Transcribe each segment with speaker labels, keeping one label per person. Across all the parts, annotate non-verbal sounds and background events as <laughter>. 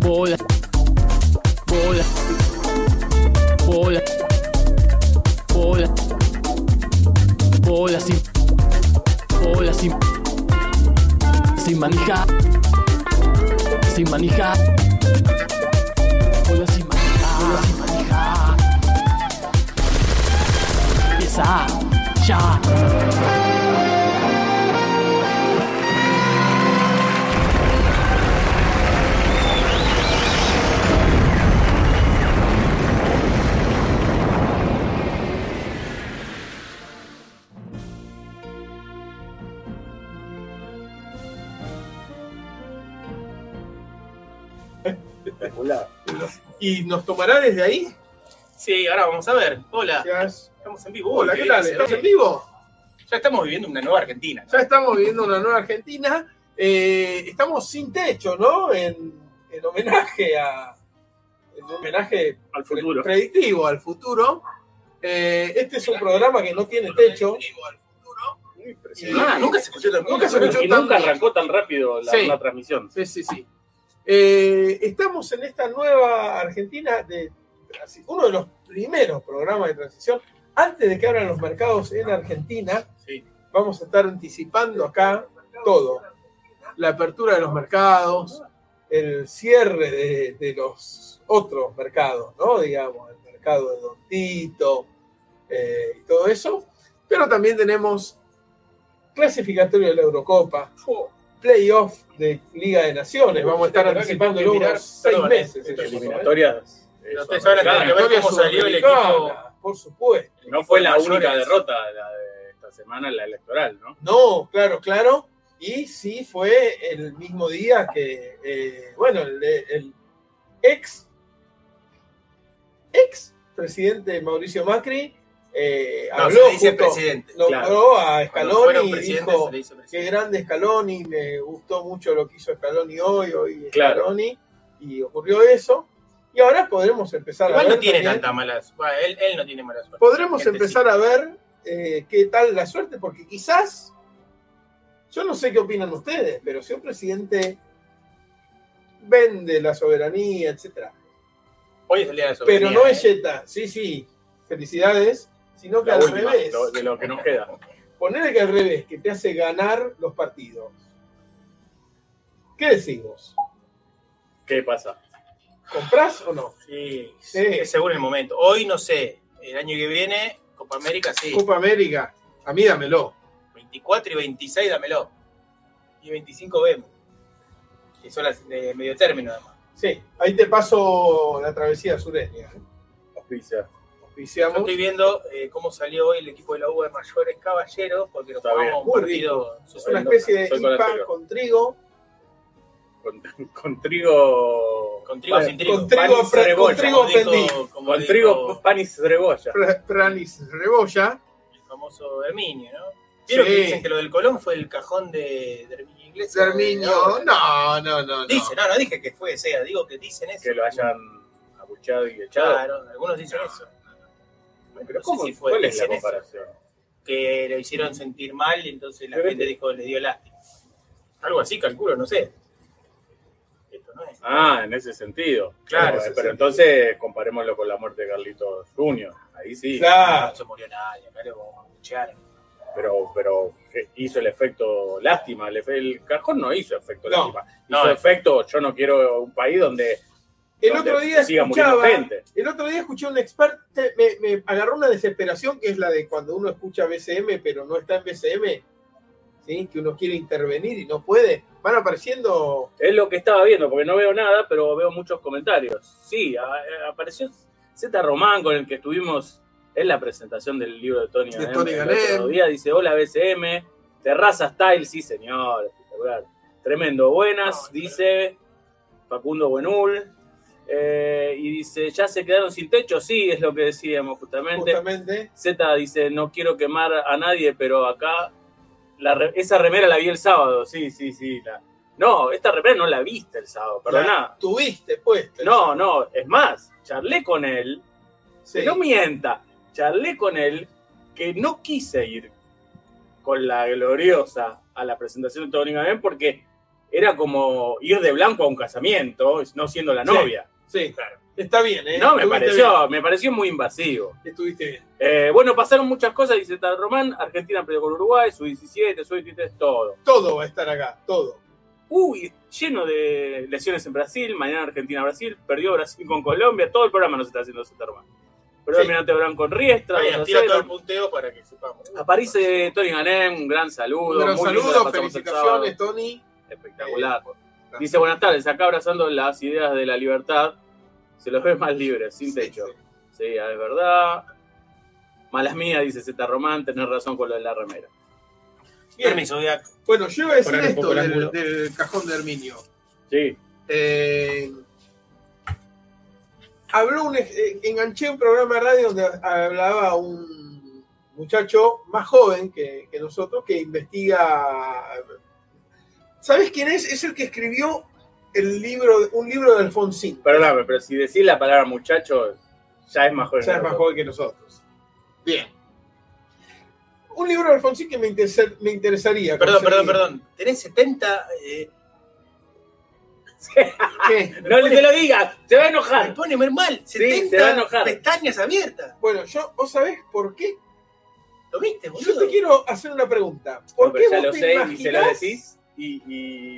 Speaker 1: Bola. Bola. Bola. Bola. Bola sin. Bola sin. Sin manija. Sin manija. Bola sin manija. Bola sin manija. Empieza ya.
Speaker 2: Espectacular.
Speaker 3: ¿Y nos tomará desde ahí?
Speaker 4: Sí, ahora vamos a ver. Hola,
Speaker 3: Gracias.
Speaker 4: estamos en vivo.
Speaker 3: Hola,
Speaker 4: Uy,
Speaker 3: ¿qué tal?
Speaker 4: se
Speaker 3: ¿Estás
Speaker 4: ve.
Speaker 3: en vivo?
Speaker 4: Ya estamos viviendo una nueva Argentina. ¿no?
Speaker 3: Ya estamos viviendo una nueva Argentina. Eh, estamos sin techo, ¿no? En, en homenaje a. En un homenaje
Speaker 2: Al
Speaker 3: pre-
Speaker 2: futuro.
Speaker 3: predictivo al futuro. Eh, este es un programa que no tiene techo.
Speaker 2: Impresionante.
Speaker 3: Ah,
Speaker 4: nunca se escuchó tan
Speaker 3: Nunca se escuchó
Speaker 2: Y
Speaker 3: tan-
Speaker 2: nunca arrancó tan rápido la,
Speaker 3: Sí.
Speaker 2: una transmisión.
Speaker 3: Sí, sí, sí. Eh, estamos en esta nueva Argentina de transi- uno de los primeros programas de transición. Antes de que abran los mercados en Argentina,
Speaker 4: Sí.
Speaker 3: vamos a estar anticipando acá todo. La apertura de los mercados, el cierre de, de los otros mercados, ¿no? Digamos, el mercado de Don Tito eh, y todo eso. Pero también tenemos clasificatorio de la Eurocopa, playoff de Liga de Naciones. Vamos a estar
Speaker 4: Tendrá que-
Speaker 3: anticipando
Speaker 4: que
Speaker 3: unos
Speaker 4: mirar-
Speaker 3: seis
Speaker 4: perdón, eh,
Speaker 3: meses.
Speaker 4: esto es
Speaker 3: eso, ¿eh?
Speaker 2: Eliminatorias. eh,
Speaker 4: Pero ustedes sabrán
Speaker 2: sudamericanas.
Speaker 4: que
Speaker 3: Claro,
Speaker 4: ver cómo salió el equipo.
Speaker 3: Sudamericana, Por supuesto.
Speaker 2: No fue la
Speaker 4: Mayores.
Speaker 2: única derrota la de esta semana, la electoral, ¿no?
Speaker 3: No, claro, claro. Y sí fue el mismo día que, eh, bueno, el, el ex, ex presidente Mauricio Macri eh,
Speaker 4: No,
Speaker 3: habló,
Speaker 4: se le dice
Speaker 3: junto-
Speaker 4: presidente.
Speaker 3: nombró
Speaker 2: claro.
Speaker 3: a
Speaker 4: Cuando fueron
Speaker 3: Scaloni y
Speaker 4: presidentes
Speaker 3: dijo
Speaker 4: se le dice
Speaker 3: qué
Speaker 4: presidente.
Speaker 3: grande Scaloni, me gustó mucho lo que hizo Scaloni hoy, hoy
Speaker 2: Claro.
Speaker 3: Scaloni, y ocurrió eso. Y ahora podremos empezar a
Speaker 4: Igual
Speaker 3: ver
Speaker 4: no tiene
Speaker 3: también-
Speaker 4: tanta mala suerte. Bueno, él, él no tiene mala suerte.
Speaker 3: Podremos
Speaker 4: Gente,
Speaker 3: empezar a ver eh, qué tal la suerte, porque quizás, yo no sé qué opinan ustedes, pero si un presidente vende la soberanía, etcétera,
Speaker 4: Hoy es el día de la soberanía.
Speaker 3: pero no es
Speaker 4: ¿eh?
Speaker 3: Jetta, sí, sí, felicidades, sino que
Speaker 2: La
Speaker 3: al
Speaker 2: última
Speaker 3: revés,
Speaker 2: lo- de lo que nos queda.
Speaker 3: ponerle que al revés, que te hace ganar los partidos. ¿Qué decimos?
Speaker 2: ¿Qué pasa?
Speaker 3: ¿Comprás o no?
Speaker 4: Sí,
Speaker 3: Sí.
Speaker 4: es según el momento. Hoy no sé. El año que viene, Copa América, sí.
Speaker 3: Copa América, a mí dámelo.
Speaker 4: 24 y 26, dámelo. Y 25 vemos. Que son las de medio término, además.
Speaker 3: Sí, ahí te paso la travesía sureña. ¿eh?
Speaker 2: Auspicia.
Speaker 4: Yo
Speaker 3: Auspiciamos.
Speaker 4: estoy viendo eh, cómo salió hoy el equipo de la U de Mayores Caballeros, porque nos
Speaker 2: Está bien.
Speaker 4: jugamos un
Speaker 3: Muy
Speaker 4: partido.
Speaker 3: Es una especie de
Speaker 2: Soy con la
Speaker 3: IPA
Speaker 2: trigo.
Speaker 3: con trigo,
Speaker 2: Con, con trigo.
Speaker 4: Con trigo
Speaker 2: pan-
Speaker 4: sin trigo.
Speaker 3: Con trigo
Speaker 2: pan y
Speaker 3: pre- con
Speaker 2: cebolla.
Speaker 3: trigo
Speaker 4: Como dijo-
Speaker 3: prendí.
Speaker 4: como
Speaker 2: Con
Speaker 4: dijo
Speaker 2: trigo, pan y cebolla.
Speaker 3: pra- pranis, rebolla.
Speaker 4: El famoso Herminio, ¿no? ¿Vieron
Speaker 3: Sí.
Speaker 4: que dicen que lo del Colón fue el cajón de, de Herminio Inglés?
Speaker 3: Cermiño. No, no, no. no.
Speaker 4: Dicen, no, no dije que fue sea, digo que dicen eso.
Speaker 2: Que lo hayan abuchado y echado.
Speaker 4: Claro, algunos dicen eso.
Speaker 2: Pero
Speaker 4: no sé
Speaker 2: ¿cómo,
Speaker 4: si fue-
Speaker 2: ¿cuál es la
Speaker 4: dicen eso.
Speaker 2: comparación?
Speaker 4: Que lo hicieron sentir mal y entonces la
Speaker 2: Pero
Speaker 4: gente
Speaker 2: este-
Speaker 4: dijo, les dio lástima. Algo así, calculo, no sé. Esto no es.
Speaker 2: Ah, en ese sentido.
Speaker 4: Claro,
Speaker 2: Pero,
Speaker 3: ese
Speaker 2: pero
Speaker 3: sentido.
Speaker 2: entonces comparémoslo con la muerte de Carlitos Jr. Ahí sí.
Speaker 3: Claro.
Speaker 4: No se murió nadie, acá lo vamos a escuchar.
Speaker 2: Pero, pero eh, hizo el efecto lástima. El, efe- el cajón no hizo efecto
Speaker 3: No,
Speaker 2: lástima. Hizo
Speaker 4: no.
Speaker 2: efecto, yo no quiero un país donde.
Speaker 3: El
Speaker 2: donde
Speaker 3: otro día
Speaker 2: siga muriendo
Speaker 3: escuchaba.
Speaker 2: gente.
Speaker 3: El otro día escuché a un experto, me, me agarró una desesperación que es la de cuando uno escucha BCM pero no está en BCM, ¿sí? que uno quiere intervenir y no puede. Van apareciendo
Speaker 2: Es lo que estaba viendo, porque no veo nada, pero veo muchos comentarios. Sí, a- a- apareció Z Román con el que estuvimos en la presentación del libro de Tony
Speaker 3: De
Speaker 2: Ganem
Speaker 3: Tony
Speaker 2: el
Speaker 3: Ganem.
Speaker 2: otro día. Dice, hola BCM, Terraza Style, sí señor, espectacular. Tremendo, buenas,
Speaker 4: No,
Speaker 2: dice Facundo Buenul. Eh, y dice, ¿ya se quedaron sin techo? Sí, es lo que decíamos justamente.
Speaker 3: justamente.
Speaker 2: Z dice, no quiero quemar a nadie, pero acá la re- esa remera la vi el sábado. Sí, sí, sí. la- no, esta remera no la viste el sábado,
Speaker 3: la
Speaker 2: perdoná.
Speaker 3: Tuviste puesta.
Speaker 2: No, no, es más, charlé con él,
Speaker 3: Sí.
Speaker 2: que no mienta, charlé con él que no quise ir con la gloriosa a la presentación de Tony Ganem porque era como ir de blanco a un casamiento, no siendo la
Speaker 3: Sí.
Speaker 2: novia.
Speaker 3: Sí, claro. Está bien, ¿eh?
Speaker 2: No, me
Speaker 3: Estuviste
Speaker 2: pareció, me pareció muy invasivo.
Speaker 3: bien. Estuviste bien.
Speaker 2: Eh, bueno, pasaron muchas cosas, dice Tal Román. Argentina perdió con Uruguay, su 17, su 23, todo.
Speaker 3: Todo va a estar acá, todo.
Speaker 2: Uy, lleno de lesiones en Brasil. Mañana Argentina-Brasil, perdió Brasil con Colombia. Todo el programa nos está haciendo Zeta Román. Pero
Speaker 4: Sí.
Speaker 2: Almirante Brown con Riestra.
Speaker 4: Ahí,
Speaker 2: 2 a
Speaker 4: tira todo
Speaker 2: 0.
Speaker 4: el punteo para que sepamos.
Speaker 2: Aparece Tony Ganem, un gran
Speaker 3: Un
Speaker 2: saludo.
Speaker 3: gran
Speaker 2: muy lindo, la
Speaker 3: saludo,
Speaker 2: pasamos el
Speaker 3: felicitaciones, Eh,
Speaker 2: sábado.
Speaker 3: Tony.
Speaker 2: Espectacular. Dice, buenas tardes, acá abrazando las ideas de la libertad, se los ve más libres, sin techo.
Speaker 3: Sí,
Speaker 2: Sí, es verdad. Malas mías, dice Z Román, tenés razón con lo de la remera.
Speaker 4: Bien, permiso, voy a-
Speaker 3: sí. Bueno, yo iba a decir
Speaker 4: Poner un
Speaker 3: esto
Speaker 4: poco el
Speaker 3: del,
Speaker 4: ángulo.
Speaker 3: del cajón de Herminio.
Speaker 2: Sí.
Speaker 3: Eh, habló un, eh, enganché un programa de radio donde hablaba un muchacho más joven que, que nosotros que investiga. ¿Sabes quién es? Es el que escribió el libro, un libro de Alfonsín.
Speaker 2: Perdóname, pero si decís la palabra muchacho, ya es más
Speaker 4: Pues
Speaker 3: Ya
Speaker 2: joven. que
Speaker 3: es más
Speaker 2: nosotros.
Speaker 3: joven que nosotros. Bien. Un libro de Alfonsín que me, interesa- me interesaría.
Speaker 4: Perdón, perdón,
Speaker 3: conseguir.
Speaker 4: perdón. Tenés 70. eh,
Speaker 3: ¿Qué?
Speaker 2: No le te lo digas, se va a
Speaker 4: me
Speaker 2: enojar.
Speaker 4: pone muy mal.
Speaker 2: Sí, se va a
Speaker 4: 70
Speaker 2: enojar.
Speaker 4: pestañas abiertas.
Speaker 3: Bueno, yo, ¿vos sabés por qué?
Speaker 4: ¿Lo viste, boludo?
Speaker 3: Yo te quiero hacer una pregunta. ¿Por
Speaker 2: No,
Speaker 3: qué
Speaker 2: pero ya
Speaker 3: vos
Speaker 2: lo
Speaker 3: te
Speaker 2: sé y se lo
Speaker 3: imaginás-
Speaker 2: decís y,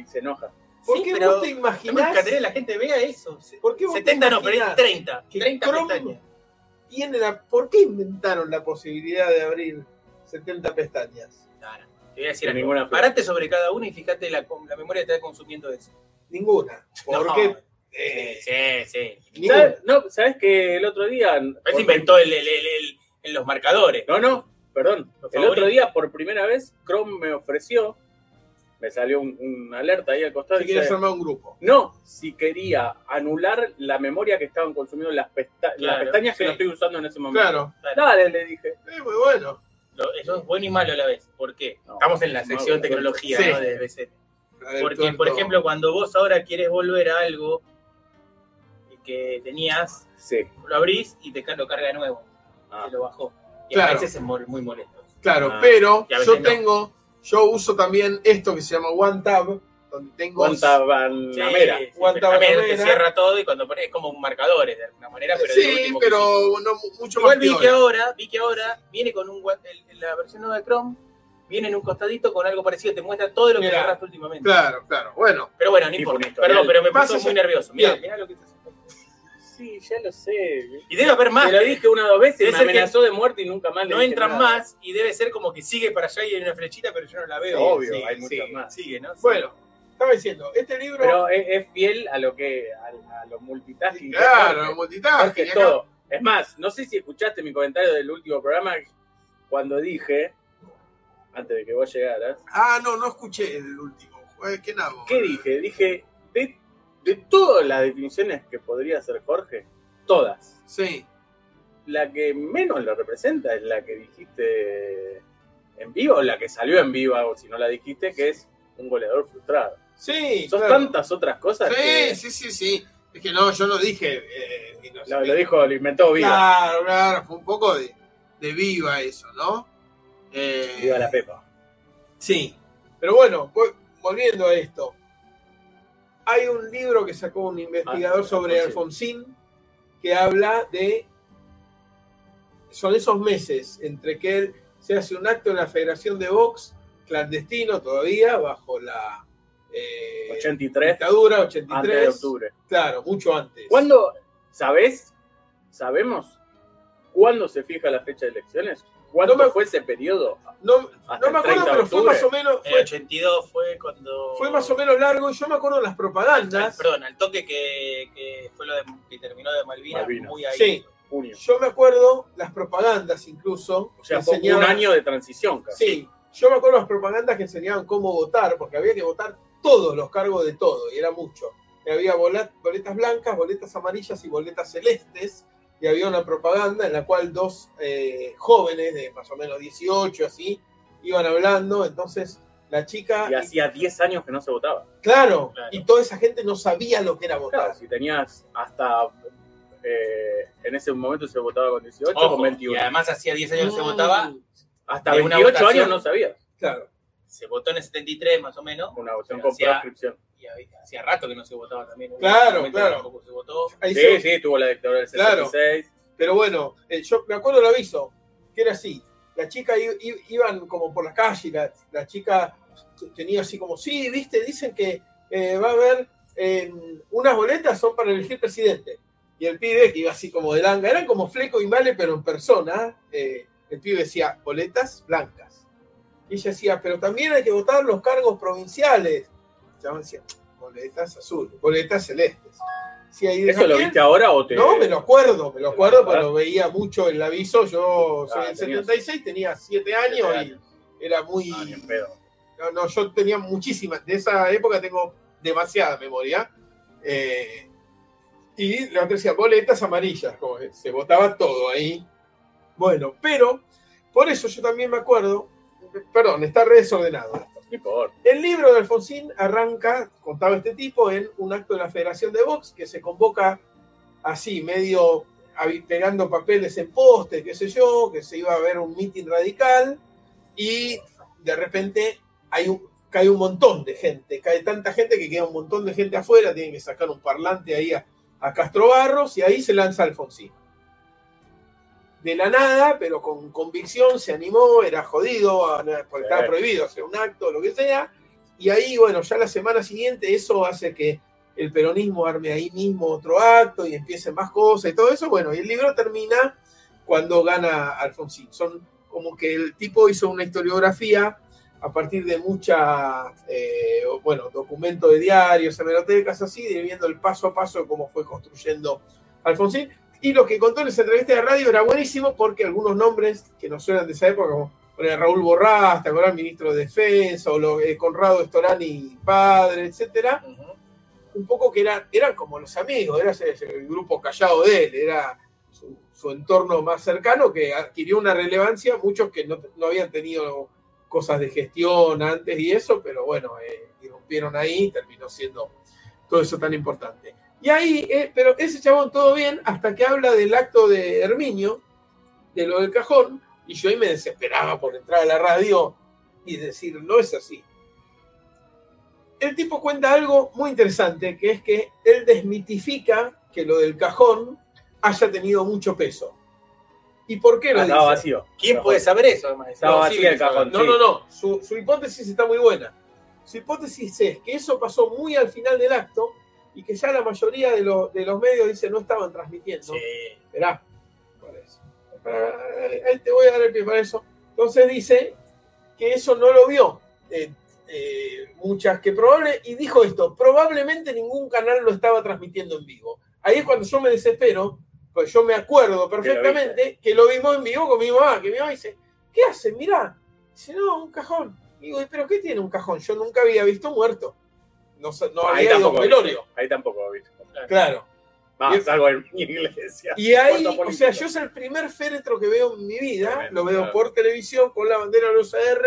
Speaker 2: y se enoja.
Speaker 3: ¿Por
Speaker 4: Sí,
Speaker 3: qué
Speaker 4: pero
Speaker 3: vos te
Speaker 4: No me
Speaker 3: imaginás
Speaker 4: encantaría que la gente vea eso. Se-
Speaker 3: ¿Por qué vos
Speaker 4: 70
Speaker 3: te
Speaker 4: no, pero es
Speaker 3: imaginás
Speaker 4: 30.
Speaker 3: que
Speaker 4: 30
Speaker 3: Chrome
Speaker 4: pestañas.
Speaker 3: tiene la, ¿Por qué inventaron la posibilidad de abrir 70 pestañas?
Speaker 4: No, no, Te voy a decir
Speaker 2: De
Speaker 4: algo.
Speaker 2: ninguna forma.
Speaker 4: Parate sobre cada una y fíjate la, la memoria que te está consumiendo eso.
Speaker 3: Ninguna.
Speaker 4: No,
Speaker 3: Porque
Speaker 4: Sí,
Speaker 3: eh,
Speaker 4: sí, sí.
Speaker 3: ninguna.
Speaker 2: ¿Sabes? No, ¿Sabés que el otro día...
Speaker 4: Parece inventó el, el, el- el- el- los marcadores.
Speaker 2: No, no, perdón.
Speaker 4: Por
Speaker 2: El
Speaker 4: favor.
Speaker 2: otro día, por primera vez, Chrome me ofreció, me salió un, un alerta ahí al costado.
Speaker 3: Si
Speaker 2: dice,
Speaker 3: quieres armar un grupo.
Speaker 2: no, si quería anular la memoria que estaban consumiendo las, pesta- las
Speaker 4: Claro,
Speaker 2: pestañas
Speaker 4: sí.
Speaker 2: que no estoy usando en ese momento.
Speaker 3: Claro.
Speaker 2: Dale, le dije.
Speaker 3: Es muy bueno.
Speaker 4: Lo- Eso es bueno y malo a la vez. ¿Por qué?
Speaker 2: No,
Speaker 4: Estamos en la
Speaker 2: no,
Speaker 4: sección
Speaker 2: no,
Speaker 4: tecnología
Speaker 3: sí.
Speaker 4: ¿no? de BCT.
Speaker 3: A ver,
Speaker 4: Porque,
Speaker 3: tuerto.
Speaker 4: por ejemplo, cuando vos ahora quieres volver a algo que tenías,
Speaker 2: Sí.
Speaker 4: lo abrís y te ca- lo carga de nuevo.
Speaker 2: Ah.
Speaker 4: Te lo bajó. Y a
Speaker 3: Claro.
Speaker 4: veces es mol- muy molesto.
Speaker 3: Claro,
Speaker 2: Ah,
Speaker 3: pero
Speaker 4: y a veces
Speaker 3: yo
Speaker 4: no.
Speaker 3: tengo, yo uso también esto que se llama OneTab, donde tengo
Speaker 2: Cuánta banamera.
Speaker 4: Sí, sí,
Speaker 3: Guanta
Speaker 4: pero también te
Speaker 3: bananera.
Speaker 4: cierra todo y cuando pones es como un marcador de alguna manera. Pero de
Speaker 3: Sí,
Speaker 4: último que
Speaker 3: pero
Speaker 4: sí.
Speaker 3: no mu- mucho
Speaker 4: Igual
Speaker 3: más
Speaker 4: vi
Speaker 3: piola.
Speaker 4: que ahora, vi que ahora viene con un guan- el- la versión nueva de Chrome, viene en un costadito con algo parecido, te muestra todo lo que
Speaker 3: Mirá.
Speaker 4: cerraste últimamente.
Speaker 3: Claro, claro. Bueno,
Speaker 4: Pero bueno, no
Speaker 2: Tipo
Speaker 4: importa.
Speaker 2: un historial.
Speaker 4: Perdón, pero me
Speaker 3: Pasa
Speaker 4: puso
Speaker 3: ya-
Speaker 4: muy nervioso. Mirá,
Speaker 3: Bien.
Speaker 4: mirá lo que te hace.
Speaker 2: Sí, ya lo sé.
Speaker 4: Y debe haber más.
Speaker 2: Te lo dije una o dos veces,
Speaker 4: Debe
Speaker 2: me
Speaker 4: ser que
Speaker 2: amenazó de muerte y nunca más le
Speaker 4: no
Speaker 2: dije
Speaker 4: entran
Speaker 2: nada.
Speaker 4: más y debe ser como que sigue para allá y hay una flechita, pero yo no la veo.
Speaker 2: Sí, obvio,
Speaker 4: Sigue,
Speaker 2: hay
Speaker 4: sigue,
Speaker 2: muchas más.
Speaker 4: Sigue, ¿no?
Speaker 3: bueno, estaba diciendo, este libro.
Speaker 2: Pero es, es fiel a lo que, a, a lo multitasking. que
Speaker 3: claro,
Speaker 2: hace.
Speaker 3: multitasking.
Speaker 2: Jorge,
Speaker 3: acá-
Speaker 2: todo. Es más, no sé si escuchaste mi comentario del último programa cuando dije, antes de que vos llegaras,
Speaker 3: Ah, no, no escuché el último. Eh, ¿Qué nabo?
Speaker 2: ¿qué dije? Dije, de, de todas las definiciones que podría hacer Jorge, todas,
Speaker 3: Sí.
Speaker 2: la que menos lo representa es la que dijiste en vivo, la que salió en vivo, o si no la dijiste, que es un goleador frustrado.
Speaker 3: Sí.
Speaker 2: Son
Speaker 3: claro.
Speaker 2: tantas otras cosas que
Speaker 3: Sí, sí, sí, sí. Es que no, yo lo dije. eh, y no sé.
Speaker 2: lo, lo dijo, lo inventó Viva,
Speaker 3: Claro, claro, fue un poco de, de viva eso, ¿no? Eh,
Speaker 2: Viva la Pepa.
Speaker 3: Sí. Pero bueno, vol- volviendo a esto. Hay un libro que sacó un investigador
Speaker 2: Ah,
Speaker 3: sobre Alfonsín que habla de. Son esos meses entre que él se hace un acto en la Federación de Box, clandestino todavía, bajo la. eh,
Speaker 2: 83,
Speaker 3: dictadura,
Speaker 2: antes de
Speaker 3: 83.
Speaker 2: octubre.
Speaker 3: Claro, mucho antes.
Speaker 2: ¿Cuándo, sabés, sabemos cuándo se fija la fecha de elecciones? ¿Cuándo
Speaker 3: No me-
Speaker 2: fue ese periodo?
Speaker 3: No, no
Speaker 2: Hasta
Speaker 3: me
Speaker 2: el 30
Speaker 3: acuerdo,
Speaker 2: de
Speaker 3: pero fue
Speaker 2: octubre. Eh,
Speaker 3: más o menos.
Speaker 4: El
Speaker 3: Fue,
Speaker 4: 82 fue cuando.
Speaker 3: fue más o menos largo. y Yo me acuerdo de las
Speaker 4: Al,
Speaker 3: propagandas.
Speaker 4: perdón, al toque que, que fue lo de, que terminó de Malvinas,
Speaker 2: Malvinas.
Speaker 4: muy ahí.
Speaker 3: Sí.
Speaker 2: Junio.
Speaker 3: Yo me acuerdo las propagandas incluso.
Speaker 2: O sea,
Speaker 3: que
Speaker 2: fue un
Speaker 3: enseñaban-
Speaker 2: año de transición casi.
Speaker 3: Sí, yo me acuerdo las propagandas que enseñaban cómo votar, porque había que votar todos los cargos de todo, y era mucho. Y había bola- boletas blancas, boletas amarillas y boletas celestes, y había una propaganda en la cual dos eh, jóvenes de más o menos 18, así, iban hablando, entonces la chica...
Speaker 2: Y hacía 10 años que no se votaba.
Speaker 3: claro,
Speaker 4: Claro.
Speaker 3: y toda esa gente no sabía lo que era votar.
Speaker 2: Claro, si tenías hasta... eh, en ese momento se votaba con 18 o
Speaker 4: Ojo,
Speaker 2: con 21.
Speaker 4: y además hacía 10 años que se votaba.
Speaker 3: Mm,
Speaker 2: hasta
Speaker 4: de una
Speaker 2: 28
Speaker 4: votación-
Speaker 2: años no sabías.
Speaker 3: Claro.
Speaker 4: se votó en el 73 más o menos.
Speaker 2: Una opción
Speaker 4: Sí,
Speaker 2: con
Speaker 4: o sea,
Speaker 2: proscripción.
Speaker 4: Y había- hacía rato que no se votaba también. Hubo
Speaker 3: Claro,
Speaker 4: un momento
Speaker 3: claro.
Speaker 4: que tampoco se votó.
Speaker 3: Ahí
Speaker 2: Sí,
Speaker 3: se-
Speaker 2: sí, tuvo la dictadura del
Speaker 3: Claro.
Speaker 2: 66.
Speaker 3: Pero bueno, eh, yo me acuerdo el aviso, que era así. La chica i- i- iban como por la calle, la, la chica t- tenía así como, sí, viste, dicen que eh, va a haber eh, unas boletas son para elegir presidente. Y el pibe que iba así como de langa, eran como Fleco y Male, pero en persona, eh, el pibe decía, boletas blancas. Y ella decía, pero también hay que votar los cargos provinciales. El chabón decía, boletas azules, boletas celestes. Decía, "Y
Speaker 2: ¿Eso lo
Speaker 3: también-
Speaker 2: viste ahora o te.?
Speaker 3: no, me lo acuerdo, me lo acuerdo, pero lo veía mucho el aviso. Yo soy
Speaker 2: Ah,
Speaker 3: del
Speaker 2: tenías-
Speaker 3: 76, tenía 7 años
Speaker 2: años.
Speaker 3: y era muy.
Speaker 2: Ah, ni en pedo.
Speaker 3: No, no, yo tenía muchísimas. De esa época tengo demasiada memoria. Eh, y la otra decía boletas amarillas, como que se votaba todo ahí. Bueno, pero por eso yo también me acuerdo. Perdón, está re desordenado esto.
Speaker 2: No importa.
Speaker 3: El libro de Alfonsín arranca, contaba este tipo, en un acto de la Federación de Box que se convoca así, medio avi- pegando papeles en postes, qué sé yo, que se iba a ver un mitin radical y de repente hay un, cae un montón de gente, cae tanta gente que queda un montón de gente afuera, tienen que sacar un parlante ahí a, a Castro Barros y ahí se lanza Alfonsín. De la nada, pero con convicción, se animó, era jodido, a- porque estaba
Speaker 2: Sí.
Speaker 3: prohibido hacer un acto, lo que sea, y ahí, bueno, ya la semana siguiente eso hace que el peronismo arme ahí mismo otro acto y empiecen más cosas y todo eso, bueno, y el libro termina cuando gana Alfonsín. Son como que el tipo hizo una historiografía a partir de mucha, eh, bueno, documentos de diarios, hemerotecas, así, de viendo el paso a paso cómo fue construyendo Alfonsín. Y lo que contó en esa entrevista de radio era buenísimo porque algunos nombres que nos suenan de esa época, como por ejemplo, Raúl Borrás, ¿te acordás? Ministro de Defensa, o lo- eh, Conrado Estorani, padre, etcétera, un poco que eran, eran como los amigos, era ese- ese el grupo callado de él, era su, su entorno más cercano que adquirió una relevancia, muchos que no, no habían tenido cosas de gestión antes y eso, pero bueno, eh, irrumpieron ahí y terminó siendo todo eso tan importante. Y ahí, eh, pero ese chabón todo bien hasta que habla del acto de Herminio, de lo del cajón, y yo ahí me desesperaba por entrar a la radio y decir, no es así el tipo cuenta algo muy interesante, que es que él desmitifica que lo del cajón haya tenido mucho peso. ¿Y por qué lo
Speaker 2: Estaba
Speaker 3: dice?
Speaker 2: vacío.
Speaker 4: ¿Quién
Speaker 2: Estaba
Speaker 4: puede saber eso, además?
Speaker 2: Estaba
Speaker 4: No,
Speaker 2: vacío
Speaker 4: sí,
Speaker 2: el cajón.
Speaker 3: No,
Speaker 2: Sí.
Speaker 3: no, no. Su, su hipótesis está muy buena. Su hipótesis es que eso pasó muy al final del acto y que ya la mayoría de, lo- de los medios dice no estaban transmitiendo.
Speaker 4: Sí.
Speaker 3: Esperá, para eso. Para- ahí te voy a dar el pie para eso. Entonces dice que eso no lo vio. eh, eh, muchas que probable, y dijo esto: probablemente ningún canal lo estaba transmitiendo en vivo. Ahí es cuando yo me desespero, pues yo me acuerdo perfectamente que lo vimos en vivo con mi mamá, que mi mamá dice: ¿Qué hace? Mirá. Dice: No, un cajón. Digo: "¿Y ¿Pero qué tiene un cajón? Yo nunca había visto muerto. No, sa- no había
Speaker 2: Ahí
Speaker 3: ido a un
Speaker 2: tampoco,
Speaker 3: velorio.
Speaker 2: viste. ahí tampoco, viste.
Speaker 3: Claro.
Speaker 2: Más,
Speaker 3: Bien.
Speaker 2: salgo en mi iglesia.
Speaker 3: Y ahí,
Speaker 2: Puerto
Speaker 3: o sea,
Speaker 2: político.
Speaker 3: yo es el primer féretro que veo en mi vida,
Speaker 2: Tremendo,
Speaker 3: lo veo
Speaker 2: claro.
Speaker 3: por televisión, con la bandera de los AR,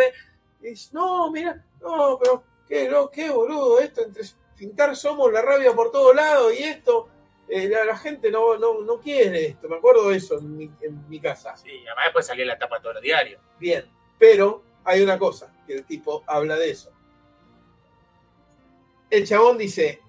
Speaker 3: y dices, no, mira, no, pero qué, no, qué boludo, esto, entre pintar somos la rabia por todos lados y esto, eh, la, la gente no, no, no quiere esto, me acuerdo de eso en mi, en mi casa.
Speaker 4: Sí, además después salió en la tapa de todos los diarios.
Speaker 3: Bien, pero hay una cosa, que el tipo habla de eso. El chabón dice,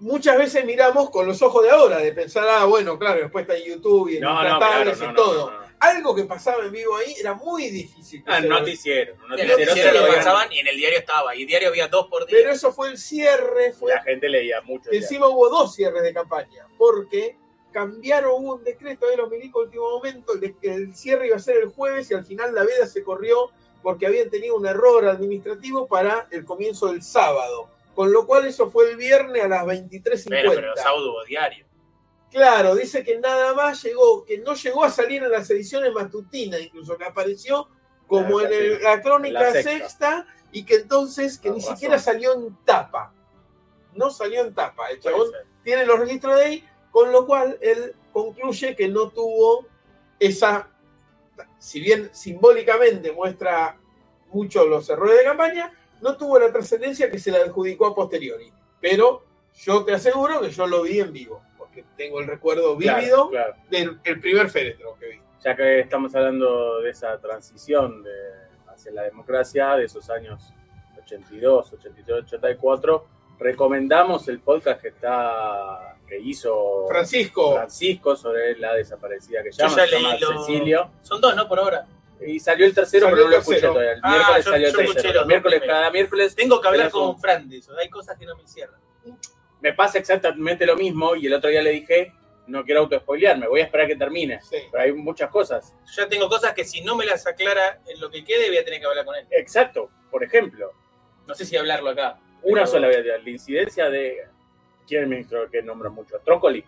Speaker 3: muchas veces miramos con los ojos de ahora, de pensar, ah, bueno, claro, después está en YouTube y en
Speaker 2: No, no, claro,
Speaker 3: Intratables
Speaker 2: no,
Speaker 3: y
Speaker 2: no,
Speaker 3: todo.
Speaker 2: no, no.
Speaker 3: Algo que pasaba en vivo ahí era muy difícil. que
Speaker 2: Ah,
Speaker 3: se
Speaker 2: no
Speaker 3: lo-
Speaker 2: te hicieron. No te
Speaker 4: En el
Speaker 3: noticiero
Speaker 4: noticiero
Speaker 2: hicieron.
Speaker 4: lo
Speaker 3: veían.
Speaker 4: pasaban y en el diario estaba. Y el diario había dos por día.
Speaker 3: pero eso fue el cierre, fue
Speaker 2: La gente leía mucho.
Speaker 3: Que
Speaker 2: ya.
Speaker 3: Encima hubo dos cierres de campaña, porque cambiaron, hubo un decreto de los milicos de último momento, el, de- el cierre iba a ser el jueves y al final la veda se corrió porque habían tenido un error administrativo para el comienzo del sábado. Con lo cual eso fue el viernes a las 23.50.
Speaker 4: Bueno, pero sábado hubo diario.
Speaker 3: Claro, dice que nada más llegó, que no llegó a salir en las ediciones matutinas, incluso que apareció como
Speaker 2: La
Speaker 3: en el- la crónica
Speaker 2: la
Speaker 3: sexta.
Speaker 2: sexta.
Speaker 3: y que entonces que
Speaker 2: Con
Speaker 3: ni
Speaker 2: razón.
Speaker 3: siquiera salió en tapa. No salió en tapa. El chabón
Speaker 2: Puede ser.
Speaker 3: tiene los registros de ahí, con lo cual él concluye que no tuvo esa, si bien simbólicamente muestra mucho los errores de campaña, no tuvo la trascendencia que se le adjudicó a posteriori. Pero yo te aseguro que yo lo vi en vivo, porque tengo el recuerdo
Speaker 2: Claro,
Speaker 3: vívido
Speaker 2: claro.
Speaker 3: del el primer féretro que vi.
Speaker 2: Ya que estamos hablando de esa transición de hacia la democracia de esos años 82, 83, 84. Recomendamos el podcast que está que hizo
Speaker 3: Francisco,
Speaker 2: Francisco sobre la desaparecida que
Speaker 4: Yo
Speaker 2: llama,
Speaker 4: ya
Speaker 2: se llama
Speaker 4: leí lo-
Speaker 2: Cecilio.
Speaker 4: Son dos, ¿no? Por ahora.
Speaker 2: Y salió el tercero,
Speaker 3: Salió
Speaker 2: pero no lo
Speaker 3: el
Speaker 2: escuché
Speaker 3: tercero.
Speaker 2: todavía. El
Speaker 4: Ah,
Speaker 2: miércoles
Speaker 4: yo-
Speaker 2: salió el
Speaker 4: yo
Speaker 2: tercero.
Speaker 4: escuché los dos
Speaker 2: miércoles,
Speaker 4: primeros.
Speaker 2: cada miércoles
Speaker 4: Tengo que hablar
Speaker 2: Tenés un-
Speaker 4: con Fran de eso. Hay cosas que no me cierran.
Speaker 2: me pasa exactamente lo mismo y el otro día le dije, no quiero autoespoilearme, voy a esperar que termine.
Speaker 3: sí.
Speaker 2: Pero hay muchas cosas.
Speaker 4: Yo ya tengo cosas que si no me las aclara en lo que quede, voy a tener que hablar con él.
Speaker 2: Exacto, por ejemplo,
Speaker 4: No sé si hablarlo acá.
Speaker 2: una
Speaker 4: Pero-
Speaker 2: sola vez, la incidencia de, ¿quién es el ministro que nombra mucho? Trócoli.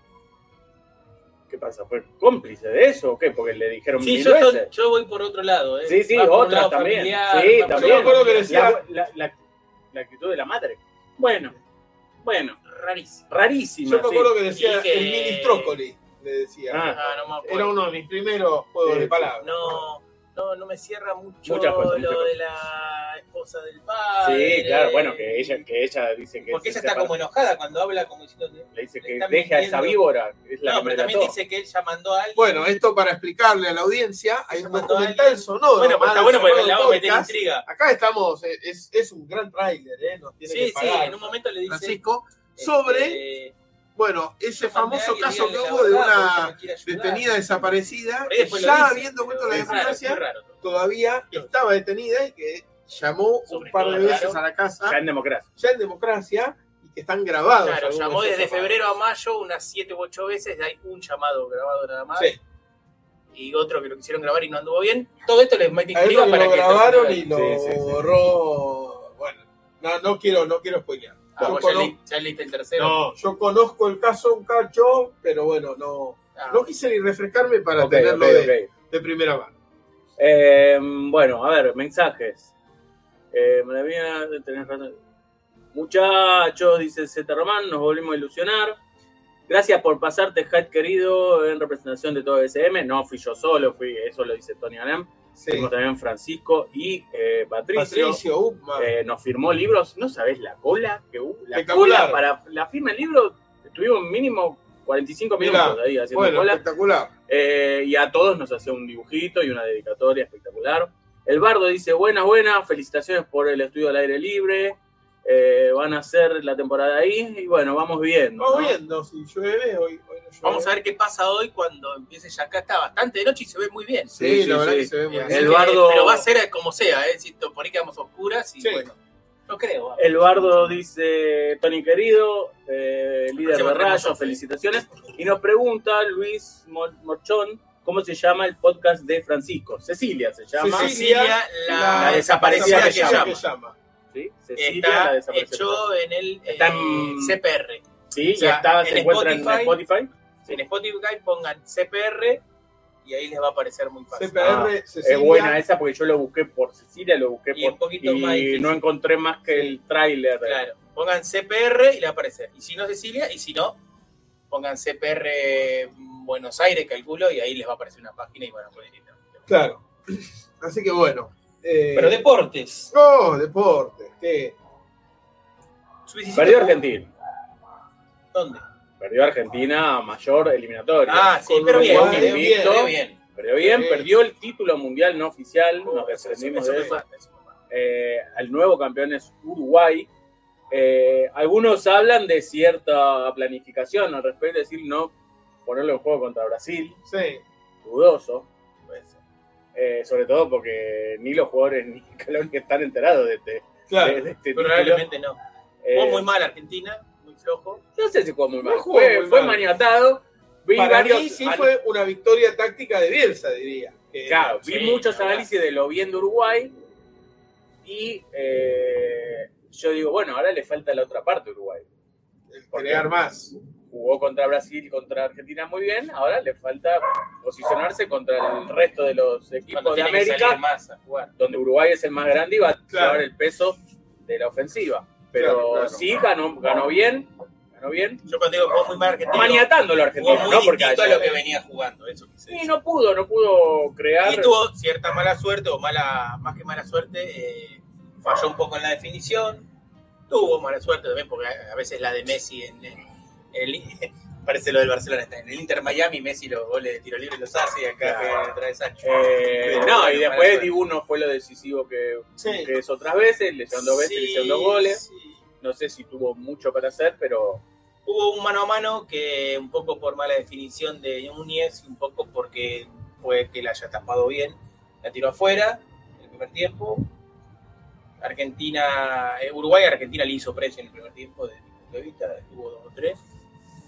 Speaker 2: ¿Qué pasa? ¿Fue cómplice de eso o qué? Porque le dijeron
Speaker 4: Sí,
Speaker 2: mil
Speaker 4: yo,
Speaker 2: veces.
Speaker 4: soy- yo voy por otro lado. ¿eh?
Speaker 2: Sí, sí,
Speaker 4: Va por un
Speaker 2: otras
Speaker 4: lado
Speaker 2: también.
Speaker 4: familiar,
Speaker 2: Sí,
Speaker 4: va por
Speaker 2: también.
Speaker 4: otro
Speaker 3: Yo me acuerdo que
Speaker 4: lado.
Speaker 3: decía-
Speaker 2: La, la- la- la actitud de la madre. Bueno, bueno,
Speaker 4: Rarísimo.
Speaker 2: rarísima.
Speaker 3: Yo me
Speaker 2: sí.
Speaker 3: acuerdo que decía
Speaker 4: Y que-
Speaker 3: el mini Trócoli, le decía.
Speaker 2: Ah.
Speaker 4: Ah, no me acuerdo.
Speaker 3: Era uno de mis primeros juegos
Speaker 2: Sí,
Speaker 3: de
Speaker 2: sí.
Speaker 3: palabras.
Speaker 4: No, no, no me cierra mucho
Speaker 2: Muchas cosas,
Speaker 4: lo
Speaker 2: muchas
Speaker 4: de la esposa del padre.
Speaker 2: Sí, claro, bueno, que ella, que ella dice que...
Speaker 4: Porque
Speaker 2: se
Speaker 4: ella está
Speaker 2: separa.
Speaker 4: como enojada cuando habla, como diciendo. que-
Speaker 2: Le dice
Speaker 4: le
Speaker 2: que deja
Speaker 4: están
Speaker 2: a esa
Speaker 4: mintiendo.
Speaker 2: víbora, que es la
Speaker 4: No,
Speaker 2: que me
Speaker 4: pero también
Speaker 2: relató.
Speaker 4: dice que él ya mandó a alguien.
Speaker 3: Bueno, esto para explicarle a la audiencia, hay un
Speaker 4: Cuando
Speaker 3: documental
Speaker 4: alguien-
Speaker 3: sonoro.
Speaker 4: Bueno, pero está
Speaker 3: mal,
Speaker 4: bueno porque
Speaker 3: llamado
Speaker 4: la vamos a meter
Speaker 3: Podcast.
Speaker 4: intriga.
Speaker 3: Acá estamos, eh, es, es un gran tráiler, ¿eh? Nos tiene
Speaker 4: Sí,
Speaker 3: que
Speaker 4: sí,
Speaker 3: pagar,
Speaker 4: en un momento le dice.
Speaker 3: Francisco,
Speaker 4: este,
Speaker 3: sobre,
Speaker 4: eh,
Speaker 3: bueno, ese
Speaker 4: yo mandé a
Speaker 3: famoso
Speaker 4: alguien,
Speaker 3: caso que
Speaker 4: díganle la
Speaker 3: hubo de
Speaker 4: verdad,
Speaker 3: una
Speaker 4: porque me quiere ayudar.
Speaker 3: detenida desaparecida,
Speaker 4: Por ahí
Speaker 3: que
Speaker 4: después lo
Speaker 3: ya
Speaker 4: dice,
Speaker 3: habido vuelto
Speaker 4: pero
Speaker 3: la
Speaker 4: es raro,
Speaker 3: democracia,
Speaker 4: es raro.
Speaker 3: todavía estaba detenida y que llamó un
Speaker 4: Sobre
Speaker 3: par
Speaker 4: todo,
Speaker 3: de veces
Speaker 4: claro.
Speaker 3: a la casa,
Speaker 2: Ya en democracia.
Speaker 3: ya en democracia, y que están grabados.
Speaker 4: Claro,
Speaker 3: algunos
Speaker 4: llamó
Speaker 3: de esos
Speaker 4: desde
Speaker 3: llamados.
Speaker 4: febrero a mayo unas siete u ocho veces, hay un llamado grabado nada más.
Speaker 3: Sí.
Speaker 4: Y otro que lo quisieron grabar y no anduvo bien. Todo esto les mete
Speaker 3: A él
Speaker 4: intriga
Speaker 3: lo
Speaker 4: para que.
Speaker 3: grabaron y lo
Speaker 2: Sí, sí, sí.
Speaker 3: borró. Bueno, no, no quiero, no quiero spoilear.
Speaker 4: Ah,
Speaker 3: yo,
Speaker 4: vos ya
Speaker 3: cono-
Speaker 4: leí- ya leíste el tercero.
Speaker 3: no, yo conozco el caso un cacho, pero bueno, no,
Speaker 4: Ah,
Speaker 3: no quise ni refrescarme para
Speaker 2: Ok,
Speaker 3: tenerlo
Speaker 2: ok,
Speaker 3: de,
Speaker 2: ok.
Speaker 3: de primera mano.
Speaker 2: Eh, bueno, a ver, mensajes. Eh, maravilla, tenés razón. Muchachos, dice Z Román, nos volvimos a ilusionar. Gracias por pasarte, Hat querido, en representación de todo SM. No fui yo solo, fui, eso lo dice Tony Alem.
Speaker 3: Sí.
Speaker 2: también Francisco y eh, Patricio.
Speaker 3: Patricio Upman.
Speaker 2: Eh, nos firmó libros. ¿No sabés la cola que hubo? La
Speaker 3: Espectacular.
Speaker 2: cola para la firma del libro, estuvimos mínimo 45
Speaker 3: Mirá,
Speaker 2: minutos ahí haciendo
Speaker 3: bueno,
Speaker 2: cola.
Speaker 3: espectacular.
Speaker 2: Eh, y a todos nos hace un dibujito y una dedicatoria espectacular. El Bardo dice, buenas, buenas, felicitaciones por el estudio al aire libre. Eh, van a hacer la temporada ahí y bueno, vamos viendo.
Speaker 3: Vamos
Speaker 2: ¿no?
Speaker 3: viendo si llueve hoy. hoy no llueve.
Speaker 4: Vamos a ver qué pasa hoy cuando empiece ya acá. Está bastante de noche y se ve muy bien.
Speaker 3: Sí, la
Speaker 2: Sí,
Speaker 3: verdad
Speaker 2: sí.
Speaker 3: que se ve muy
Speaker 4: Eh,
Speaker 3: bien.
Speaker 4: así
Speaker 2: El
Speaker 4: que-
Speaker 2: bardo-
Speaker 4: Pero va a ser como sea, ¿eh? Si te ponés que vamos a oscuras y
Speaker 3: Sí.
Speaker 4: bueno. No creo. ¿eh? vamos.
Speaker 2: El Bardo dice, Tony querido, eh, líder de
Speaker 4: Hacemos
Speaker 2: Rayo,
Speaker 4: remoto.
Speaker 2: felicitaciones. Y nos pregunta Luis Mo- Morchón, ¿cómo se llama el podcast de Francisco? Cecilia se llama.
Speaker 3: Cecilia.
Speaker 4: Cecilia, la,
Speaker 2: la
Speaker 4: desaparecida que
Speaker 2: desaparecida
Speaker 4: llama.
Speaker 2: que Sí, Cecilia la
Speaker 4: Está
Speaker 2: desaparecida.
Speaker 4: hecho en el eh,
Speaker 2: Está en-
Speaker 4: CPR.
Speaker 2: Sí,
Speaker 4: o sea,
Speaker 2: y está, se
Speaker 4: en
Speaker 2: encuentra en
Speaker 4: Spotify.
Speaker 2: Spotify. Sí.
Speaker 4: En Spotify pongan CPR y ahí les va a aparecer muy fácil.
Speaker 3: CPR, Cecilia.
Speaker 2: Ah, Es buena esa porque yo lo busqué por Cecilia, lo busqué
Speaker 4: Y
Speaker 2: por.
Speaker 4: un poquito más difícil.
Speaker 2: no encontré más que el tráiler.
Speaker 4: Claro, pongan CPR y le va a aparecer. Y si no, Cecilia, y si no, pongan CPR Buenos Aires, calculo, y ahí les va a aparecer una página y van a poder ir.
Speaker 2: <clears throat>
Speaker 3: Claro. Así que bueno. eh,
Speaker 4: Pero deportes.
Speaker 3: Oh, deporte. ¿Qué?
Speaker 2: Perdió Argentina.
Speaker 4: ¿Dónde?
Speaker 2: Perdió Argentina mayor eliminatoria.
Speaker 4: Ah, sí,
Speaker 3: Con
Speaker 4: pero bien,
Speaker 3: Uruguay,
Speaker 4: bien, bien,
Speaker 2: invicto.
Speaker 4: bien, bien.
Speaker 2: Perdió bien,
Speaker 3: Sí.
Speaker 2: perdió el título mundial no oficial. nos
Speaker 4: Oh, Eso- eso-
Speaker 2: desprendimos
Speaker 4: eso
Speaker 2: de
Speaker 4: me
Speaker 2: eso.
Speaker 4: mata, eso me mata.
Speaker 2: Eh, el nuevo campeón es Uruguay. Eh, algunos hablan de cierta planificación al respecto, es decir, no ponerlo en juego contra Brasil.
Speaker 3: Sí.
Speaker 2: dudoso. pues, eh, sobre todo porque ni los jugadores ni <laughs> Caloni están enterados de este, de-
Speaker 3: Claro.
Speaker 2: de este título.
Speaker 4: Probablemente no.
Speaker 2: Eh,
Speaker 4: Jugó muy mal Argentina, muy flojo.
Speaker 2: No sé si jugó muy mal.
Speaker 3: No jugó
Speaker 2: fue
Speaker 3: muy
Speaker 2: fue
Speaker 3: mal.
Speaker 2: maniatado. Vi
Speaker 3: Para
Speaker 2: varios.
Speaker 3: mí sí
Speaker 2: an-
Speaker 3: fue una victoria táctica de Bielsa, diría. Que-
Speaker 2: claro, vi
Speaker 4: Sí,
Speaker 2: muchos
Speaker 4: la verdad.
Speaker 2: análisis de lo bien de Uruguay. Y eh, yo digo, bueno, ahora le falta la otra parte a Uruguay.
Speaker 3: crear más.
Speaker 2: Jugó contra Brasil y contra Argentina muy bien. Ahora le falta posicionarse contra el resto de los
Speaker 4: Cuando
Speaker 2: equipos de
Speaker 4: tiene que salir
Speaker 2: América.
Speaker 4: más a jugar.
Speaker 2: donde Uruguay es el más grande y va a
Speaker 3: Claro.
Speaker 2: llevar el peso de la ofensiva. Pero
Speaker 3: Claro, claro.
Speaker 2: sí ganó, ganó bien, ganó bien,
Speaker 4: Yo cuando digo jugó muy mal Argentina,
Speaker 2: maniatándolo a
Speaker 4: jugó
Speaker 2: Argentina,
Speaker 4: muy
Speaker 2: ¿no? Porque
Speaker 4: distinto a
Speaker 2: haya-
Speaker 4: lo que venía jugando. Eso quise
Speaker 2: Sí,
Speaker 4: decir.
Speaker 2: no pudo, no pudo crear.
Speaker 4: Y tuvo cierta mala suerte, o mala, más que mala suerte, eh, falló un poco en la definición. Tuvo mala suerte también, porque a a veces la de Messi en, en- en- <laughs> Parece lo del Barcelona. Está en el Inter Miami, Messi los goles de tiro libre los hace y acá
Speaker 2: Claro.
Speaker 4: pega detrás de Sancho.
Speaker 2: Eh,
Speaker 4: Pero
Speaker 2: no,
Speaker 4: bueno,
Speaker 2: y
Speaker 4: para
Speaker 2: después
Speaker 4: suerte.
Speaker 2: Dibuno fue lo decisivo que,
Speaker 4: Sí.
Speaker 2: que es otras veces, le hicieron dos veces, le hicieron dos goles.
Speaker 4: sí.
Speaker 2: No sé si tuvo mucho para hacer, pero
Speaker 4: Hubo un mano a mano que un poco por mala definición de Núñez, un poco porque puede que la haya tapado bien, la tiró afuera en el primer tiempo. Argentina, eh, Uruguay, a Argentina le hizo precio en el primer tiempo, desde mi punto de vista, tuvo dos o tres.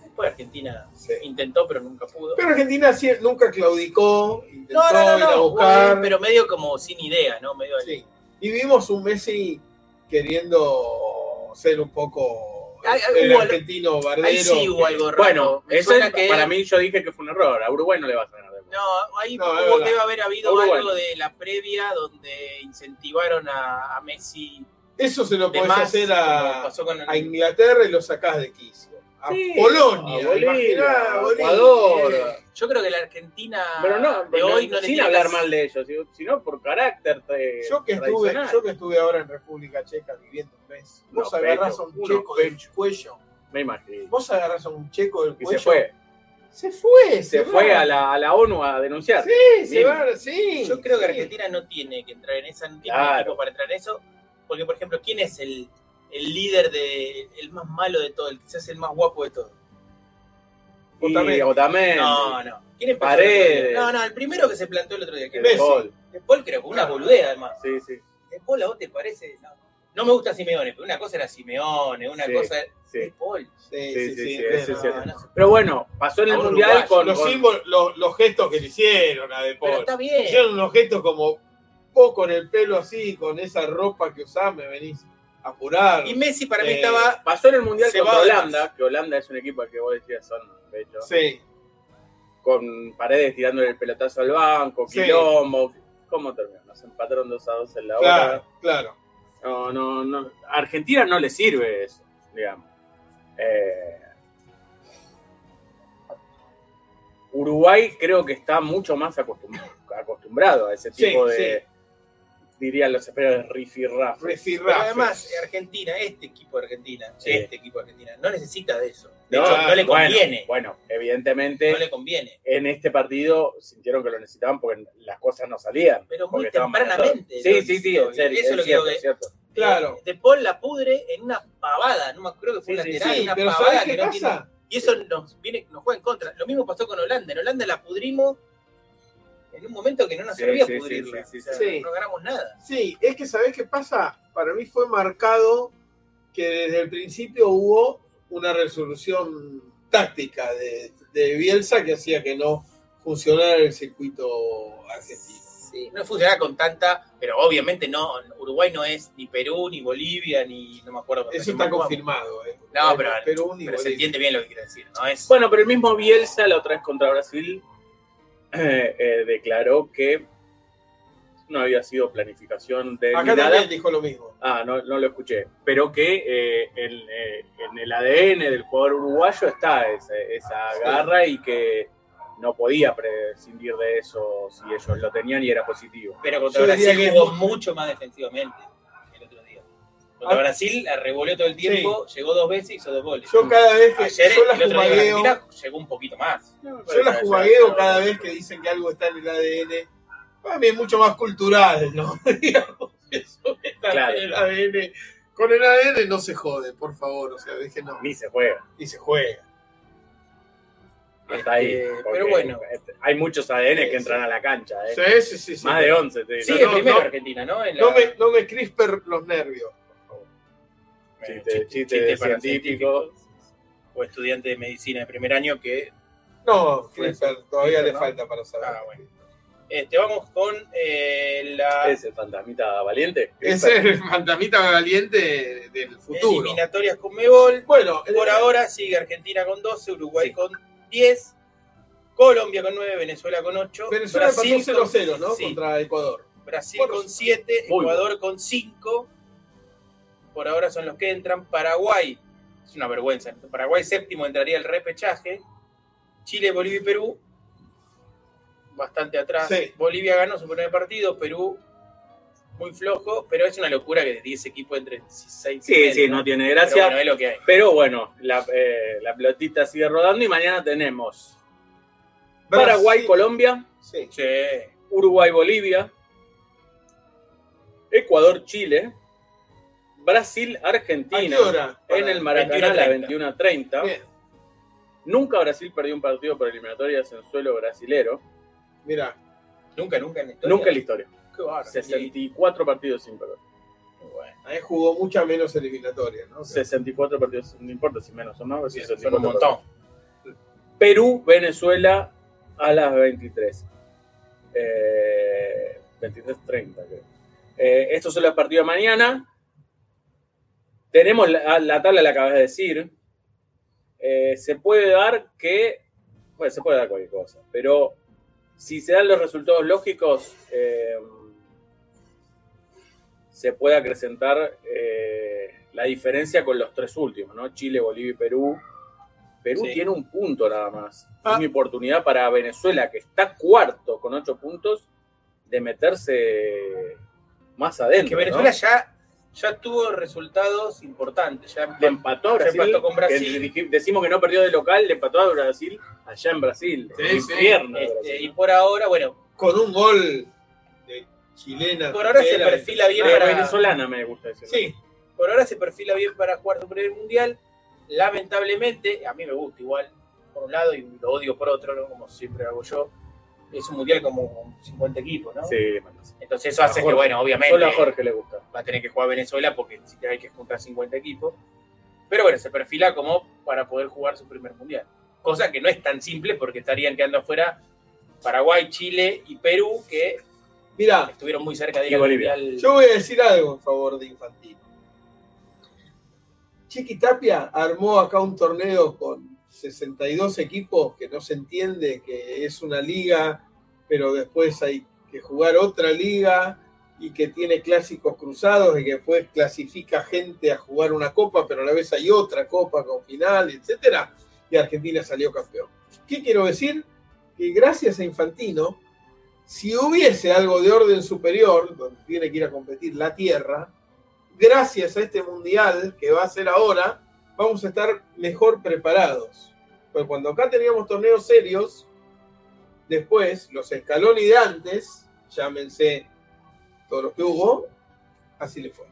Speaker 4: Después Argentina
Speaker 3: Sí.
Speaker 4: intentó, pero nunca pudo.
Speaker 3: Pero Argentina sí- nunca claudicó, intentó
Speaker 4: no, no, no,
Speaker 3: ir a
Speaker 4: no, jugó
Speaker 3: buscar.
Speaker 4: bien, pero medio como sin idea, ¿no? Medio al-
Speaker 3: Sí. Y vimos un Messi queriendo ser un poco
Speaker 4: Ay, ay,
Speaker 3: el
Speaker 4: hubo algo-
Speaker 3: argentino bardero.
Speaker 4: Ahí sí hubo algo raro.
Speaker 2: bueno,
Speaker 4: Me
Speaker 2: eso
Speaker 4: suena
Speaker 2: es-
Speaker 4: que
Speaker 2: para
Speaker 4: era-
Speaker 2: mí yo dije que fue un error. A Uruguay no le vas a ganar. de vuelta.
Speaker 4: No, ahí
Speaker 3: No, es
Speaker 4: hubo
Speaker 3: verdad.
Speaker 4: debe haber habido
Speaker 2: Uruguay.
Speaker 4: algo de la previa donde incentivaron a, a Messi
Speaker 3: Eso se lo
Speaker 4: de
Speaker 3: podés
Speaker 4: más.
Speaker 3: hacer a,
Speaker 4: como pasó con
Speaker 3: a Inglaterra y lo sacás de quicio. A Polonia,
Speaker 2: a Bolivia,
Speaker 3: imaginá,
Speaker 2: a
Speaker 3: Bolivia.
Speaker 2: Ecuador.
Speaker 4: Yo creo que la Argentina
Speaker 2: Pero no,
Speaker 4: de hoy no, le
Speaker 2: sin
Speaker 4: tiene
Speaker 2: hablar
Speaker 4: que-
Speaker 2: mal de ellos, sino- sino por carácter. eh,
Speaker 3: Yo que, estuve,
Speaker 2: tradicional.
Speaker 3: yo que estuve ahora en República Checa viviendo un mes, vos
Speaker 2: Unos
Speaker 3: agarrás
Speaker 2: pechos,
Speaker 3: a un
Speaker 2: unos
Speaker 3: checo del cuello.
Speaker 2: Me imagino.
Speaker 3: Vos agarrás a un checo del
Speaker 2: Y
Speaker 3: cuello.
Speaker 2: se fue.
Speaker 3: Se fue,
Speaker 2: Se
Speaker 3: va.
Speaker 2: fue a la, a la ONU a denunciar.
Speaker 3: Sí, se
Speaker 2: Mínimo.
Speaker 3: va, sí.
Speaker 4: Yo creo que
Speaker 3: sí.
Speaker 4: Argentina no tiene que entrar en esa, no tiene
Speaker 2: Claro.
Speaker 4: equipo para entrar en eso. Porque, por ejemplo, ¿quién es el, el líder, de el más malo de todo, el que se hace el más guapo de todo?
Speaker 2: Y
Speaker 3: Otamendi.
Speaker 2: Otamendi.
Speaker 4: No, no. ¿Quién empezó
Speaker 2: Paredes.
Speaker 4: el otro día? No, no, el primero que se planteó el otro día. Que
Speaker 2: El
Speaker 3: Messi.
Speaker 2: gol.
Speaker 4: De Paul creo que una boludea, además.
Speaker 2: Sí, sí,
Speaker 4: De Paul, ¿a vos te parece? No, no me gusta Simeone, pero una cosa era Simeone, una
Speaker 2: Sí.
Speaker 4: cosa... De
Speaker 2: sí.
Speaker 4: Paul.
Speaker 3: Sí,
Speaker 2: Sí,
Speaker 3: sí,
Speaker 2: sí,
Speaker 3: sí,
Speaker 2: sí, ese
Speaker 3: no,
Speaker 2: es cierto.
Speaker 3: no,
Speaker 4: No, no sé.
Speaker 2: Pero bueno, pasó en el
Speaker 4: A un
Speaker 2: Mundial
Speaker 4: uruguayo,
Speaker 2: con,
Speaker 3: los,
Speaker 2: con-
Speaker 3: símbolos, los, los gestos que le hicieron a De
Speaker 4: Pero
Speaker 3: Paul.
Speaker 4: está bien.
Speaker 3: Hicieron unos gestos como vos con el pelo así, con esa ropa que usás, me venís a apurar.
Speaker 4: Y Messi para mí
Speaker 3: Eh,
Speaker 4: estaba.
Speaker 2: Pasó en el Mundial
Speaker 4: Se
Speaker 2: contra
Speaker 4: va de
Speaker 2: Holanda, que Holanda es un equipo al que vos decías son, de hecho,
Speaker 3: Sí,
Speaker 2: con paredes tirándole el pelotazo al banco,
Speaker 3: Sí.
Speaker 2: quilombo. ¿Cómo terminó? Nos empataron 2 a 2 en la hora.
Speaker 3: claro, claro.
Speaker 2: No, no, no. A Argentina no le sirve eso, digamos. Eh, Uruguay creo que está mucho más acostum- acostumbrado a ese
Speaker 3: Sí,
Speaker 2: tipo de, dirían los españoles, rifirraf.
Speaker 4: Pero
Speaker 3: Rifirrafe.
Speaker 4: además, Argentina, este equipo de Argentina,
Speaker 2: Sí.
Speaker 4: este equipo de Argentina, no necesita de eso. De
Speaker 2: No,
Speaker 4: hecho, no le
Speaker 2: bueno,
Speaker 4: conviene.
Speaker 2: Bueno, evidentemente
Speaker 4: No le conviene.
Speaker 2: en este partido sintieron que lo necesitaban porque las cosas no salían.
Speaker 4: Pero muy
Speaker 2: porque estaban
Speaker 4: tempranamente
Speaker 2: manotados.
Speaker 4: lo
Speaker 2: Sí, sí, sí,
Speaker 4: hizo,
Speaker 2: en serio.
Speaker 4: eso
Speaker 2: es
Speaker 4: es lo que
Speaker 2: cierto,
Speaker 4: digo que-
Speaker 2: es cierto.
Speaker 3: Claro.
Speaker 4: De Paul la pudre en una pavada. No me acuerdo que fue
Speaker 2: Sí,
Speaker 4: un
Speaker 2: sí,
Speaker 4: lateral,
Speaker 3: Sí,
Speaker 4: una
Speaker 3: pero
Speaker 4: pavada
Speaker 3: ¿sabés qué
Speaker 4: que no tiene.
Speaker 3: pasa?
Speaker 4: Y eso nos viene, nos juega en contra. Lo mismo pasó con Holanda. En Holanda la pudrimos en un momento que no nos
Speaker 2: Sí,
Speaker 4: servía
Speaker 2: sí, sí,
Speaker 4: pudrirla.
Speaker 2: sí, sí,
Speaker 4: O sea,
Speaker 3: sí.
Speaker 4: No ganamos nada.
Speaker 3: Sí, es que ¿sabés qué pasa? Para mí fue marcado que desde el principio hubo una resolución táctica de, de Bielsa que hacía que no funcionara el circuito argentino.
Speaker 4: Sí, no funcionaba con tanta, pero obviamente no, Uruguay no es ni Perú, ni Bolivia, ni no me acuerdo. con
Speaker 3: Eso
Speaker 4: quién
Speaker 3: está
Speaker 4: más jugamos.
Speaker 3: confirmado. ¿eh?
Speaker 4: No, pero-
Speaker 3: Perú ni
Speaker 4: Pero se
Speaker 3: Bolivia.
Speaker 4: entiende bien lo que quiere decir, ¿no? Es,
Speaker 2: Bueno, pero el mismo Bielsa la otra vez contra Brasil <clears throat> eh, eh, declaró que no había sido planificación de ni
Speaker 3: Acá
Speaker 2: nada.
Speaker 3: también dijo lo mismo.
Speaker 2: Ah, no, no lo escuché. Pero que eh, el, eh, en el ADN del jugador uruguayo está ese- esa
Speaker 3: Sí.
Speaker 2: garra y que no podía prescindir de eso si ellos lo tenían y era positivo.
Speaker 4: pero contra
Speaker 3: yo
Speaker 4: Brasil
Speaker 3: diría que
Speaker 4: jugó
Speaker 3: es-
Speaker 4: mucho más defensivamente que el otro día. Contra
Speaker 3: Ah.
Speaker 4: Brasil la revolvió todo el tiempo, llegó dos veces y hizo dos goles.
Speaker 3: Yo cada vez que
Speaker 4: Ayer
Speaker 3: yo la
Speaker 4: el otro día
Speaker 3: jugagueo,
Speaker 4: Argentina llegó un poquito más.
Speaker 3: yo la jugagueo cada vez que dicen que algo está en el ADN. Para mí es mucho más cultural, ¿no? <laughs> Digamos, eso está
Speaker 2: Claro.
Speaker 3: en el ADN. Con el ADN no se jode, por favor, o sea, déjenos.
Speaker 2: Ni se juega.
Speaker 3: Y se juega.
Speaker 2: Hasta ahí.
Speaker 4: Este,
Speaker 2: porque
Speaker 4: pero bueno.
Speaker 2: Hay muchos ADN
Speaker 4: Sí,
Speaker 2: que entran a la cancha. eh.
Speaker 3: Sí, sí, sí. sí.
Speaker 2: Más de 11. te digo.
Speaker 4: Sí,
Speaker 3: no,
Speaker 4: el
Speaker 3: no,
Speaker 4: primero
Speaker 3: no.
Speaker 4: Argentina, ¿no? En la-
Speaker 3: no, me, no me crisper los nervios.
Speaker 4: Bueno,
Speaker 2: Chiste- chiste de
Speaker 4: para
Speaker 2: científico.
Speaker 4: científicos. O estudiante de medicina de primer año que
Speaker 3: No,
Speaker 4: Pues,
Speaker 3: crisper todavía
Speaker 4: crisper,
Speaker 3: le
Speaker 4: ¿no?
Speaker 3: falta para saber.
Speaker 4: Ah, bueno. Este, vamos con eh, la
Speaker 2: ¿Es el fantasmita valiente?
Speaker 3: Ese es el fantasmita valiente del futuro.
Speaker 4: eliminatorias con Mebol.
Speaker 3: Bueno,
Speaker 4: Por ahora sigue Argentina con 12, Uruguay
Speaker 2: Sí.
Speaker 4: con 10, Colombia con 9, Venezuela con 8,
Speaker 3: Venezuela pasó
Speaker 4: Brasil, con,
Speaker 3: 0-0, ¿no?
Speaker 4: sí.
Speaker 3: Contra Ecuador.
Speaker 4: Brasil
Speaker 3: Bueno,
Speaker 4: con 7,
Speaker 2: muy
Speaker 4: Ecuador con 5. Por ahora son los que entran. Paraguay, es una vergüenza. ¿no? Paraguay séptimo entraría el repechaje. Chile, Bolivia y Perú, bastante atrás.
Speaker 3: Sí.
Speaker 4: Bolivia ganó su primer partido, Perú muy flojo, pero es una locura que de 10 equipos entre 16
Speaker 2: Sí, sí, no tiene gracia.
Speaker 4: Pero bueno, eh. es lo que hay.
Speaker 2: Pero bueno, la, eh, la pelotita sigue rodando y mañana tenemos Paraguay,
Speaker 3: Brasil-
Speaker 2: Colombia,
Speaker 3: Sí.
Speaker 4: Che,
Speaker 2: Uruguay, Bolivia, Ecuador, Chile, Brasil,
Speaker 3: ¿A qué
Speaker 2: Argentina.
Speaker 3: hora?
Speaker 2: En el Maracaná a las 21.30.
Speaker 3: Bien,
Speaker 2: Nunca Brasil perdió un partido por eliminatorias en suelo brasilero.
Speaker 3: Mirá,
Speaker 4: nunca, nunca en la historia.
Speaker 2: Nunca en la historia.
Speaker 4: Qué bárbaro.
Speaker 2: 64 partidos sin perder.
Speaker 4: Y, bueno,
Speaker 3: ahí jugó mucha menos eliminatoria, ¿no?
Speaker 2: 64 partidos, no importa si menos o más. pero
Speaker 4: bien,
Speaker 2: 64
Speaker 4: son un montón.
Speaker 2: Perú, Venezuela a las 23. Eh, 23.30, creo. Eh, estos son los partidos de mañana. Tenemos la, ah, la tabla, la acabas de decir. Eh, se puede dar que. Bueno, se puede dar cualquier cosa, pero si se dan los resultados lógicos, eh, se puede acrecentar eh, la diferencia con los tres últimos, ¿no? Chile, Bolivia y Perú. Perú
Speaker 4: Sí.
Speaker 2: tiene un punto nada más.
Speaker 3: Ah.
Speaker 2: Es mi oportunidad para Venezuela, que está cuarto con ocho puntos, de meterse más adentro.
Speaker 4: Que
Speaker 2: ¿no?
Speaker 4: Venezuela ya, ya tuvo resultados importantes. Ya
Speaker 2: Le empató a
Speaker 4: Se
Speaker 2: Brasil.
Speaker 4: empató con Brasil.
Speaker 2: que dij- decimos que no perdió de local, le empató a Brasil allá en Brasil.
Speaker 3: Sí,
Speaker 2: el
Speaker 3: sí.
Speaker 2: infierno de
Speaker 4: Este,
Speaker 2: Brasil.
Speaker 4: y por ahora, bueno,
Speaker 3: Con un gol de chilena.
Speaker 4: por ahora se
Speaker 3: primera,
Speaker 4: perfila bien
Speaker 2: Ah,
Speaker 4: para.
Speaker 2: venezolana me gusta decir.
Speaker 3: Sí,
Speaker 4: Por ahora se perfila bien para jugar su primer mundial. Lamentablemente, a mí me gusta igual, por un lado, y lo odio por otro, ¿no? como siempre hago yo. Es un mundial como con 50 equipos, ¿no?
Speaker 2: Sí, Mendoza.
Speaker 4: Entonces eso hace
Speaker 2: Jorge.
Speaker 4: que, bueno, obviamente
Speaker 2: Solo a Jorge le gusta.
Speaker 4: va a tener que jugar Venezuela porque si hay que juntar 50 equipos. Pero bueno, se perfila como para poder jugar su primer mundial. Cosa que no es tan simple porque estarían quedando afuera Paraguay, Chile y Perú, que
Speaker 3: mirá,
Speaker 4: estuvieron muy cerca de
Speaker 2: Y
Speaker 4: ir al
Speaker 2: Bolivia.
Speaker 4: mundial.
Speaker 3: yo voy a decir algo en favor de Infantino. Chiqui Tapia armó acá un torneo con 62 equipos que no se entiende que es una liga, pero después hay que jugar otra liga y que tiene clásicos cruzados y que después clasifica gente a jugar una copa, pero a la vez hay otra copa con final, etcétera, y Argentina salió campeón. ¿Qué quiero decir? Que gracias a Infantino, si hubiese algo de orden superior, donde tiene que ir a competir la Tierra, gracias a este mundial que va a ser ahora, vamos a estar mejor preparados. Porque cuando acá teníamos torneos serios, después los escalones de antes, llámense todo lo que hubo, así le fue.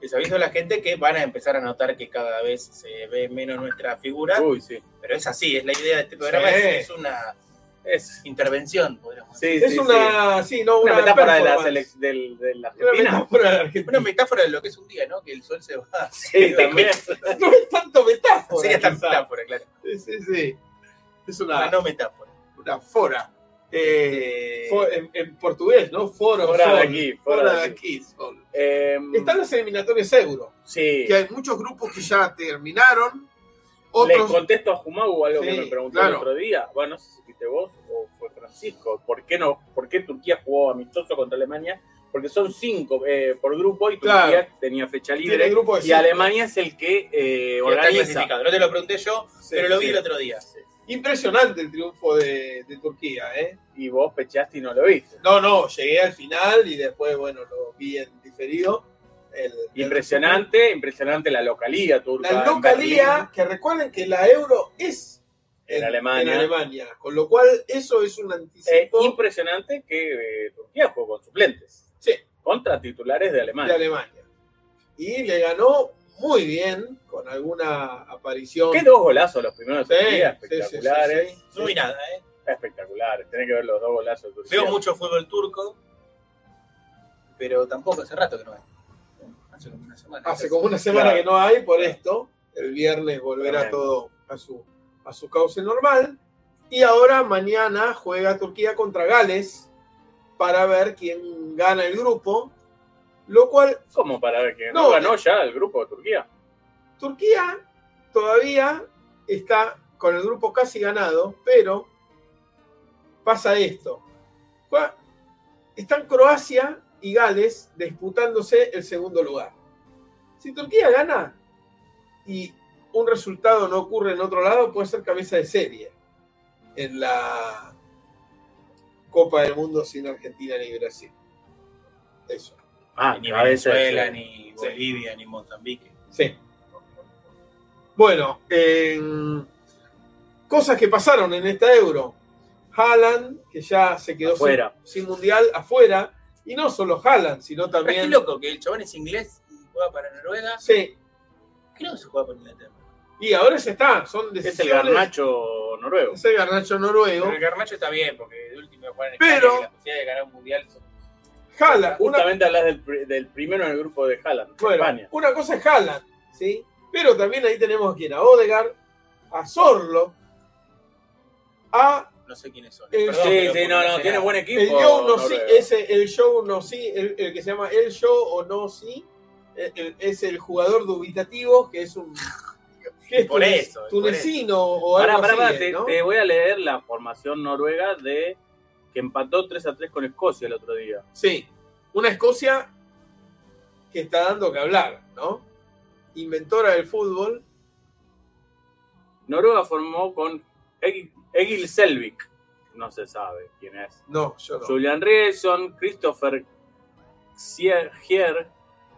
Speaker 4: Les aviso a la gente que van a empezar a notar que cada vez se ve menos nuestra figura,
Speaker 2: Uy, sí.
Speaker 4: pero es así, es la idea de este programa,
Speaker 3: Sí.
Speaker 4: es, es una
Speaker 2: Es,
Speaker 4: intervención, podríamos
Speaker 2: sí,
Speaker 4: decir.
Speaker 2: sí,
Speaker 3: es
Speaker 2: sí.
Speaker 3: una, sí, no,
Speaker 2: Una metáfora de la,
Speaker 3: performance.
Speaker 2: selec- del, de la
Speaker 3: Una
Speaker 2: Argentina.
Speaker 3: metáfora de la Argentina.
Speaker 4: Una metáfora de lo que es un día, ¿no? Que el sol se va.
Speaker 2: Sí, también.
Speaker 3: No es tanto metáfora.
Speaker 4: Sería esta
Speaker 3: quizá.
Speaker 4: metáfora, claro.
Speaker 3: Sí, sí, sí. Es
Speaker 4: Una
Speaker 3: una,
Speaker 4: no metáfora.
Speaker 3: una fora.
Speaker 4: Eh,
Speaker 3: Fo- en, en portugués, ¿no? Foro,
Speaker 2: Fora de
Speaker 3: sol.
Speaker 2: aquí, fora de
Speaker 3: aquí, sol.
Speaker 2: Eh,
Speaker 3: Están las eliminatorias euro,
Speaker 2: sí.
Speaker 3: que hay muchos grupos que ya terminaron,
Speaker 2: Le
Speaker 3: otros
Speaker 2: contesto a Jumagu algo que
Speaker 3: Sí,
Speaker 2: me preguntó el
Speaker 3: claro.
Speaker 2: otro día. Bueno, no sé si fuiste vos o fue Francisco. ¿Por qué no? ¿Por qué Turquía jugó amistoso contra Alemania? Porque son cinco eh, por grupo y Turquía
Speaker 3: Claro.
Speaker 2: tenía fecha
Speaker 3: tienen
Speaker 2: libre.
Speaker 3: grupos de
Speaker 2: Y
Speaker 3: cinco.
Speaker 2: Alemania es el que
Speaker 4: ya
Speaker 2: eh,
Speaker 4: está
Speaker 2: organiza.
Speaker 4: clasificado. No te lo pregunté yo,
Speaker 3: Sí,
Speaker 4: pero lo vi
Speaker 3: sí.
Speaker 4: el otro día.
Speaker 3: Impresionante el triunfo de, de Turquía, ¿eh?
Speaker 2: Y vos pechaste y no lo viste.
Speaker 3: No, no, llegué al final y después, bueno, lo vi en diferido. El- el-
Speaker 2: Impresionante, impresionante la localía turca.
Speaker 3: La
Speaker 2: en
Speaker 3: localía, que recuerden que la euro es
Speaker 2: En Alemania.
Speaker 3: Alemania, con lo cual eso es un
Speaker 2: Berlín. Eh,
Speaker 3: anticipo
Speaker 2: impresionante que eh, Turquía jugó con suplentes.
Speaker 3: Sí.
Speaker 2: Contra titulares de
Speaker 3: de
Speaker 2: Alemania.
Speaker 3: Alemania. Y le ganó muy bien, con alguna aparición.
Speaker 2: Qué dos golazos los primeros
Speaker 3: Sí,
Speaker 2: de Turquía,
Speaker 3: sí, sí, sí, sí.
Speaker 2: espectaculares.
Speaker 4: No vi nada, ¿eh?
Speaker 2: Espectaculares, tenés que ver los dos golazos de Turquía.
Speaker 4: Veo mucho fútbol turco, pero tampoco hace rato que no veo. Hace como una semana.
Speaker 3: Hace como una semana
Speaker 2: Claro.
Speaker 3: que no hay por esto. El viernes volverá
Speaker 2: Tremendo.
Speaker 3: todo a su, a su cauce normal. Y ahora mañana juega Turquía contra Gales para ver quién gana el grupo. Lo cual
Speaker 2: Como para ver que
Speaker 3: No,
Speaker 2: no, ganó ya el grupo de Turquía.
Speaker 3: Turquía todavía está con el grupo casi ganado, pero pasa esto. Juega- Están Croacia y Gales disputándose el segundo lugar. Si Turquía gana y un resultado no ocurre en otro lado, puede ser cabeza de serie en la Copa del Mundo sin Argentina ni Brasil. Eso.
Speaker 2: Ah,
Speaker 4: ni
Speaker 2: a veces,
Speaker 4: Venezuela,
Speaker 2: sí.
Speaker 4: ni Bolivia, ni Mozambique.
Speaker 3: Sí. Bueno, eh, cosas que pasaron en esta euro. Haaland, que ya se quedó sin,
Speaker 2: Afuera.
Speaker 3: sin mundial afuera. Y no solo Haaland, sino
Speaker 4: Pero es que
Speaker 3: también.
Speaker 4: loco que el chabón es inglés y juega para Noruega.
Speaker 3: Sí.
Speaker 4: Creo que se juega para Inglaterra.
Speaker 3: Y ahora se está. Son
Speaker 2: Es el
Speaker 3: decisiones.
Speaker 2: garnacho noruego.
Speaker 3: Es el garnacho noruego.
Speaker 4: Pero el Garnacho está bien, porque de último jugar en
Speaker 3: Pero-
Speaker 4: España, que la posibilidad de ganar un mundial son-
Speaker 3: Haaland, una,
Speaker 2: Justamente hablas del, pri- del primero en el grupo de Haaland, de
Speaker 3: bueno,
Speaker 2: España.
Speaker 3: una cosa es Haaland, ¿sí? Pero también ahí tenemos quien, a Odegaard, a Zorlo, a
Speaker 4: no sé quiénes son.
Speaker 3: Eh,
Speaker 4: Perdón,
Speaker 2: Sí,
Speaker 4: pero porque
Speaker 2: sí, no,
Speaker 4: sé
Speaker 2: no, tiene
Speaker 4: nada.
Speaker 2: buen equipo.
Speaker 3: El show no sí,
Speaker 2: Noruega.
Speaker 3: ese, el show no sí, el, el que se llama el show o no sí, el- el- es el jugador dubitativo que es un que es
Speaker 4: Por
Speaker 3: tunes-
Speaker 4: eso, por
Speaker 3: tunecino o
Speaker 2: Pará,
Speaker 3: algo
Speaker 2: pará,
Speaker 3: así,
Speaker 2: pará, te,
Speaker 3: ¿no?
Speaker 2: te voy a leer la formación noruega de que empató 3 a 3 con Escocia el otro día.
Speaker 3: Sí, una Escocia que está dando que hablar, ¿no? Inventora del fútbol,
Speaker 2: Noruega formó con Egil Egil Selvik, no se sabe quién es.
Speaker 3: no, yo no.
Speaker 2: Julian Rielson, Christopher Xieger,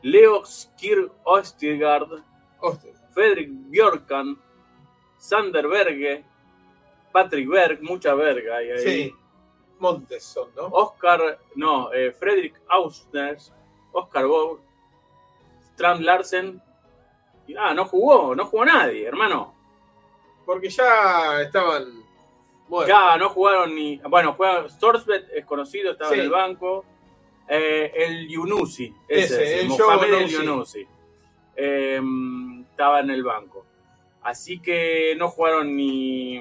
Speaker 2: Leo Skir Ostergaard,
Speaker 3: Hostia,
Speaker 2: Fredrik Bjorkan, Sander Berge, Patrick Berg, mucha verga. hay ahí.
Speaker 3: sí, Monteson,
Speaker 2: Oh.
Speaker 3: ¿no?
Speaker 2: Oscar, no, eh, Fredrik Ausners, Oscar Bob, Strand Larsen. Y, Ah, no jugó, no jugó nadie, hermano.
Speaker 3: Porque ya estaban bueno,
Speaker 2: Ya no jugaron ni. Bueno, juega Sorsbet, es conocido, estaba
Speaker 3: Sí.
Speaker 2: en el banco. Eh, el Yunusi, ese,
Speaker 3: Ese,
Speaker 2: es,
Speaker 3: el
Speaker 2: Mohamed
Speaker 3: Joe
Speaker 2: el
Speaker 3: Yunusi.
Speaker 2: Yunusi. Eh, estaba en el banco. Así que no jugaron ni.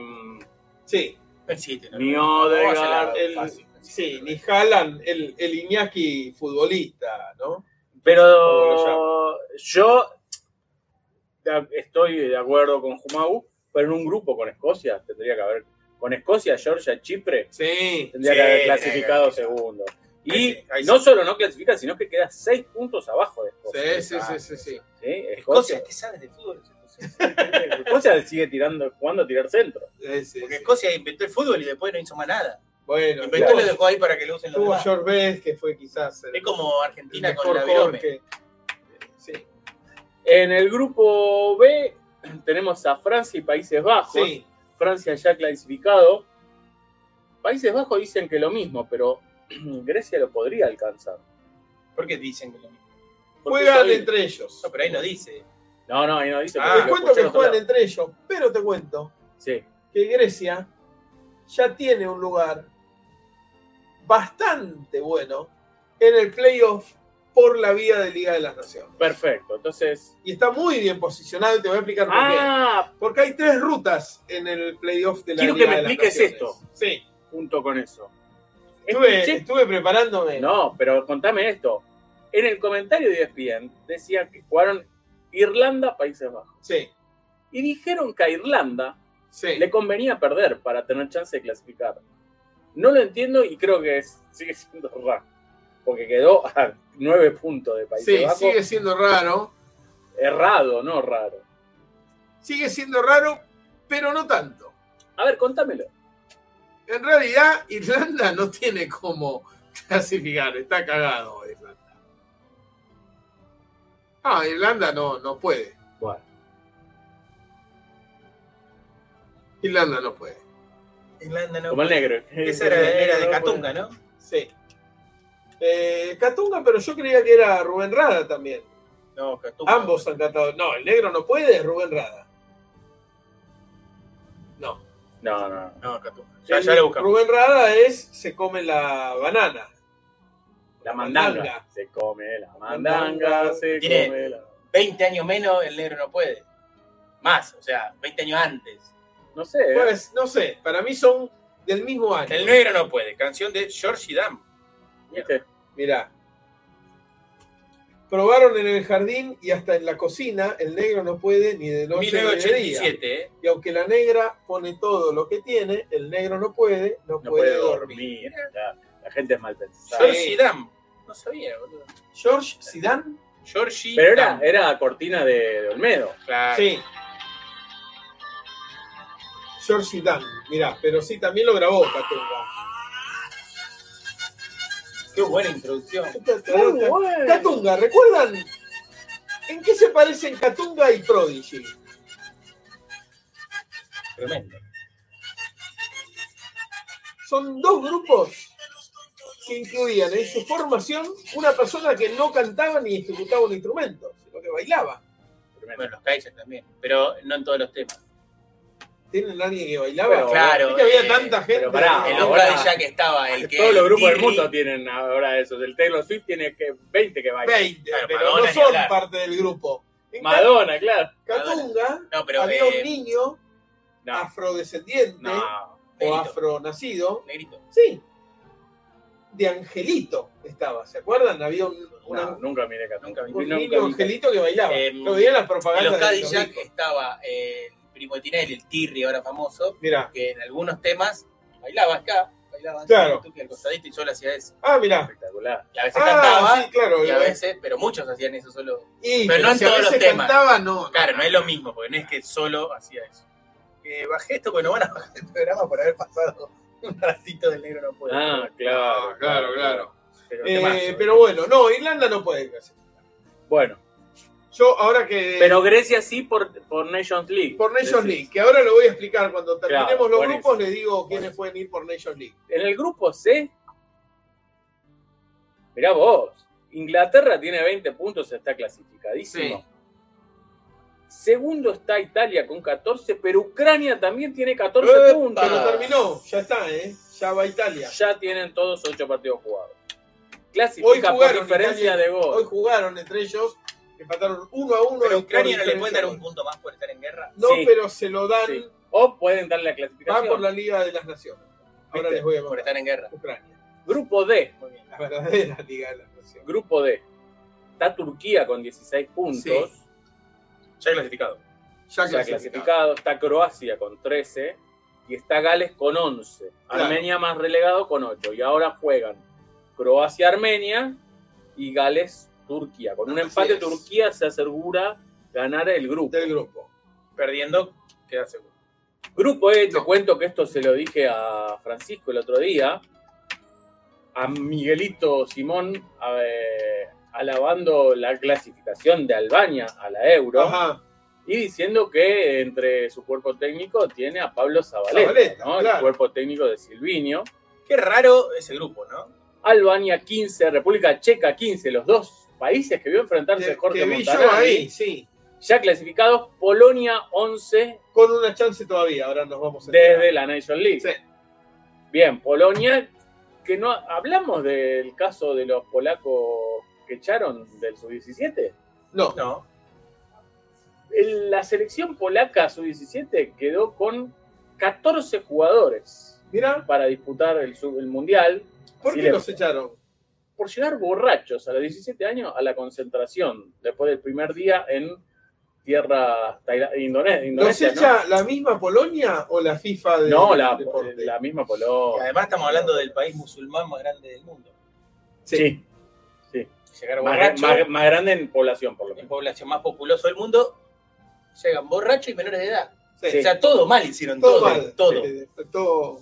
Speaker 3: sí,
Speaker 4: Pensite, no,
Speaker 2: Ni
Speaker 4: no,
Speaker 2: Odegaard,
Speaker 4: no, no, no,
Speaker 3: el-
Speaker 4: fácil,
Speaker 3: sí,
Speaker 4: fácil.
Speaker 3: ni Haaland, el, el Iñaki futbolista, ¿no?
Speaker 2: Pero yo de- estoy de acuerdo con Jumau, pero en un grupo con Escocia tendría que haber. Con Escocia, Georgia, Chipre,
Speaker 3: Sí,
Speaker 2: tendría
Speaker 4: Sí,
Speaker 2: que haber
Speaker 4: tiene
Speaker 2: clasificado
Speaker 4: que haber.
Speaker 2: segundo.
Speaker 4: Ahí
Speaker 2: Y
Speaker 4: sí, ahí
Speaker 2: no
Speaker 4: sí.
Speaker 2: solo no clasifica, sino que queda seis puntos abajo de
Speaker 3: sí,
Speaker 2: Escocia.
Speaker 3: sí, sí, sí, sí.
Speaker 2: ¿Sí?
Speaker 4: Escocia,
Speaker 2: Escocia,
Speaker 4: ¿qué sabes de fútbol?
Speaker 2: <laughs> Escocia sigue tirando, jugando a tirar centro.
Speaker 3: Sí, sí,
Speaker 4: Porque
Speaker 3: sí.
Speaker 4: Escocia inventó el fútbol y después no hizo más nada.
Speaker 3: Bueno,
Speaker 4: Lo
Speaker 3: claro.
Speaker 4: inventó y lo dejó ahí para que lo usen los
Speaker 3: tuvo
Speaker 4: demás.
Speaker 3: George Best, que fue quizás el,
Speaker 4: Es como
Speaker 3: el
Speaker 4: Argentina con
Speaker 3: mejor
Speaker 4: la
Speaker 3: jugador
Speaker 4: Verome.
Speaker 3: que- Sí,
Speaker 2: En el grupo B tenemos a Francia y Países Bajos.
Speaker 3: sí,
Speaker 2: Francia ya clasificado. Países Bajos dicen que lo mismo, pero <clears throat> Grecia lo podría alcanzar.
Speaker 4: ¿Por qué dicen que lo mismo?
Speaker 2: Porque
Speaker 3: juegan
Speaker 2: soy-
Speaker 3: entre ellos.
Speaker 4: No, pero ahí no dice.
Speaker 2: No, no, ahí no dice.
Speaker 4: Ah,
Speaker 2: porque
Speaker 3: Te
Speaker 2: lo
Speaker 3: cuento que
Speaker 2: escuché en otro
Speaker 3: juegan
Speaker 2: lado.
Speaker 3: entre ellos, pero te cuento
Speaker 2: Sí,
Speaker 3: que Grecia ya tiene un lugar bastante bueno en el playoff por la vía de Liga de las Naciones.
Speaker 2: perfecto. Entonces.
Speaker 3: Y está muy bien posicionado y te voy a explicar por qué.
Speaker 2: Ah,
Speaker 3: Porque hay tres rutas en el playoff de la
Speaker 2: Quiero
Speaker 3: Liga
Speaker 2: que me
Speaker 3: de las
Speaker 2: expliques
Speaker 3: Naciones. Sí.
Speaker 2: junto con eso.
Speaker 3: Estuve,
Speaker 2: Escuché-
Speaker 3: estuve preparándome.
Speaker 2: No, pero contame esto. En el comentario de E ESPN decían que jugaron Irlanda, Países Bajos.
Speaker 3: Sí,
Speaker 2: Y dijeron que a Irlanda
Speaker 3: sí.
Speaker 2: le convenía perder para tener chance de clasificar. No lo entiendo y creo que es- sigue siendo raro. Porque quedó a nueve puntos de Países
Speaker 3: Sí,
Speaker 2: Bajos.
Speaker 3: sigue siendo raro.
Speaker 2: Errado, no raro.
Speaker 3: Sigue siendo raro, pero no tanto.
Speaker 2: A ver, contámelo.
Speaker 3: En realidad, Irlanda no tiene cómo clasificar. Está cagado Irlanda. Ah, Irlanda no, no puede.
Speaker 2: Bueno,
Speaker 3: Irlanda no puede.
Speaker 4: Irlanda no.
Speaker 2: como el negro.
Speaker 4: Esa era, era de Catunga, ¿no?
Speaker 3: Sí. Eh, Catunga, pero yo creía que era Rubén Rada también.
Speaker 4: No, Catunga.
Speaker 3: Ambos han catado. No, el negro no puede, es Rubén Rada. No.
Speaker 2: No, no.
Speaker 4: No, Catunga. Ya, ya lo buscamos.
Speaker 3: Rubén Rada es se come la banana.
Speaker 2: La mandanga.
Speaker 3: Mandanga.
Speaker 2: Se come la mandanga, se
Speaker 4: Tiene-
Speaker 2: come la...
Speaker 4: 20 años menos, el negro no puede. Más, o sea, 20 años antes.
Speaker 2: No sé. ¿eh?
Speaker 3: Pues, no sé, para mí son del mismo año.
Speaker 4: El negro no puede. Canción de Georgie Dam.
Speaker 2: ¿Viste?
Speaker 3: Mirá. Probaron en el jardín y hasta en la cocina, el negro no puede ni de noche ni de día.
Speaker 4: 1987, ¿eh?
Speaker 3: Y aunque la negra pone todo lo que tiene, el negro no puede, no,
Speaker 2: No
Speaker 3: puede
Speaker 2: puede
Speaker 3: dormir.
Speaker 2: dormir. La, la gente es mal pensada.
Speaker 3: Sí.
Speaker 4: Georgie Dam. No sabía, boludo.
Speaker 3: George Zidane.
Speaker 4: Georgie
Speaker 2: Pero era,
Speaker 4: Dam.
Speaker 2: era cortina de, de Olmedo.
Speaker 4: Claro.
Speaker 3: Sí. George Zidane, mirá, pero sí también lo grabó Catunga.
Speaker 4: Qué buena introducción.
Speaker 1: Muy bueno.
Speaker 3: Catunga, ¿recuerdan? ¿En qué se parecen Catunga y Prodigy?
Speaker 4: Tremendo.
Speaker 3: Son dos grupos que incluían en su formación una persona que no cantaba ni ejecutaba un instrumento, sino que bailaba.
Speaker 4: Bueno, los Kaisen también, pero no en todos los temas.
Speaker 3: ¿Tienen alguien que bailaba?
Speaker 2: Pero
Speaker 4: claro,
Speaker 3: ¿Viste que había
Speaker 4: eh,
Speaker 3: tanta gente.
Speaker 2: pero pará,
Speaker 4: En
Speaker 2: el
Speaker 4: los
Speaker 2: Ahora-
Speaker 4: Brady Jack estaba el que.
Speaker 2: Todos los grupos del
Speaker 4: Tirri-
Speaker 2: mundo tienen ahora eso. El Taylor Swift tiene que 20 que bailan.
Speaker 3: 20,
Speaker 4: Claro,
Speaker 3: pero
Speaker 4: Madonna
Speaker 3: no
Speaker 4: ni
Speaker 3: son
Speaker 4: hablar.
Speaker 3: parte del grupo. En
Speaker 2: Madonna, claro.
Speaker 3: Catunga
Speaker 4: No, pero.
Speaker 3: había un
Speaker 4: eh,
Speaker 3: niño
Speaker 2: No,
Speaker 3: Ah, afrodescendiente
Speaker 2: no.
Speaker 3: o
Speaker 4: negrito,
Speaker 3: afronacido,
Speaker 4: negrito.
Speaker 3: sí, de Angelito estaba, ¿se acuerdan? Había un, una-
Speaker 2: no, nunca miré Catunga.
Speaker 4: Nunca vi.
Speaker 3: un
Speaker 2: nunca,
Speaker 3: niño
Speaker 2: nunca.
Speaker 3: Angelito que bailaba.
Speaker 4: Eh,
Speaker 3: Lo veía en las
Speaker 4: En los
Speaker 3: propagandas. de los
Speaker 4: Cadillac
Speaker 3: discos.
Speaker 4: estaba eh, el primo de Tinelli, el Tirri, ahora famoso,
Speaker 3: Mirá,
Speaker 4: que en algunos temas bailaba acá, bailaba acá,
Speaker 3: Claro.
Speaker 4: tuqui al costadito y solo hacía eso.
Speaker 3: ah, mirá.
Speaker 2: Espectacular.
Speaker 4: Y a veces
Speaker 3: Ah,
Speaker 4: cantaba,
Speaker 3: sí, claro.
Speaker 4: y a veces, pero muchos hacían eso solo.
Speaker 3: Y,
Speaker 4: pero no en
Speaker 3: si a
Speaker 4: todos los
Speaker 3: veces
Speaker 4: temas.
Speaker 3: cantaba, no.
Speaker 4: Claro, no es lo mismo, porque no es que solo hacía eso. Que bajé esto, porque no van a bajar el programa por haber pasado un ratito del negro no puede.
Speaker 2: Ah, claro.
Speaker 4: Pero,
Speaker 3: Eh,
Speaker 4: temazo.
Speaker 3: pero bueno, no, Irlanda no puede clasificar.
Speaker 2: Bueno,
Speaker 3: Yo ahora que...
Speaker 2: pero Grecia sí por, por Nations League.
Speaker 3: Eh, por Nations
Speaker 2: Decís.
Speaker 3: League, que ahora lo voy a explicar cuando terminemos
Speaker 2: Claro,
Speaker 3: los
Speaker 2: buenísimo.
Speaker 3: grupos, les digo quiénes pueden ir por Nations League.
Speaker 2: En el grupo C, mirá vos, Inglaterra tiene 20 puntos, está clasificadísimo.
Speaker 5: Sí.
Speaker 2: Segundo está Italia con 14, pero Ucrania también tiene 14
Speaker 3: ¡Epa!
Speaker 2: puntos.
Speaker 3: Pero terminó, ya está, ¿eh? Ya va Italia.
Speaker 2: Ya tienen todos 8 partidos jugados.
Speaker 3: Hoy
Speaker 2: Clasifica por
Speaker 3: jugaron,
Speaker 2: diferencia
Speaker 3: Italia,
Speaker 2: de
Speaker 3: Hoy
Speaker 2: gol.
Speaker 3: jugaron entre ellos, empataron uno a uno.
Speaker 4: Pero a
Speaker 3: y
Speaker 4: Ucrania no
Speaker 3: por
Speaker 4: le pueden
Speaker 3: diferencia
Speaker 4: dar un
Speaker 3: de gol.
Speaker 4: punto más por estar en guerra.
Speaker 3: No,
Speaker 2: Sí.
Speaker 3: pero se lo dan,
Speaker 2: Sí. O pueden
Speaker 3: va Ah,
Speaker 2: darle la
Speaker 3: por
Speaker 2: clasificación.
Speaker 3: la Liga de las Naciones. Ahora
Speaker 4: ¿viste?
Speaker 3: les voy a
Speaker 4: Por
Speaker 3: contar.
Speaker 4: estar en guerra.
Speaker 3: Ucrania,
Speaker 2: Grupo D.
Speaker 4: Muy bien.
Speaker 3: la verdadera Liga de las Naciones.
Speaker 2: Grupo D. Está Turquía con 16 puntos.
Speaker 5: Sí.
Speaker 4: Ya clasificado.
Speaker 5: Ya
Speaker 2: ya clasificado, está Croacia con 13 y está Gales con 11.
Speaker 3: Claro.
Speaker 2: Armenia más relegado con 8. Y ahora juegan Croacia-Armenia y Gales-Turquía. Con un
Speaker 3: Así
Speaker 2: empate
Speaker 3: es.
Speaker 2: Turquía se asegura ganar el grupo.
Speaker 3: Del grupo.
Speaker 4: Perdiendo, queda seguro.
Speaker 2: Grupo E, te
Speaker 5: No.
Speaker 2: cuento que esto se lo dije a Francisco el otro día, a Miguelito Simón a- eh, alabando la clasificación de Albania a la Euro.
Speaker 3: Ajá.
Speaker 2: y diciendo que entre su cuerpo técnico tiene a Pablo Zabaleta,
Speaker 3: Zabaleta,
Speaker 2: ¿no?
Speaker 3: claro.
Speaker 2: el cuerpo técnico de Silvinio.
Speaker 4: Qué raro ese grupo, ¿no?
Speaker 2: Albania 15, República Checa 15, los dos países que vio enfrentarse
Speaker 3: Que,
Speaker 2: Jorge
Speaker 3: que vi yo
Speaker 2: Montanari,
Speaker 3: ahí, sí.
Speaker 2: ya clasificados, Polonia 11
Speaker 3: Con una chance todavía, ahora nos vamos a enterar.
Speaker 2: desde la Nation League.
Speaker 3: Sí.
Speaker 2: Bien, Polonia, que no hablamos del caso de los polacos que echaron del sub-17.
Speaker 3: No,
Speaker 4: No.
Speaker 2: El- La selección polaca sub-17 quedó con 14 jugadores.
Speaker 3: mira,
Speaker 2: para disputar el, sub- el mundial
Speaker 3: ¿por qué
Speaker 2: Silencio.
Speaker 3: los echaron?
Speaker 2: por llegar borrachos a los 17 años a la concentración después del primer día en tierra Taila- Indone-
Speaker 3: ¿Los
Speaker 2: Indonesia. ¿no?
Speaker 3: echa la misma Polonia o la FIFA de
Speaker 2: No, la, eh,
Speaker 3: deporte?
Speaker 2: la misma
Speaker 4: Y
Speaker 2: Polonia.
Speaker 4: además estamos hablando del país musulmán más grande del mundo.
Speaker 2: Sí. sí.
Speaker 4: Llegar
Speaker 2: Más,
Speaker 4: borracho,
Speaker 2: más- más grande en población, por lo
Speaker 4: el
Speaker 2: menos.
Speaker 4: población más populosa del mundo, llegan borrachos y menores de edad.
Speaker 3: Sí.
Speaker 4: O sea, todo mal hicieron,
Speaker 3: todo,
Speaker 4: todo,
Speaker 3: mal.
Speaker 4: todo.
Speaker 3: Sí, todo-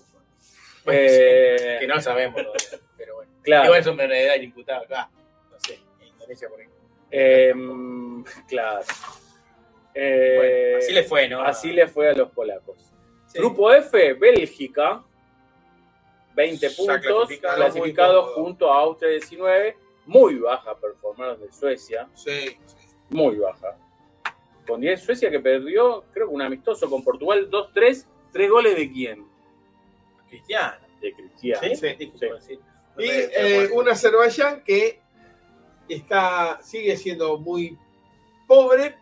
Speaker 4: Bueno,
Speaker 2: Eh,
Speaker 4: Que no sabemos todavía, pero bueno.
Speaker 2: Claro.
Speaker 4: Igual son menores de edad imputados acá. No sé, en Indonesia por ahí.
Speaker 2: Em, claro. Eh,
Speaker 4: Bueno, así le fue, ¿no?
Speaker 2: así le fue a los polacos.
Speaker 4: Sí.
Speaker 2: Grupo F, Bélgica, 20
Speaker 4: Ya
Speaker 2: puntos,
Speaker 4: clasificado,
Speaker 2: clasificado,
Speaker 3: muy cómodo.
Speaker 2: junto a Austria 19, muy baja performance de Suecia,
Speaker 3: sí.
Speaker 2: muy baja. Con 10 Suecia que perdió, creo que un amistoso con Portugal, 2-3, ¿Tres goles de quién?
Speaker 4: Cristiano.
Speaker 2: De Cristiano.
Speaker 4: ¿Sí?
Speaker 3: Sí,
Speaker 4: Disculpa, sí.
Speaker 3: Y
Speaker 4: No sé,
Speaker 3: eh,
Speaker 4: bueno.
Speaker 3: un Azerbaiyán que está, sigue siendo muy pobre,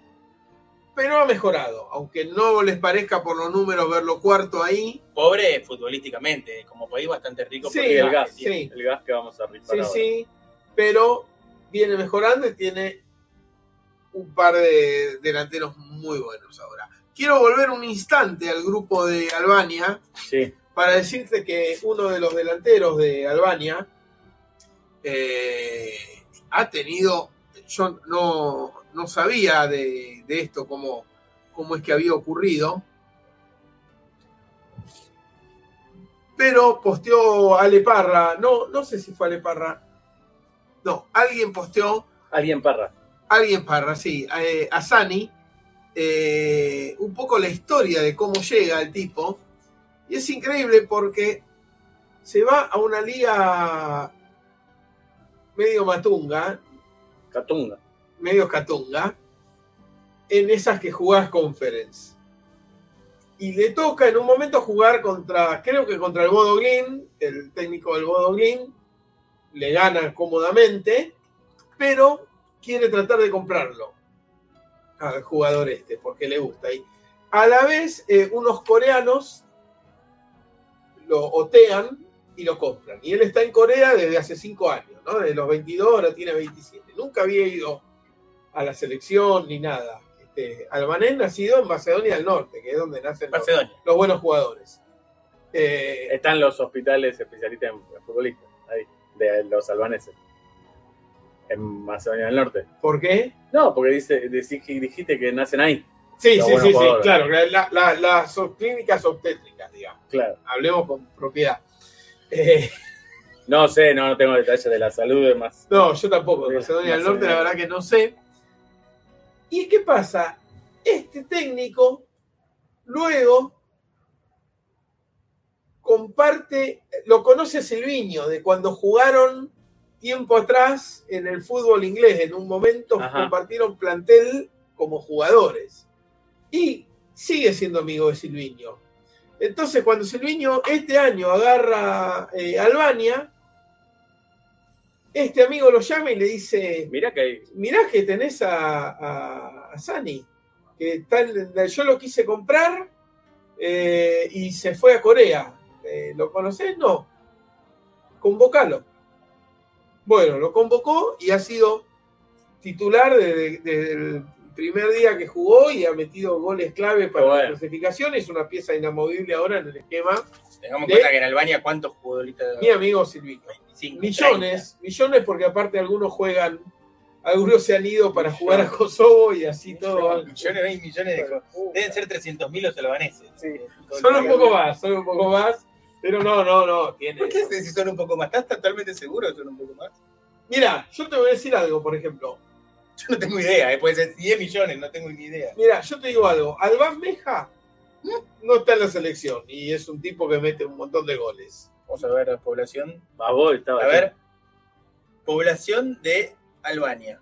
Speaker 3: pero ha mejorado. Aunque no les parezca por los números verlo cuarto ahí.
Speaker 4: Pobre futbolísticamente, como país bastante rico.
Speaker 3: Sí,
Speaker 4: porque
Speaker 2: Y el gas,
Speaker 3: sí.
Speaker 2: el gas que vamos a rifar
Speaker 3: Sí,
Speaker 2: ahora.
Speaker 3: sí, pero viene mejorando y tiene un par de delanteros muy buenos ahora. Quiero volver un instante al grupo de Albania,
Speaker 2: Sí.
Speaker 3: para decirte que uno de los delanteros de Albania eh, ha tenido, yo no, no sabía de, de esto, cómo, cómo es que había ocurrido, pero posteó Ale Parra, no, no sé si fue Ale Parra, No, alguien posteó,
Speaker 2: Alguien parra.
Speaker 3: alguien parra, sí, eh, a Sani, eh, un poco la historia de cómo llega el tipo. Y es increíble porque se va a una liga medio matunga,
Speaker 2: Catunga.
Speaker 3: medio catunga, en esas que jugás conference. Y le toca en un momento jugar contra, creo que contra el Bodo Glin, el técnico del Bodo Glin, le gana cómodamente, pero quiere tratar de comprarlo al jugador este, porque le gusta. Y a la vez, eh, unos coreanos lo otean y lo compran. Y él está en Corea desde hace cinco años, ¿no? Desde los 22, ahora tiene 27. Nunca había ido a la selección ni nada. Este, Albanés nacido en Macedonia del Norte, que es donde nacen los,
Speaker 4: Macedonia.
Speaker 3: los buenos jugadores. Eh,
Speaker 2: Están los hospitales especialistas en en futbolistas, ahí, de los albaneses. En Macedonia del Norte.
Speaker 3: ¿Por qué?
Speaker 2: No, porque dice, decí- dijiste que nacen ahí.
Speaker 3: Sí,
Speaker 2: Los
Speaker 3: sí,
Speaker 2: buenos
Speaker 3: sí, sí,
Speaker 2: jugadores.
Speaker 3: claro. la- la- las ob- clínicas obstétricas, digamos.
Speaker 2: Claro.
Speaker 3: Hablemos con propiedad. Eh, <laughs>
Speaker 2: No sé, no, no tengo detalles de la salud, es más.
Speaker 3: no, yo tampoco. De Macedonia del
Speaker 2: Macedonia.
Speaker 3: Norte, la verdad que no sé. ¿Y qué pasa? Este técnico luego comparte, lo conoce Silviño, de cuando jugaron tiempo atrás en el fútbol inglés. En un momento
Speaker 2: Ajá.
Speaker 3: compartieron plantel como jugadores. Y sigue siendo amigo de Silviño. Entonces, cuando Silviño este año agarra eh, Albania, este amigo lo llama y le dice,
Speaker 2: Mirá que hay.
Speaker 3: mirá que tenés a, a, a Sani, que tal, yo lo quise comprar eh, y se fue a Corea. Eh, ¿Lo conocés? No. Convocalo. Bueno, lo convocó y ha sido titular desde, desde el primer día que jugó y ha metido goles clave para
Speaker 2: Bueno.
Speaker 3: la clasificación. Es una pieza inamovible ahora en el esquema.
Speaker 4: Tengamos en
Speaker 3: De-
Speaker 4: cuenta que en Albania, ¿cuántos futbolistas?
Speaker 3: Mi amigo Silvino.
Speaker 4: 25,
Speaker 3: Millones, millones porque aparte algunos juegan, algunos se han ido para jugar a Kosovo y así
Speaker 4: 30.
Speaker 3: todo. va.
Speaker 4: Millones, 20 millones de Deben ser 300.000 los albaneses.
Speaker 2: Sí.
Speaker 3: Solo un poco más, solo un poco más, pero no, no, no, tiene.
Speaker 4: ¿Por qué si son un poco más? ¿Estás totalmente seguro que son un poco más?
Speaker 3: Mira, yo te voy a decir algo, por ejemplo.
Speaker 4: Yo no tengo idea, ¿eh? puede ser 10 millones, no tengo ni idea.
Speaker 3: Mira, yo te digo algo, Albán Meja no está en la selección y es un tipo que mete un montón de goles.
Speaker 4: Vamos a ver la población.
Speaker 2: Más vos estaba
Speaker 4: A ver, población de Albania.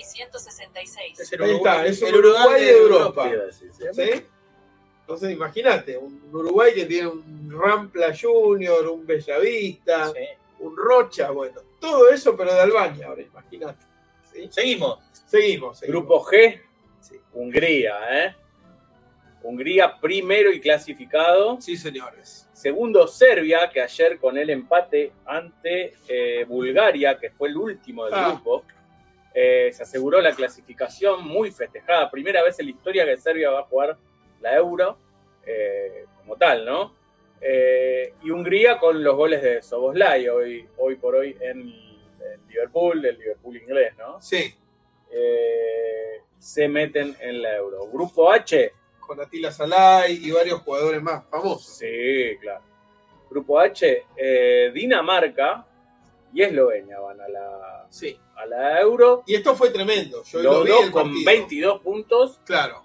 Speaker 5: 2.811.666.
Speaker 4: el
Speaker 3: Ahí está, es un Uruguay de Europa.
Speaker 2: Sí, sí.
Speaker 3: ¿sí? Entonces imagínate, un Uruguay que tiene un Rampla Junior, un Bellavista,
Speaker 4: Sí.
Speaker 3: un Rocha, bueno, todo eso, pero de Albania, ahora imagínate. ¿sí?
Speaker 4: Seguimos.
Speaker 3: Seguimos, seguimos.
Speaker 2: Grupo G,
Speaker 3: Sí.
Speaker 2: Hungría, ¿eh? Hungría primero y clasificado.
Speaker 3: Sí, señores.
Speaker 2: Segundo, Serbia, que ayer con el empate ante eh, Bulgaria, que fue el último del
Speaker 3: Ah.
Speaker 2: grupo, eh, se aseguró la clasificación muy festejada. Primera vez en la historia que Serbia va a jugar la Euro eh, como tal, ¿no? Eh, y Hungría con los goles de Soboslai hoy, hoy por hoy en, en Liverpool, el Liverpool inglés, ¿no?
Speaker 3: Sí,
Speaker 2: Eh, se meten en la Euro. Grupo H,
Speaker 3: con Atila Salay y varios jugadores más famosos.
Speaker 2: Sí, claro. Grupo H, eh, Dinamarca y Eslovenia van a la,
Speaker 3: Sí.
Speaker 2: a la Euro.
Speaker 3: Y esto fue tremendo. Yo lo
Speaker 2: Los
Speaker 3: vi
Speaker 2: dos
Speaker 3: el
Speaker 2: con
Speaker 3: partido.
Speaker 2: 22 puntos.
Speaker 3: Claro.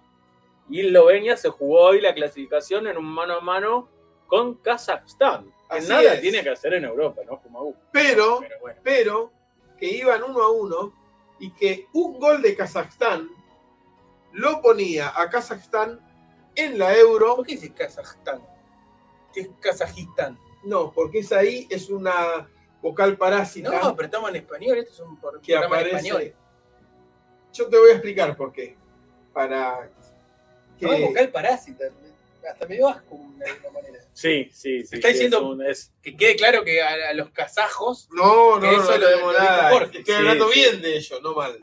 Speaker 2: Y Eslovenia se jugó hoy la clasificación en un mano a mano con Kazajstán. Que
Speaker 3: Así
Speaker 2: nada
Speaker 3: es.
Speaker 2: tiene que hacer en Europa, ¿no? Fumagu.
Speaker 3: Pero,
Speaker 4: Pero bueno,
Speaker 3: pero, que iban uno a uno y que un gol de Kazajstán lo ponía a Kazajstán en la euro.
Speaker 4: ¿por qué dice Kazajstán? ¿Qué es Kazajistán?
Speaker 3: No, porque es ahí, es una vocal parásita
Speaker 4: No, pero estamos en español, esto es un por-
Speaker 3: que
Speaker 4: programa en
Speaker 3: aparece.
Speaker 4: español.
Speaker 3: Yo te voy a explicar por qué. Para
Speaker 4: No, es
Speaker 3: que
Speaker 4: vocal parásita. Hasta medio vasco de alguna manera.
Speaker 2: Sí, sí, sí.
Speaker 4: Está
Speaker 2: sí,
Speaker 4: diciendo-
Speaker 2: es un- es-
Speaker 4: Que quede claro que a, a los kazajos
Speaker 3: no, no,
Speaker 4: que eso
Speaker 3: no
Speaker 4: lo-
Speaker 3: tenemos
Speaker 4: lo dijo
Speaker 3: nada.
Speaker 4: Jorge.
Speaker 3: Estoy
Speaker 2: Sí,
Speaker 3: hablando
Speaker 2: sí.
Speaker 3: bien de ello, no mal.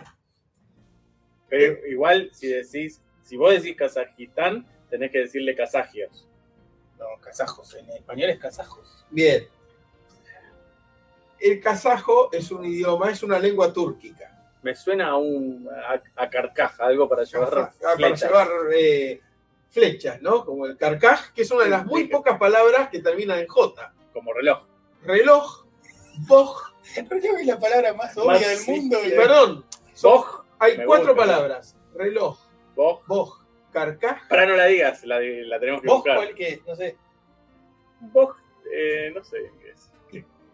Speaker 2: pero igual, si decís, si vos decís Kazajistán, tenés que decirle Kazajios.
Speaker 4: No, kazajos. En español es kazajos.
Speaker 3: Bien. El kazajo es un idioma, es una lengua túrquica.
Speaker 2: Me suena a un a, a carcaja, algo para llevar.
Speaker 3: Ah, para
Speaker 2: flechas.
Speaker 3: llevar eh, flechas, ¿no? Como el carcaj, que es una de las muy
Speaker 2: Sí.
Speaker 3: pocas palabras que terminan en J.
Speaker 2: como reloj.
Speaker 3: reloj, boj,
Speaker 5: <laughs> Pero yo vi la palabra más obvia
Speaker 2: Más-
Speaker 5: del
Speaker 2: sí,
Speaker 5: mundo.
Speaker 2: sí,
Speaker 5: y-
Speaker 3: perdón,
Speaker 2: Boj,
Speaker 3: hay
Speaker 2: Me
Speaker 3: cuatro
Speaker 2: gusta.
Speaker 3: palabras, reloj,
Speaker 2: Boj.
Speaker 3: boj, carcaj,
Speaker 2: Para no la digas, la, la tenemos que
Speaker 5: ¿Vos
Speaker 2: buscar.
Speaker 5: cuál que es? No sé.
Speaker 2: Boj, eh, no sé qué es.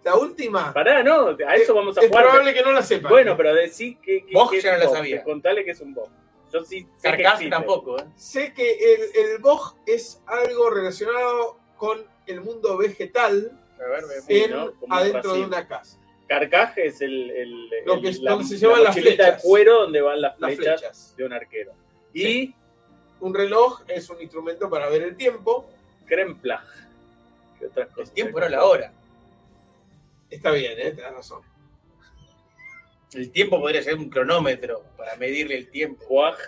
Speaker 3: la última,
Speaker 2: Pará, no, a eso vamos a
Speaker 3: Eh, es
Speaker 2: jugar.
Speaker 3: probable que no la sepa.
Speaker 2: Bueno, pero decí que. que
Speaker 4: Boj
Speaker 2: que es
Speaker 4: ya no
Speaker 2: un
Speaker 4: la
Speaker 2: boj.
Speaker 4: sabía.
Speaker 2: Contale que es un boj. Yo sí. sé que
Speaker 4: Carcasa
Speaker 2: existe.
Speaker 4: tampoco, ¿eh?
Speaker 3: Sé que el, el boj es algo relacionado con el mundo vegetal
Speaker 4: A ver, me-
Speaker 2: Sí,
Speaker 3: en-
Speaker 2: ¿no? Como
Speaker 3: adentro de
Speaker 2: racimo.
Speaker 3: una casa.
Speaker 2: Carcaje es el. el,
Speaker 3: Lo que
Speaker 2: el-
Speaker 3: es donde se llevan las
Speaker 2: mochileta
Speaker 3: flechas.
Speaker 2: de cuero donde van las
Speaker 3: Las
Speaker 2: flechas,
Speaker 3: flechas.
Speaker 2: de un arquero. Y
Speaker 3: Sí. Un reloj es un instrumento para ver el tiempo.
Speaker 2: Kremplag. ¿Qué otras cosas?
Speaker 5: El tiempo no la hora.
Speaker 3: Está bien, ¿eh? tenés razón.
Speaker 5: El tiempo podría ser un cronómetro para medirle el tiempo.
Speaker 2: Cuaj.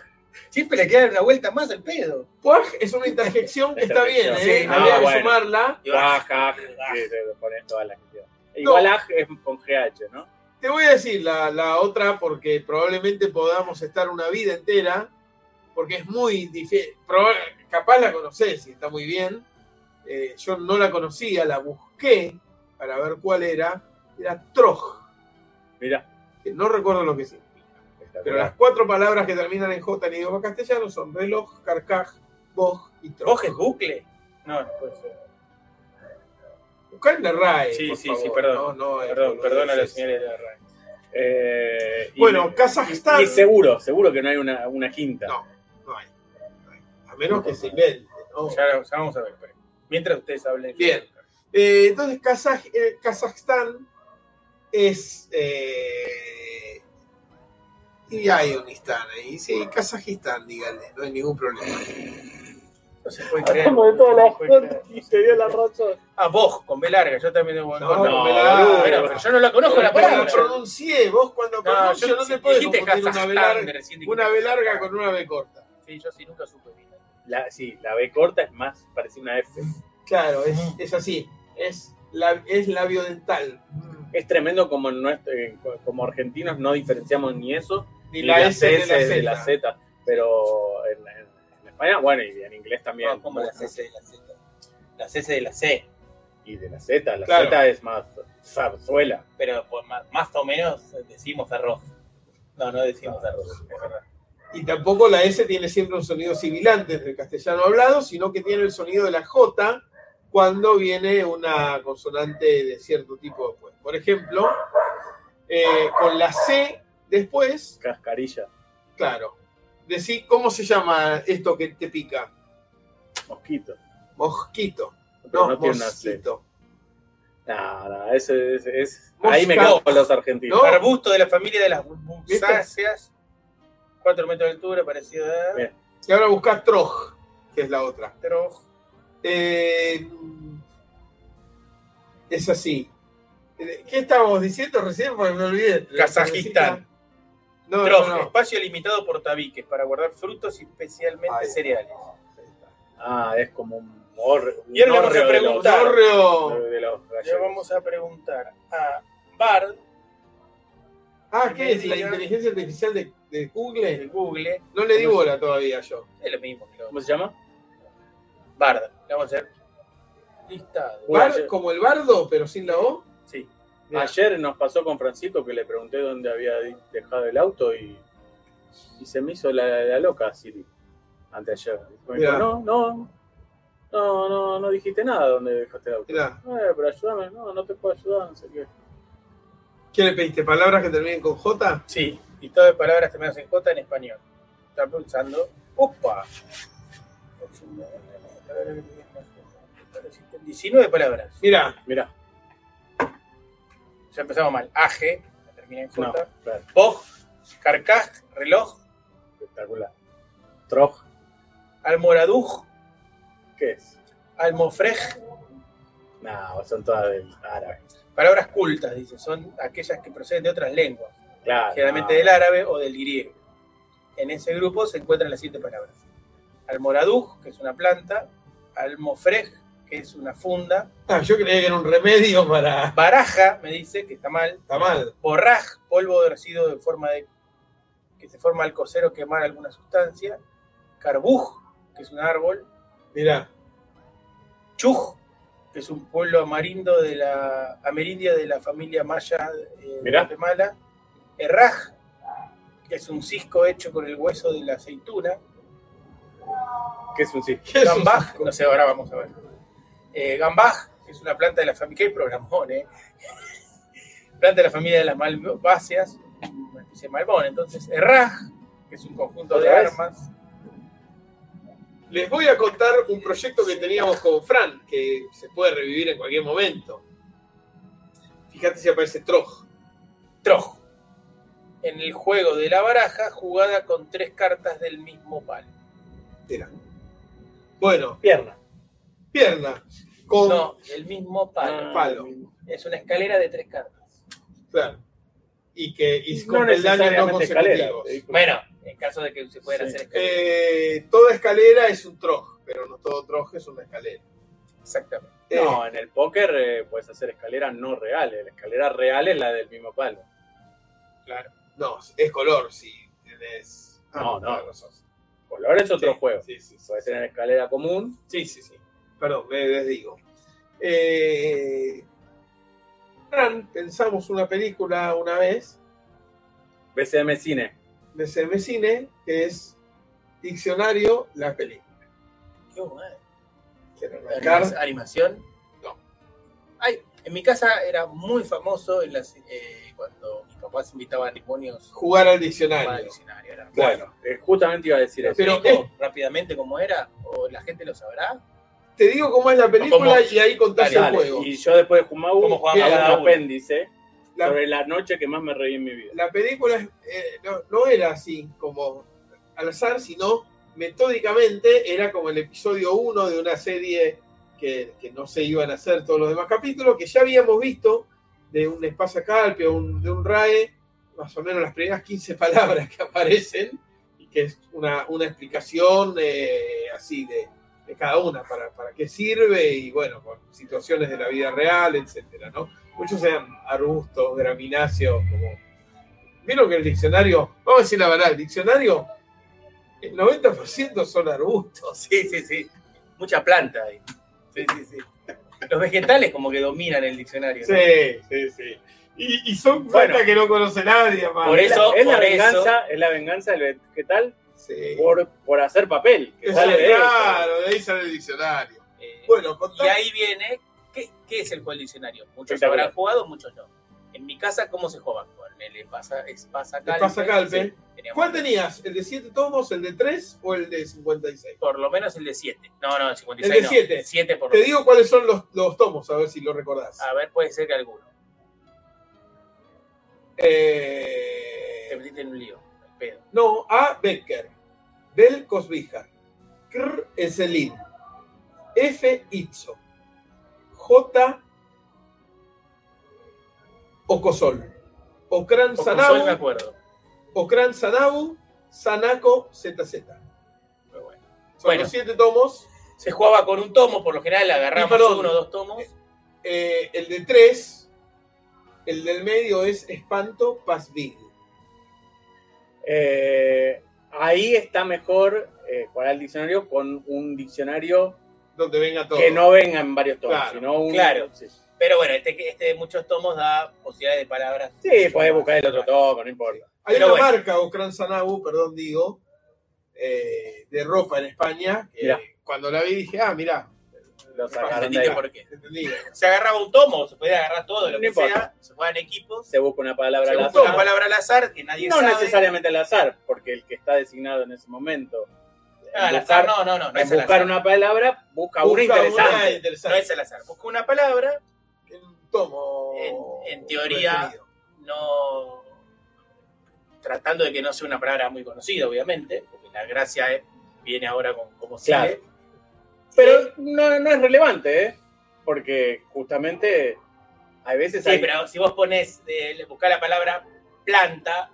Speaker 5: Siempre le queda una vuelta más al pedo.
Speaker 3: Puaj es
Speaker 2: <laughs>
Speaker 3: una interjección que está bien,
Speaker 2: Interjección,
Speaker 3: ¿eh?
Speaker 5: sí, no,
Speaker 3: habría que
Speaker 2: bueno.
Speaker 3: sumarla.
Speaker 2: Cuaj, aj.
Speaker 5: aj.
Speaker 2: Ah, Sí, te pones toda la cantidad. Igual aj es con GH, ¿no?
Speaker 3: Te voy a decir la, la otra porque probablemente podamos estar una vida entera, porque es muy difícil. Capaz la conocés y está muy bien. Eh, yo no la conocía, la busqué para ver cuál era. Era troj,
Speaker 2: Mirá.
Speaker 3: que no recuerdo lo que significa. Pero las cuatro palabras que terminan en J en idioma castellano son reloj, carcaj, boj y troj.
Speaker 4: ¿Vos es bucle? No, no puede ser.
Speaker 3: Buscá en la RAE.
Speaker 4: Sí,
Speaker 3: por
Speaker 4: sí, sí,
Speaker 3: favor.
Speaker 4: perdón.
Speaker 3: No, no, eh,
Speaker 4: Perdón,
Speaker 3: boludeces.
Speaker 4: perdón a los señores de la RAE.
Speaker 2: Eh, y-
Speaker 3: Bueno, Kazajstán.
Speaker 2: Y seguro, seguro que no hay una, una quinta.
Speaker 3: No. No hay, no hay. A menos que se invente. ¿no?
Speaker 4: Ya, ya vamos a ver. esperen. Mientras ustedes hablen. yo-
Speaker 3: Bien. Eh, entonces, Kazaj- eh, Kazajstán es. eh, y hay un Istán ahí. Sí, Kazajistán, díganle. No hay ningún problema.
Speaker 4: No se puede creer.
Speaker 2: Hablamos de todas las
Speaker 4: No se puede
Speaker 2: cosas
Speaker 4: creer.
Speaker 2: y te dio la razón.
Speaker 4: Ah, vos, con B larga. Yo también tengo
Speaker 3: No,
Speaker 4: no, bueno,
Speaker 2: no, boludo.
Speaker 4: pero yo no la conozco la
Speaker 3: Pero
Speaker 4: palabra.
Speaker 3: lo pronuncié. Vos cuando
Speaker 4: No,
Speaker 3: pronuncio
Speaker 4: yo
Speaker 3: no, te puedes
Speaker 4: dijiste
Speaker 3: confundir una
Speaker 4: Kazajstán,
Speaker 3: B larga,
Speaker 4: recién dijiste
Speaker 3: eh, una B larga
Speaker 4: Kazajstán.
Speaker 3: con una B corta.
Speaker 4: Sí, yo sí nunca supe. bien.
Speaker 2: La, sí, la B corta es más, parece una F.
Speaker 3: Claro, es, es así. Es, la, es Mm. labio dental.
Speaker 2: Es tremendo como, nuestro- eh, como argentinos no diferenciamos ni eso,
Speaker 3: Ni la, S, ni la Z.
Speaker 2: de la Z. Pero en, en- en España, bueno, y en inglés también.
Speaker 5: No, como la CC de la Z. La CC de la C.
Speaker 2: Y de la Z, la
Speaker 3: Claro.
Speaker 2: Z es más zarzuela.
Speaker 5: Pero pues, más, más o menos
Speaker 4: eh,
Speaker 5: decimos arroz. No, no decimos arroz. es verdad.
Speaker 3: Y tampoco la S tiene siempre un sonido sibilante en el castellano hablado, sino que tiene el sonido de la J cuando viene una consonante de cierto tipo después. Por ejemplo, eh, con la C después,
Speaker 2: Cascarilla,
Speaker 3: claro. Decís, ¿cómo se llama esto que te pica?
Speaker 2: mosquito.
Speaker 3: Mosquito.
Speaker 2: Pero
Speaker 3: No,
Speaker 2: no, tiene una Z.
Speaker 3: mosquito.
Speaker 2: No, no, ese es. es- ahí me
Speaker 3: Mosca.
Speaker 2: quedo con los argentinos.
Speaker 3: No.
Speaker 4: Arbusto de la familia de las
Speaker 3: ¿Viste?
Speaker 4: busáceas. 4 metros de altura, parecido a.
Speaker 2: Bien.
Speaker 3: Y ahora buscás troj, que es la otra.
Speaker 4: Pero,
Speaker 3: Eh, es así. Eh, ¿Qué estábamos diciendo recién? Porque me olvidé.
Speaker 4: Kazajistán.
Speaker 3: No, no,
Speaker 4: Trof,
Speaker 3: no.
Speaker 4: espacio limitado por tabiques para guardar frutos y especialmente
Speaker 3: Ahí está.
Speaker 4: cereales.
Speaker 2: Ah, es como un hor- un
Speaker 4: Y ahora le vamos a
Speaker 2: hórreo de los-
Speaker 4: preguntar.
Speaker 3: Zorro.
Speaker 2: de los
Speaker 4: Le
Speaker 2: gallegos.
Speaker 4: vamos a preguntar a Bard
Speaker 3: Ah, ¿qué es? ¿La inteligencia artificial de, de
Speaker 4: de
Speaker 3: Google?
Speaker 4: Google.
Speaker 3: No le di bola todavía yo.
Speaker 4: Es lo mismo. que lo-
Speaker 2: ¿Cómo se llama?
Speaker 4: Bard. Le vamos a hacer listado.
Speaker 2: Bueno,
Speaker 3: Bar-
Speaker 2: yo-
Speaker 3: como el bardo, pero sin la O.
Speaker 4: Sí.
Speaker 3: Bien.
Speaker 2: Ayer nos pasó con Francisco que le pregunté dónde había di- dejado el auto y, y se me hizo la, la loca Siri anteayer. Me dijo,
Speaker 3: Mirá.
Speaker 2: no, no, no, no, no dijiste nada dónde dejaste el auto.
Speaker 3: Mirá,
Speaker 2: Eh, pero ayúdame, no, no te puedo ayudar, no sé qué.
Speaker 3: ¿Qué le pediste? ¿Palabras que terminen con J?
Speaker 4: Sí. Listado de palabras terminadas en J en español. Está pulsando. ¡Opa! 19 palabras.
Speaker 3: Mirá,
Speaker 2: Mirá,
Speaker 4: Ya empezamos mal. Aje. Termina en
Speaker 2: no,
Speaker 4: J.
Speaker 2: claro,
Speaker 4: Boj. Carcaj. Reloj.
Speaker 2: espectacular. Troj,
Speaker 4: Almoraduj.
Speaker 2: ¿qué es?
Speaker 4: Almofrej.
Speaker 2: No, son todas del árabe.
Speaker 4: Palabras cultas, dice. Son aquellas que proceden de otras lenguas.
Speaker 2: Claro.
Speaker 4: generalmente
Speaker 2: Ah, no.
Speaker 4: del árabe o del griego. En ese grupo se encuentran las siete palabras. Almoraduj, que es una planta, almofrej, que es una funda,
Speaker 3: Ah, yo creía que era un remedio para.
Speaker 4: baraja, me dice, que está mal,
Speaker 3: Está mal.
Speaker 4: borraj, polvo de residuo de forma de que se forma al cocer o quemar alguna sustancia, carbuj, que es un árbol,
Speaker 3: Mirá,
Speaker 4: chuj, que es un pueblo amarindo de la amerindia de la familia maya eh, de
Speaker 2: Mirá.
Speaker 4: Guatemala. Herraj, que es un cisco hecho con el hueso de la aceituna.
Speaker 2: ¿Qué es un sí?
Speaker 4: Gambaj, no sé, ahora vamos a ver. Eh, Gambaj es una planta de la familia. ¿Qué programón, eh? <laughs> planta de la familia de las malváceas, una especie de malvón. Entonces, Herraj, que es un conjunto de
Speaker 2: ¿Otra vez?
Speaker 4: armas.
Speaker 3: Les voy a contar un proyecto que teníamos con Fran, que se puede revivir en cualquier momento. Fíjate si aparece Troj.
Speaker 4: Trojo. En el juego de la baraja, jugada con tres cartas del mismo palo.
Speaker 3: Mira. Bueno,
Speaker 2: Pierna.
Speaker 3: pierna.
Speaker 2: Oh.
Speaker 3: Con.
Speaker 4: No, del mismo
Speaker 2: Ah,
Speaker 4: palo.
Speaker 3: Palo.
Speaker 4: Es una escalera de tres cartas.
Speaker 3: Claro. Y que y
Speaker 2: No
Speaker 3: con peldaños no
Speaker 2: necesariamente escalera.
Speaker 3: consecutivos.
Speaker 4: Bueno, en caso de que se pudiera
Speaker 2: Sí.
Speaker 4: hacer escalera.
Speaker 3: Eh, toda escalera es un troj, pero no todo troj es una escalera.
Speaker 4: Exactamente.
Speaker 3: Eh,
Speaker 2: No, en el póker eh, puedes hacer escaleras no reales. La escalera real es la del mismo palo.
Speaker 3: no, es color si tenés.
Speaker 2: No, no.
Speaker 3: claro, sos-
Speaker 2: Color es otro
Speaker 3: sí,
Speaker 2: juego.
Speaker 3: Sí, sí, sí.
Speaker 2: Puedes tener escalera común.
Speaker 3: Sí, sí, sí. Perdón, me desdigo. Eh, Fran, pensamos una película una vez
Speaker 2: BCM Cine.
Speaker 3: de Cervecine que es Diccionario La Película.
Speaker 4: Qué bueno. eh.
Speaker 3: Quiero arrancar.
Speaker 4: Anima- ¿Animación?
Speaker 3: No.
Speaker 4: Ay, en mi casa era muy famoso en las, eh, cuando mis papás invitaban demonios
Speaker 3: Jugar al
Speaker 4: jugaba al
Speaker 3: diccionario.
Speaker 4: diccionario. Era-
Speaker 2: Bueno, eh, justamente iba a decir eso.
Speaker 3: Pero,
Speaker 4: ¿Explico rápidamente cómo era? ¿O la gente lo sabrá? <laughs>
Speaker 3: Te digo cómo es la película
Speaker 4: ¿Cómo?
Speaker 3: y ahí contás el
Speaker 2: Dale,
Speaker 3: juego.
Speaker 2: y yo después de Jumau
Speaker 5: ¿Cómo jugaba
Speaker 2: hago
Speaker 5: Jumau?
Speaker 2: un apéndice
Speaker 3: La-
Speaker 2: sobre la noche que más me reí en mi vida.
Speaker 3: la película es- eh, no, no era así como al azar, sino metódicamente era como el episodio 1 de una serie que, que no se iban a hacer todos los demás capítulos, que ya habíamos visto de un espacio calpio, un, de un RAE, más o menos las primeras 15 <laughs> palabras que aparecen, y que es una, una explicación eh, así de, de cada una, para, para qué sirve, y bueno, con situaciones de la vida real, etcétera, ¿no? Muchos eran arbustos, gramináceos, como Vieron que el diccionario, vamos a decir la verdad, el diccionario, el 90% son arbustos.
Speaker 4: Oh, Sí, sí, sí. Mucha planta ahí. Sí, sí, sí. Los vegetales como que dominan el diccionario. ¿no?
Speaker 3: Sí, sí, sí. Y, y son
Speaker 2: Bueno.
Speaker 3: plantas que no conoce nadie, más.
Speaker 4: Por
Speaker 2: Es la-
Speaker 4: eso-
Speaker 2: es la
Speaker 4: por
Speaker 2: venganza, es la venganza del vegetal
Speaker 3: Sí.
Speaker 2: por, por hacer papel. Que
Speaker 3: Eso,
Speaker 2: sale de eso.
Speaker 3: claro, de ahí sale el diccionario.
Speaker 4: Eh,
Speaker 3: Bueno, contá.
Speaker 4: y ahí viene, ¿qué, qué es el juego del diccionario? Muchos
Speaker 2: Espectacular.
Speaker 4: habrán jugado, muchos no. En mi casa, ¿cómo se jugaba? Con el espasa- espasacalpe.
Speaker 3: Espasacalpe.
Speaker 4: Sí, teníamos-
Speaker 3: ¿Cuál tenías? ¿El de 7 tomos, el de 3 o el de 56?
Speaker 4: Por lo menos el de 7. No, no, el 56
Speaker 3: El de
Speaker 4: no.
Speaker 3: siete.
Speaker 4: El 7 por lo
Speaker 3: Te
Speaker 4: menos.
Speaker 3: digo cuáles son los, los tomos, a ver si lo recordás.
Speaker 4: A ver, puede ser que alguno. Te
Speaker 3: Eh,
Speaker 4: metiste en un lío. al pedo.
Speaker 2: Pues
Speaker 3: no, A. Becker. Del Cosbija. Kr. Eselin. F. Itzo. J. Ocosol. Ocran
Speaker 4: O Consol, me
Speaker 3: Sanabu.
Speaker 4: acuerdo.
Speaker 3: Ocran Sanabu. Sanaco ZZ.
Speaker 4: Pero bueno.
Speaker 3: Son
Speaker 4: Bueno.
Speaker 3: los siete tomos.
Speaker 4: Se jugaba con un tomo, por lo general agarramos
Speaker 3: perdón.
Speaker 4: uno o dos tomos.
Speaker 3: Eh, el de tres. El del medio es Espanto Pasvig.
Speaker 2: Eh, ahí está mejor eh, jugar al diccionario con un diccionario
Speaker 3: Donde venga todo.
Speaker 2: que no venga en varios tomos,
Speaker 3: Claro,
Speaker 2: sino un-
Speaker 4: claro.
Speaker 2: Sí,
Speaker 4: Pero bueno, este, que- este de muchos tomos da posibilidades de palabras.
Speaker 2: sí podés buscar el otro tomo, no importa.
Speaker 3: Hay
Speaker 4: Pero
Speaker 3: una
Speaker 4: bueno.
Speaker 3: marca, Ocran Sanabu, perdón, digo, eh, de ropa en España. que
Speaker 2: Mirá.
Speaker 3: Cuando la vi dije, ah, mirá,
Speaker 2: Lo sacaron de
Speaker 4: ¿Entendiste
Speaker 2: ahí.
Speaker 4: por qué?
Speaker 2: <laughs>
Speaker 3: entendí.
Speaker 4: Se agarraba un tomo, se podía agarrar todo, lo
Speaker 2: No
Speaker 4: que
Speaker 2: importa.
Speaker 4: sea. Se jugaban equipos.
Speaker 2: Se busca una palabra
Speaker 4: Se
Speaker 2: al
Speaker 4: buscó una
Speaker 2: azar.
Speaker 4: palabra al azar que nadie
Speaker 2: No
Speaker 4: sabe.
Speaker 2: necesariamente al azar, porque el que está designado en ese momento
Speaker 4: Ah, al
Speaker 2: en
Speaker 4: azar,
Speaker 2: buscar,
Speaker 4: no, no, no. No
Speaker 2: en
Speaker 4: es al
Speaker 2: buscar
Speaker 4: azar.
Speaker 2: una palabra, busca, una
Speaker 3: Busca
Speaker 2: interesante.
Speaker 3: una
Speaker 4: No es al azar. Buscó una palabra,
Speaker 3: en un tomo.
Speaker 4: En- en teoría,
Speaker 3: preferido.
Speaker 4: no. Tratando de que no sea una palabra muy conocida, obviamente, porque la gracia es- viene ahora con como sigue.
Speaker 2: Pero no, no es relevante, ¿eh? Porque justamente hay veces.
Speaker 4: Sí,
Speaker 2: hay-
Speaker 4: pero si vos pones, eh, buscar la palabra planta,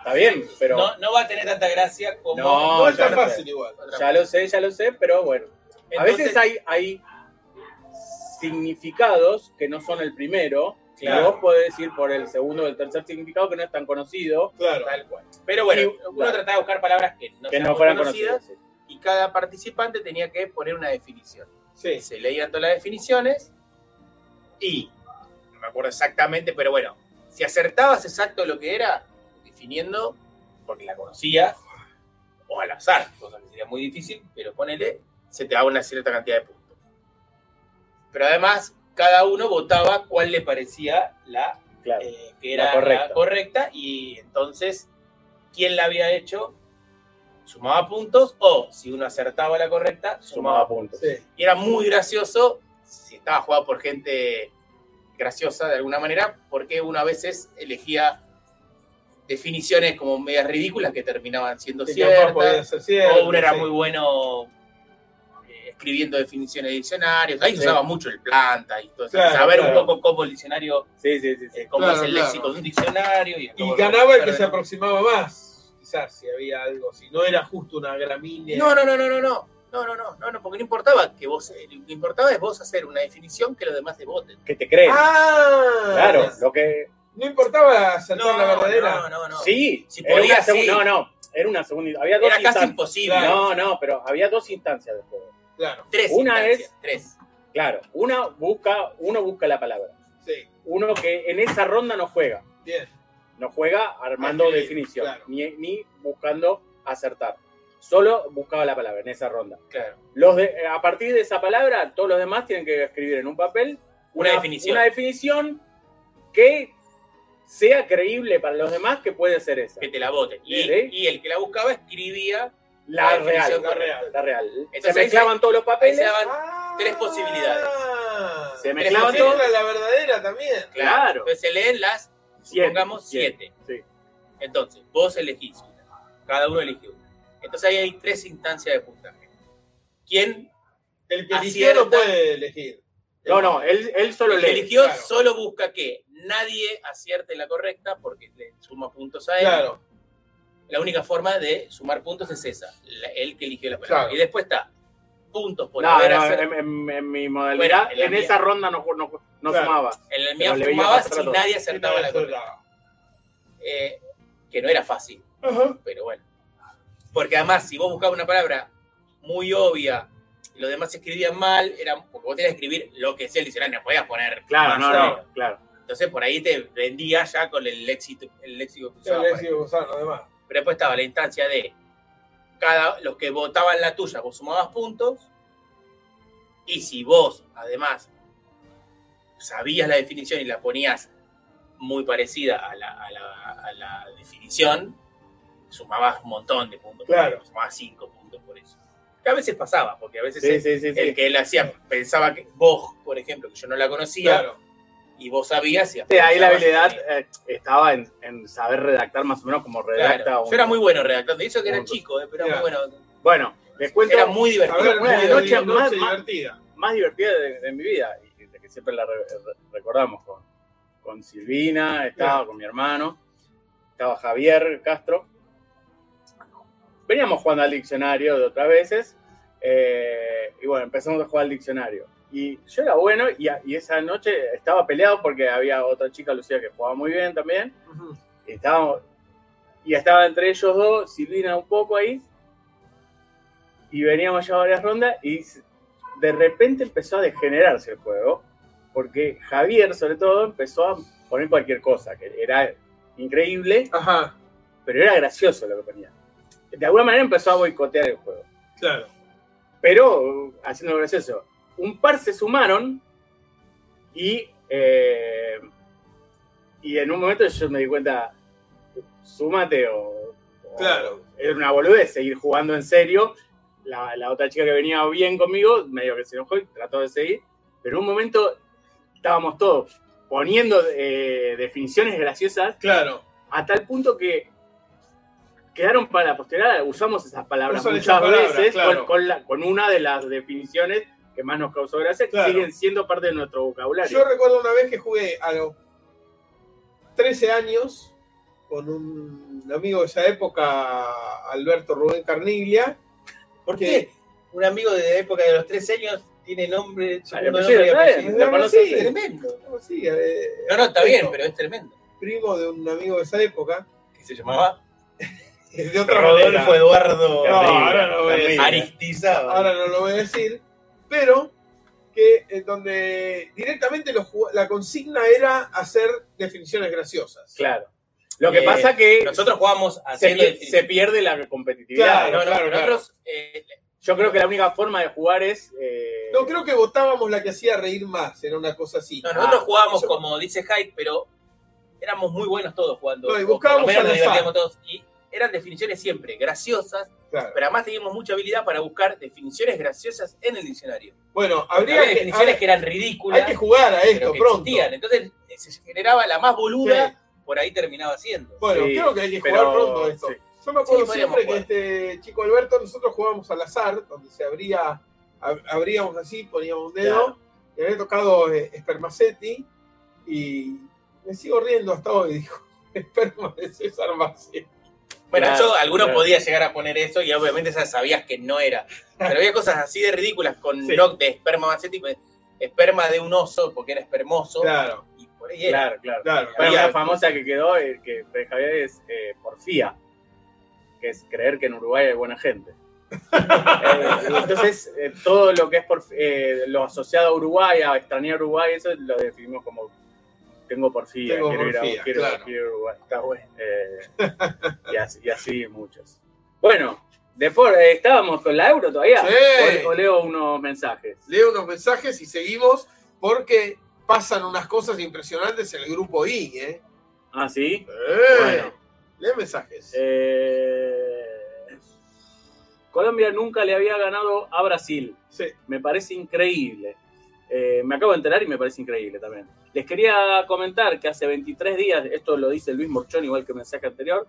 Speaker 2: Está bien, pero.
Speaker 4: no, no va a tener tanta gracia como.
Speaker 2: No,
Speaker 3: No
Speaker 2: ya
Speaker 3: es tan
Speaker 2: lo sé.
Speaker 3: fácil igual.
Speaker 4: otra
Speaker 2: Ya lo sé, ya lo sé, pero bueno. a
Speaker 4: Entonces,
Speaker 2: veces hay, hay significados que no son el primero.
Speaker 4: Claro.
Speaker 2: Y vos podés ir por el segundo o el tercer significado que no es tan conocido,
Speaker 3: Claro.
Speaker 4: Tal cual. Pero bueno,
Speaker 2: Sí,
Speaker 4: uno
Speaker 2: claro.
Speaker 4: trataba de buscar palabras que no,
Speaker 2: que
Speaker 4: sean
Speaker 2: no
Speaker 4: muy
Speaker 2: fueran
Speaker 4: conocidas
Speaker 2: conocidos.
Speaker 4: y cada participante tenía que poner una definición.
Speaker 3: Sí.
Speaker 4: se leían todas las definiciones y, no me acuerdo exactamente, pero bueno, si acertabas exacto lo que era, definiendo, porque la conocías, o al azar, cosa que sería muy difícil, pero ponele, se te daba una cierta cantidad de puntos. Pero además, cada uno votaba cuál le parecía la
Speaker 2: Claro.
Speaker 4: eh, que era la
Speaker 2: La
Speaker 4: correcta.
Speaker 2: correcta.
Speaker 4: y entonces quien la había hecho sumaba puntos o si uno acertaba la correcta sumaba
Speaker 2: Sumaba
Speaker 4: puntos.
Speaker 2: puntos.
Speaker 3: Sí.
Speaker 4: Y era muy gracioso si estaba jugado por gente graciosa de alguna manera porque uno a veces elegía definiciones como medias ridículas que terminaban siendo
Speaker 3: Que capaz podía
Speaker 4: ciertas
Speaker 3: ser cierto,
Speaker 4: o uno era
Speaker 3: sí.
Speaker 4: muy bueno eh, escribiendo definiciones de diccionarios ahí se
Speaker 2: Sí.
Speaker 4: usaba mucho el planta y todo eso.
Speaker 3: Claro,
Speaker 4: saber
Speaker 3: claro.
Speaker 4: un poco cómo el diccionario
Speaker 2: Sí, sí, sí. sí.
Speaker 4: eh, cómo
Speaker 3: Claro,
Speaker 4: es el
Speaker 3: claro.
Speaker 4: léxico de un diccionario. Y,
Speaker 3: Y ganaba el que se
Speaker 4: Claro.
Speaker 3: aproximaba más, quizás, si había algo, si no era justo una gramínea.
Speaker 4: No, no, no, no, no, no. No, no, no, no, no, porque no importaba que vos, eh, lo que importaba es vos hacer una definición que los demás te voten.
Speaker 2: Que te creen.
Speaker 3: Ah,
Speaker 2: claro, lo que.
Speaker 3: No importaba acertar la verdadera.
Speaker 4: no, no, no.
Speaker 2: Sí,
Speaker 4: Si
Speaker 2: era
Speaker 4: podía,
Speaker 2: una segu-
Speaker 4: sí.
Speaker 2: No, no. Era una segunda. Había dos
Speaker 4: Era casi
Speaker 2: instancias.
Speaker 4: imposible.
Speaker 3: Claro.
Speaker 2: No, no, pero había dos instancias de juego.
Speaker 3: Claro,
Speaker 4: Tres.
Speaker 2: Una
Speaker 4: instancias, Tres.
Speaker 2: Claro, una busca, uno busca la palabra.
Speaker 3: sí,
Speaker 2: Uno que en esa ronda no juega.
Speaker 3: bien.
Speaker 2: No juega armando
Speaker 3: Ah, sí,
Speaker 2: definición,
Speaker 3: claro.
Speaker 2: ni, ni buscando acertar. Solo buscaba la palabra en esa ronda.
Speaker 4: Claro.
Speaker 2: Los de- a partir de esa palabra, todos los demás tienen que escribir en un papel
Speaker 4: Una definición.
Speaker 2: una definición que sea creíble para los demás que puede ser esa.
Speaker 4: Que te la voten. Y,
Speaker 2: Sí.
Speaker 4: y el que la buscaba escribía.
Speaker 2: La,
Speaker 4: la
Speaker 2: real,
Speaker 4: definición
Speaker 2: la
Speaker 4: correcta.
Speaker 2: real, la real.
Speaker 4: Entonces
Speaker 2: se mezclaban todos los
Speaker 4: Ahí
Speaker 2: papeles.
Speaker 4: se daban- tres
Speaker 3: tres
Speaker 4: Ah, posibilidades.
Speaker 2: Se
Speaker 4: me
Speaker 2: mezclaban
Speaker 4: Tres
Speaker 2: todos.
Speaker 4: posibilidades.
Speaker 3: Ah. la verdadera también.
Speaker 2: Claro.
Speaker 4: Entonces se leen las,
Speaker 2: Siete,
Speaker 4: supongamos, siete.
Speaker 2: Sí.
Speaker 4: Entonces, vos elegís una. Cada uno elige una. Entonces ahí hay tres instancias de puntaje. ¿Quién
Speaker 3: El que
Speaker 4: Acierta.
Speaker 3: eligió no puede elegir.
Speaker 2: No, no, él, él solo
Speaker 4: El que
Speaker 2: lee.
Speaker 4: eligió
Speaker 3: claro.
Speaker 4: solo busca que nadie acierte la correcta porque le suma puntos a él.
Speaker 3: Claro,
Speaker 4: La única forma de sumar puntos es esa, la- el que eligió la palabra.
Speaker 3: Claro.
Speaker 4: Y después está puntos por
Speaker 2: No,
Speaker 4: haber
Speaker 2: no,
Speaker 4: acer-
Speaker 2: en, en- en mi modalidad,
Speaker 4: Bueno, en
Speaker 2: en,
Speaker 4: la mía.
Speaker 2: esa ronda no, no, no
Speaker 3: Claro.
Speaker 2: sumaba.
Speaker 4: En el
Speaker 2: pero
Speaker 4: mío
Speaker 2: le veía
Speaker 4: sumaba
Speaker 2: pasar a
Speaker 4: si
Speaker 2: todos.
Speaker 4: nadie acertaba la correcta.
Speaker 3: Acertaba.
Speaker 4: Eh, que no era fácil,
Speaker 3: Ajá.
Speaker 4: pero bueno. Porque además, si vos buscabas una palabra muy obvia y los demás escribían mal, era, porque vos tenías que escribir lo que sea el diccionario, no podías poner.
Speaker 2: Claro,
Speaker 4: más
Speaker 2: no,
Speaker 4: o menos.
Speaker 2: no, claro.
Speaker 4: Entonces por ahí te vendía ya con el léxico, el léxico que
Speaker 3: Ya
Speaker 4: usaba
Speaker 3: le
Speaker 4: para-
Speaker 3: decía Gonzalo, además.
Speaker 4: Pero después estaba la instancia de cada, los que votaban la tuya, vos sumabas puntos. Y si vos, además, sabías la definición y la ponías muy parecida a la, a la- a la definición, sumabas un montón de puntos.
Speaker 3: Claro.
Speaker 4: Sumabas cinco puntos por eso. Que a veces pasaba, porque a veces
Speaker 2: Sí,
Speaker 4: el,
Speaker 2: sí, sí. sí.
Speaker 4: el que él hacía pensaba que vos, por ejemplo, que yo no la conocía,
Speaker 3: Claro.
Speaker 4: y vos sabías. y
Speaker 2: Sí, ahí la
Speaker 4: pensabas
Speaker 2: habilidad
Speaker 4: que-
Speaker 2: eh, estaba en, en saber redactar más o menos como redacta.
Speaker 4: Claro.
Speaker 2: un-
Speaker 4: Yo era muy bueno redactando. Y eso que era
Speaker 2: un-
Speaker 4: chico, eh, pero
Speaker 3: Claro.
Speaker 4: muy bueno.
Speaker 2: Bueno, les cuento
Speaker 4: Era muy
Speaker 3: A ver,
Speaker 4: divertido.
Speaker 2: Una
Speaker 3: muy
Speaker 2: noche
Speaker 3: noche
Speaker 2: más- más-
Speaker 3: divertida.
Speaker 2: más divertida de, de mi vida, y de que siempre la re- re- recordamos con, con Silvina, estaba
Speaker 3: Claro.
Speaker 2: con mi hermano, estaba Javier Castro. Veníamos jugando al diccionario de otras veces, eh, y bueno, empezamos a jugar al diccionario. Y yo era bueno, y, a- y esa noche estaba peleado porque había otra chica, Lucía, que jugaba muy bien también.
Speaker 3: Ujú.
Speaker 2: Y estábamos- y estaba entre ellos dos, Silvina un poco ahí, y veníamos ya varias rondas, y s- de repente empezó a degenerarse el juego, porque Javier, sobre todo, empezó a poner cualquier cosa, que era increíble,
Speaker 3: Ajá,
Speaker 2: pero era gracioso lo que ponía. De alguna manera empezó a boicotear el juego,
Speaker 3: claro.
Speaker 2: pero haciendo gracioso. Un par se sumaron y, eh, y en un momento yo me di cuenta, súmate o... o-
Speaker 3: Claro.
Speaker 2: Era una boludez seguir jugando en serio. La, la otra chica que venía bien conmigo, medio que se enojó y trató de seguir. Pero en un momento estábamos todos poniendo eh, definiciones graciosas
Speaker 3: Claro.
Speaker 2: a tal punto que quedaron para la posteridad. Usamos esas palabras
Speaker 3: Usan
Speaker 2: muchas
Speaker 3: esas palabras,
Speaker 2: veces con-
Speaker 3: claro.
Speaker 2: con, la- con una de las definiciones que más nos causó gracia,
Speaker 3: Claro.
Speaker 2: que siguen siendo parte de nuestro vocabulario.
Speaker 3: Yo recuerdo una vez que jugué a los 13 años con un amigo de esa época, Alberto Rubén Carniglia.
Speaker 5: ¿Por qué? Un amigo de la época de los 13 años tiene nombre,
Speaker 4: Ah,
Speaker 5: segundo nombre
Speaker 2: apellido,
Speaker 5: y
Speaker 2: está bien.
Speaker 5: apellido.
Speaker 2: La
Speaker 3: No, no,
Speaker 2: conoces,
Speaker 3: sí,
Speaker 5: Es tremendo.
Speaker 3: no, sí, eh,
Speaker 4: No, no, está bien, pero es tremendo.
Speaker 3: Primo de un amigo de esa época.
Speaker 5: ¿Qué se llamaba?
Speaker 3: De otra manera.
Speaker 5: Rodolfo Eduardo
Speaker 3: No, ahora no voy a decir.
Speaker 5: Aristizábal.
Speaker 3: Ahora no lo voy a decir. Pero que en donde directamente los jug- la consigna era hacer definiciones graciosas.
Speaker 2: Claro. Lo que
Speaker 4: Eh,
Speaker 2: pasa que
Speaker 4: Nosotros jugamos
Speaker 2: se,
Speaker 4: haciendo.
Speaker 2: pier- se
Speaker 4: definiciones.
Speaker 2: pierde la competitividad.
Speaker 3: Claro,
Speaker 4: No, no,
Speaker 3: claro,
Speaker 4: nosotros, eh,
Speaker 2: Yo creo que la única forma de jugar es. eh,
Speaker 3: No creo que votábamos la que hacía reír más, era una cosa así.
Speaker 4: no, nosotros
Speaker 2: Ah,
Speaker 4: jugábamos
Speaker 3: eso-
Speaker 4: como dice Hyde, pero éramos muy buenos todos jugando.
Speaker 3: No, y
Speaker 4: O por lo
Speaker 3: buscábamos
Speaker 4: menos
Speaker 3: al
Speaker 4: nos
Speaker 3: azar.
Speaker 4: divertíamos todos. Y eran definiciones siempre graciosas,
Speaker 3: Claro.
Speaker 4: pero además teníamos mucha habilidad para buscar definiciones graciosas en el diccionario.
Speaker 3: Bueno,
Speaker 4: Había
Speaker 3: habría que,
Speaker 4: definiciones
Speaker 3: hay-
Speaker 4: que eran ridículas.
Speaker 3: hay que jugar a
Speaker 4: pero
Speaker 3: esto
Speaker 4: que
Speaker 3: pronto.
Speaker 4: existían. Entonces eh, se generaba la más boluda,
Speaker 3: Sí.
Speaker 4: por ahí terminaba siendo.
Speaker 3: Bueno,
Speaker 2: Sí,
Speaker 3: creo que hay que
Speaker 2: pero-
Speaker 3: jugar pronto a esto.
Speaker 2: sí.
Speaker 3: Yo me acuerdo
Speaker 4: Sí, podríamos
Speaker 3: siempre que este chico Alberto, nosotros jugábamos al azar, donde se abría, ab- abríamos así, poníamos un dedo,
Speaker 2: Claro.
Speaker 3: y había tocado eh, Spermaceti, y me sigo riendo hasta hoy, <laughs> dijo. Esperma de César Macetti.
Speaker 4: Bueno,
Speaker 2: Claro,
Speaker 4: eso algunos
Speaker 2: claro.
Speaker 4: podían llegar a poner eso y obviamente ya sabías que no era. Pero había cosas así de ridículas con
Speaker 2: Sí.
Speaker 4: knock de esperma macético, esperma de un oso porque era espermoso.
Speaker 3: Claro,
Speaker 4: Y por ahí era.
Speaker 2: Claro, claro.
Speaker 3: claro.
Speaker 2: Bueno,
Speaker 4: Había-
Speaker 2: la famosa que quedó, eh, que de Javier es eh, porfía, que es creer que en Uruguay hay buena
Speaker 3: <laughs>
Speaker 2: gente. Eh, entonces, eh, todo lo que es porf- eh, lo asociado a Uruguay, a extrañar Uruguay, eso lo definimos como tengo porfía,
Speaker 3: Tengo
Speaker 2: quiero ir a-
Speaker 3: porfía,
Speaker 2: quiero-
Speaker 3: claro.
Speaker 2: quiero ir a Uruguay. Eh, y, así, y así muchos. Bueno, después eh, estábamos con la euro todavía.
Speaker 3: Sí.
Speaker 2: O, o leo unos mensajes.
Speaker 3: Leo unos mensajes y seguimos, porque pasan unas cosas impresionantes en el grupo I, ¿eh?
Speaker 2: Ah, sí.
Speaker 3: Bueno. Lee mensajes.
Speaker 2: Eh, Colombia nunca le había ganado a Brasil.
Speaker 3: Sí.
Speaker 2: Me parece increíble. Eh, me acabo de enterar y me parece increíble también. Les quería comentar que hace 23 días, esto lo dice Luis Morchón, igual que el mensaje anterior,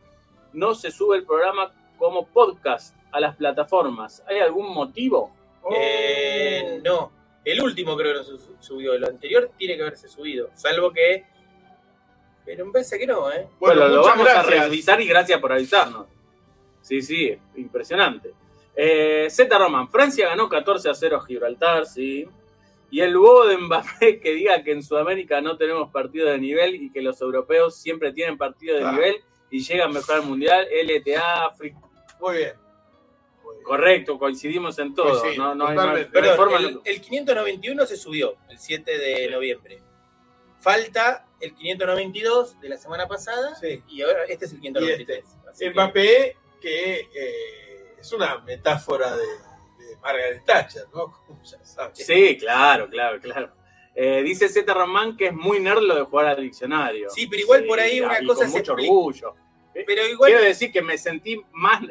Speaker 2: no se sube el programa como podcast a las plataformas. ¿Hay algún motivo?
Speaker 3: Oh.
Speaker 4: Eh, no, el último creo que no se su- subió, el anterior tiene que haberse subido, salvo que... Pero me parece que no, ¿eh?
Speaker 2: Bueno, lo
Speaker 3: muchas
Speaker 2: vamos
Speaker 3: gracias.
Speaker 2: a revisar y gracias por avisarnos. Sí, sí, impresionante. Eh, Z Roman, Francia ganó 14 a 0 a Gibraltar, sí. Y el bobo de Mbappé <laughs> que diga que en Sudamérica no tenemos partido de nivel y que los europeos siempre tienen partido de
Speaker 3: Ah.
Speaker 2: nivel y llegan mejor al mundial, LTA, Fri-
Speaker 3: Muy bien.
Speaker 2: correcto, coincidimos en todo.
Speaker 3: Pues sí,
Speaker 2: no, no hay,
Speaker 3: totalmente.
Speaker 2: no hay- no
Speaker 4: Pero
Speaker 2: hay forma-
Speaker 4: el, el 591 se subió el 7 de noviembre. Falta el 592 de la semana pasada
Speaker 3: Sí.
Speaker 4: y ahora este es el 593.
Speaker 2: este.
Speaker 4: así que-
Speaker 3: Mbappé, que eh, es una metáfora de, de Margaret Thatcher, ¿no? <laughs> Como ya sabes.
Speaker 2: Sí, claro, claro, claro. Eh, dice Z Román que es muy nerd lo de jugar al diccionario.
Speaker 4: Sí, pero igual por ahí
Speaker 2: y
Speaker 4: una
Speaker 2: con
Speaker 4: cosa se
Speaker 2: mucho
Speaker 4: explica.
Speaker 2: orgullo.
Speaker 4: Pero igual
Speaker 2: Quiero decir que me sentí más,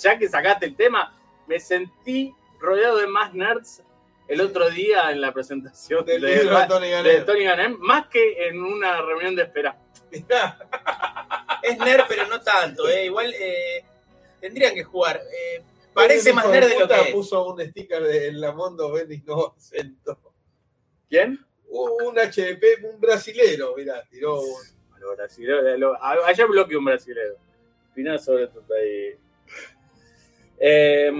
Speaker 2: ya que sacaste el tema, me sentí rodeado de más nerds el otro día en la presentación
Speaker 3: Del
Speaker 2: de,
Speaker 3: libro de Tony Ganem.
Speaker 2: de Tony Ganem, más que en una reunión de espera.
Speaker 3: <laughs>
Speaker 2: <laughs>
Speaker 3: Mirá,
Speaker 4: es nerd, pero no tanto. ¿eh? Igual eh, tendrían que jugar. eh, parece
Speaker 3: Benny
Speaker 4: más
Speaker 3: hijo
Speaker 4: nerd de lo
Speaker 3: puta
Speaker 4: que es.
Speaker 3: puso un sticker de la Mondo Benny no <laughs> sentó.
Speaker 2: ¿Quién?
Speaker 3: Un HDP, un brasilero, mirá, tiró un.
Speaker 2: Lo brasilero, lo- a- ayer bloqueé un brasilero. Opinás sobre tu país. Eh,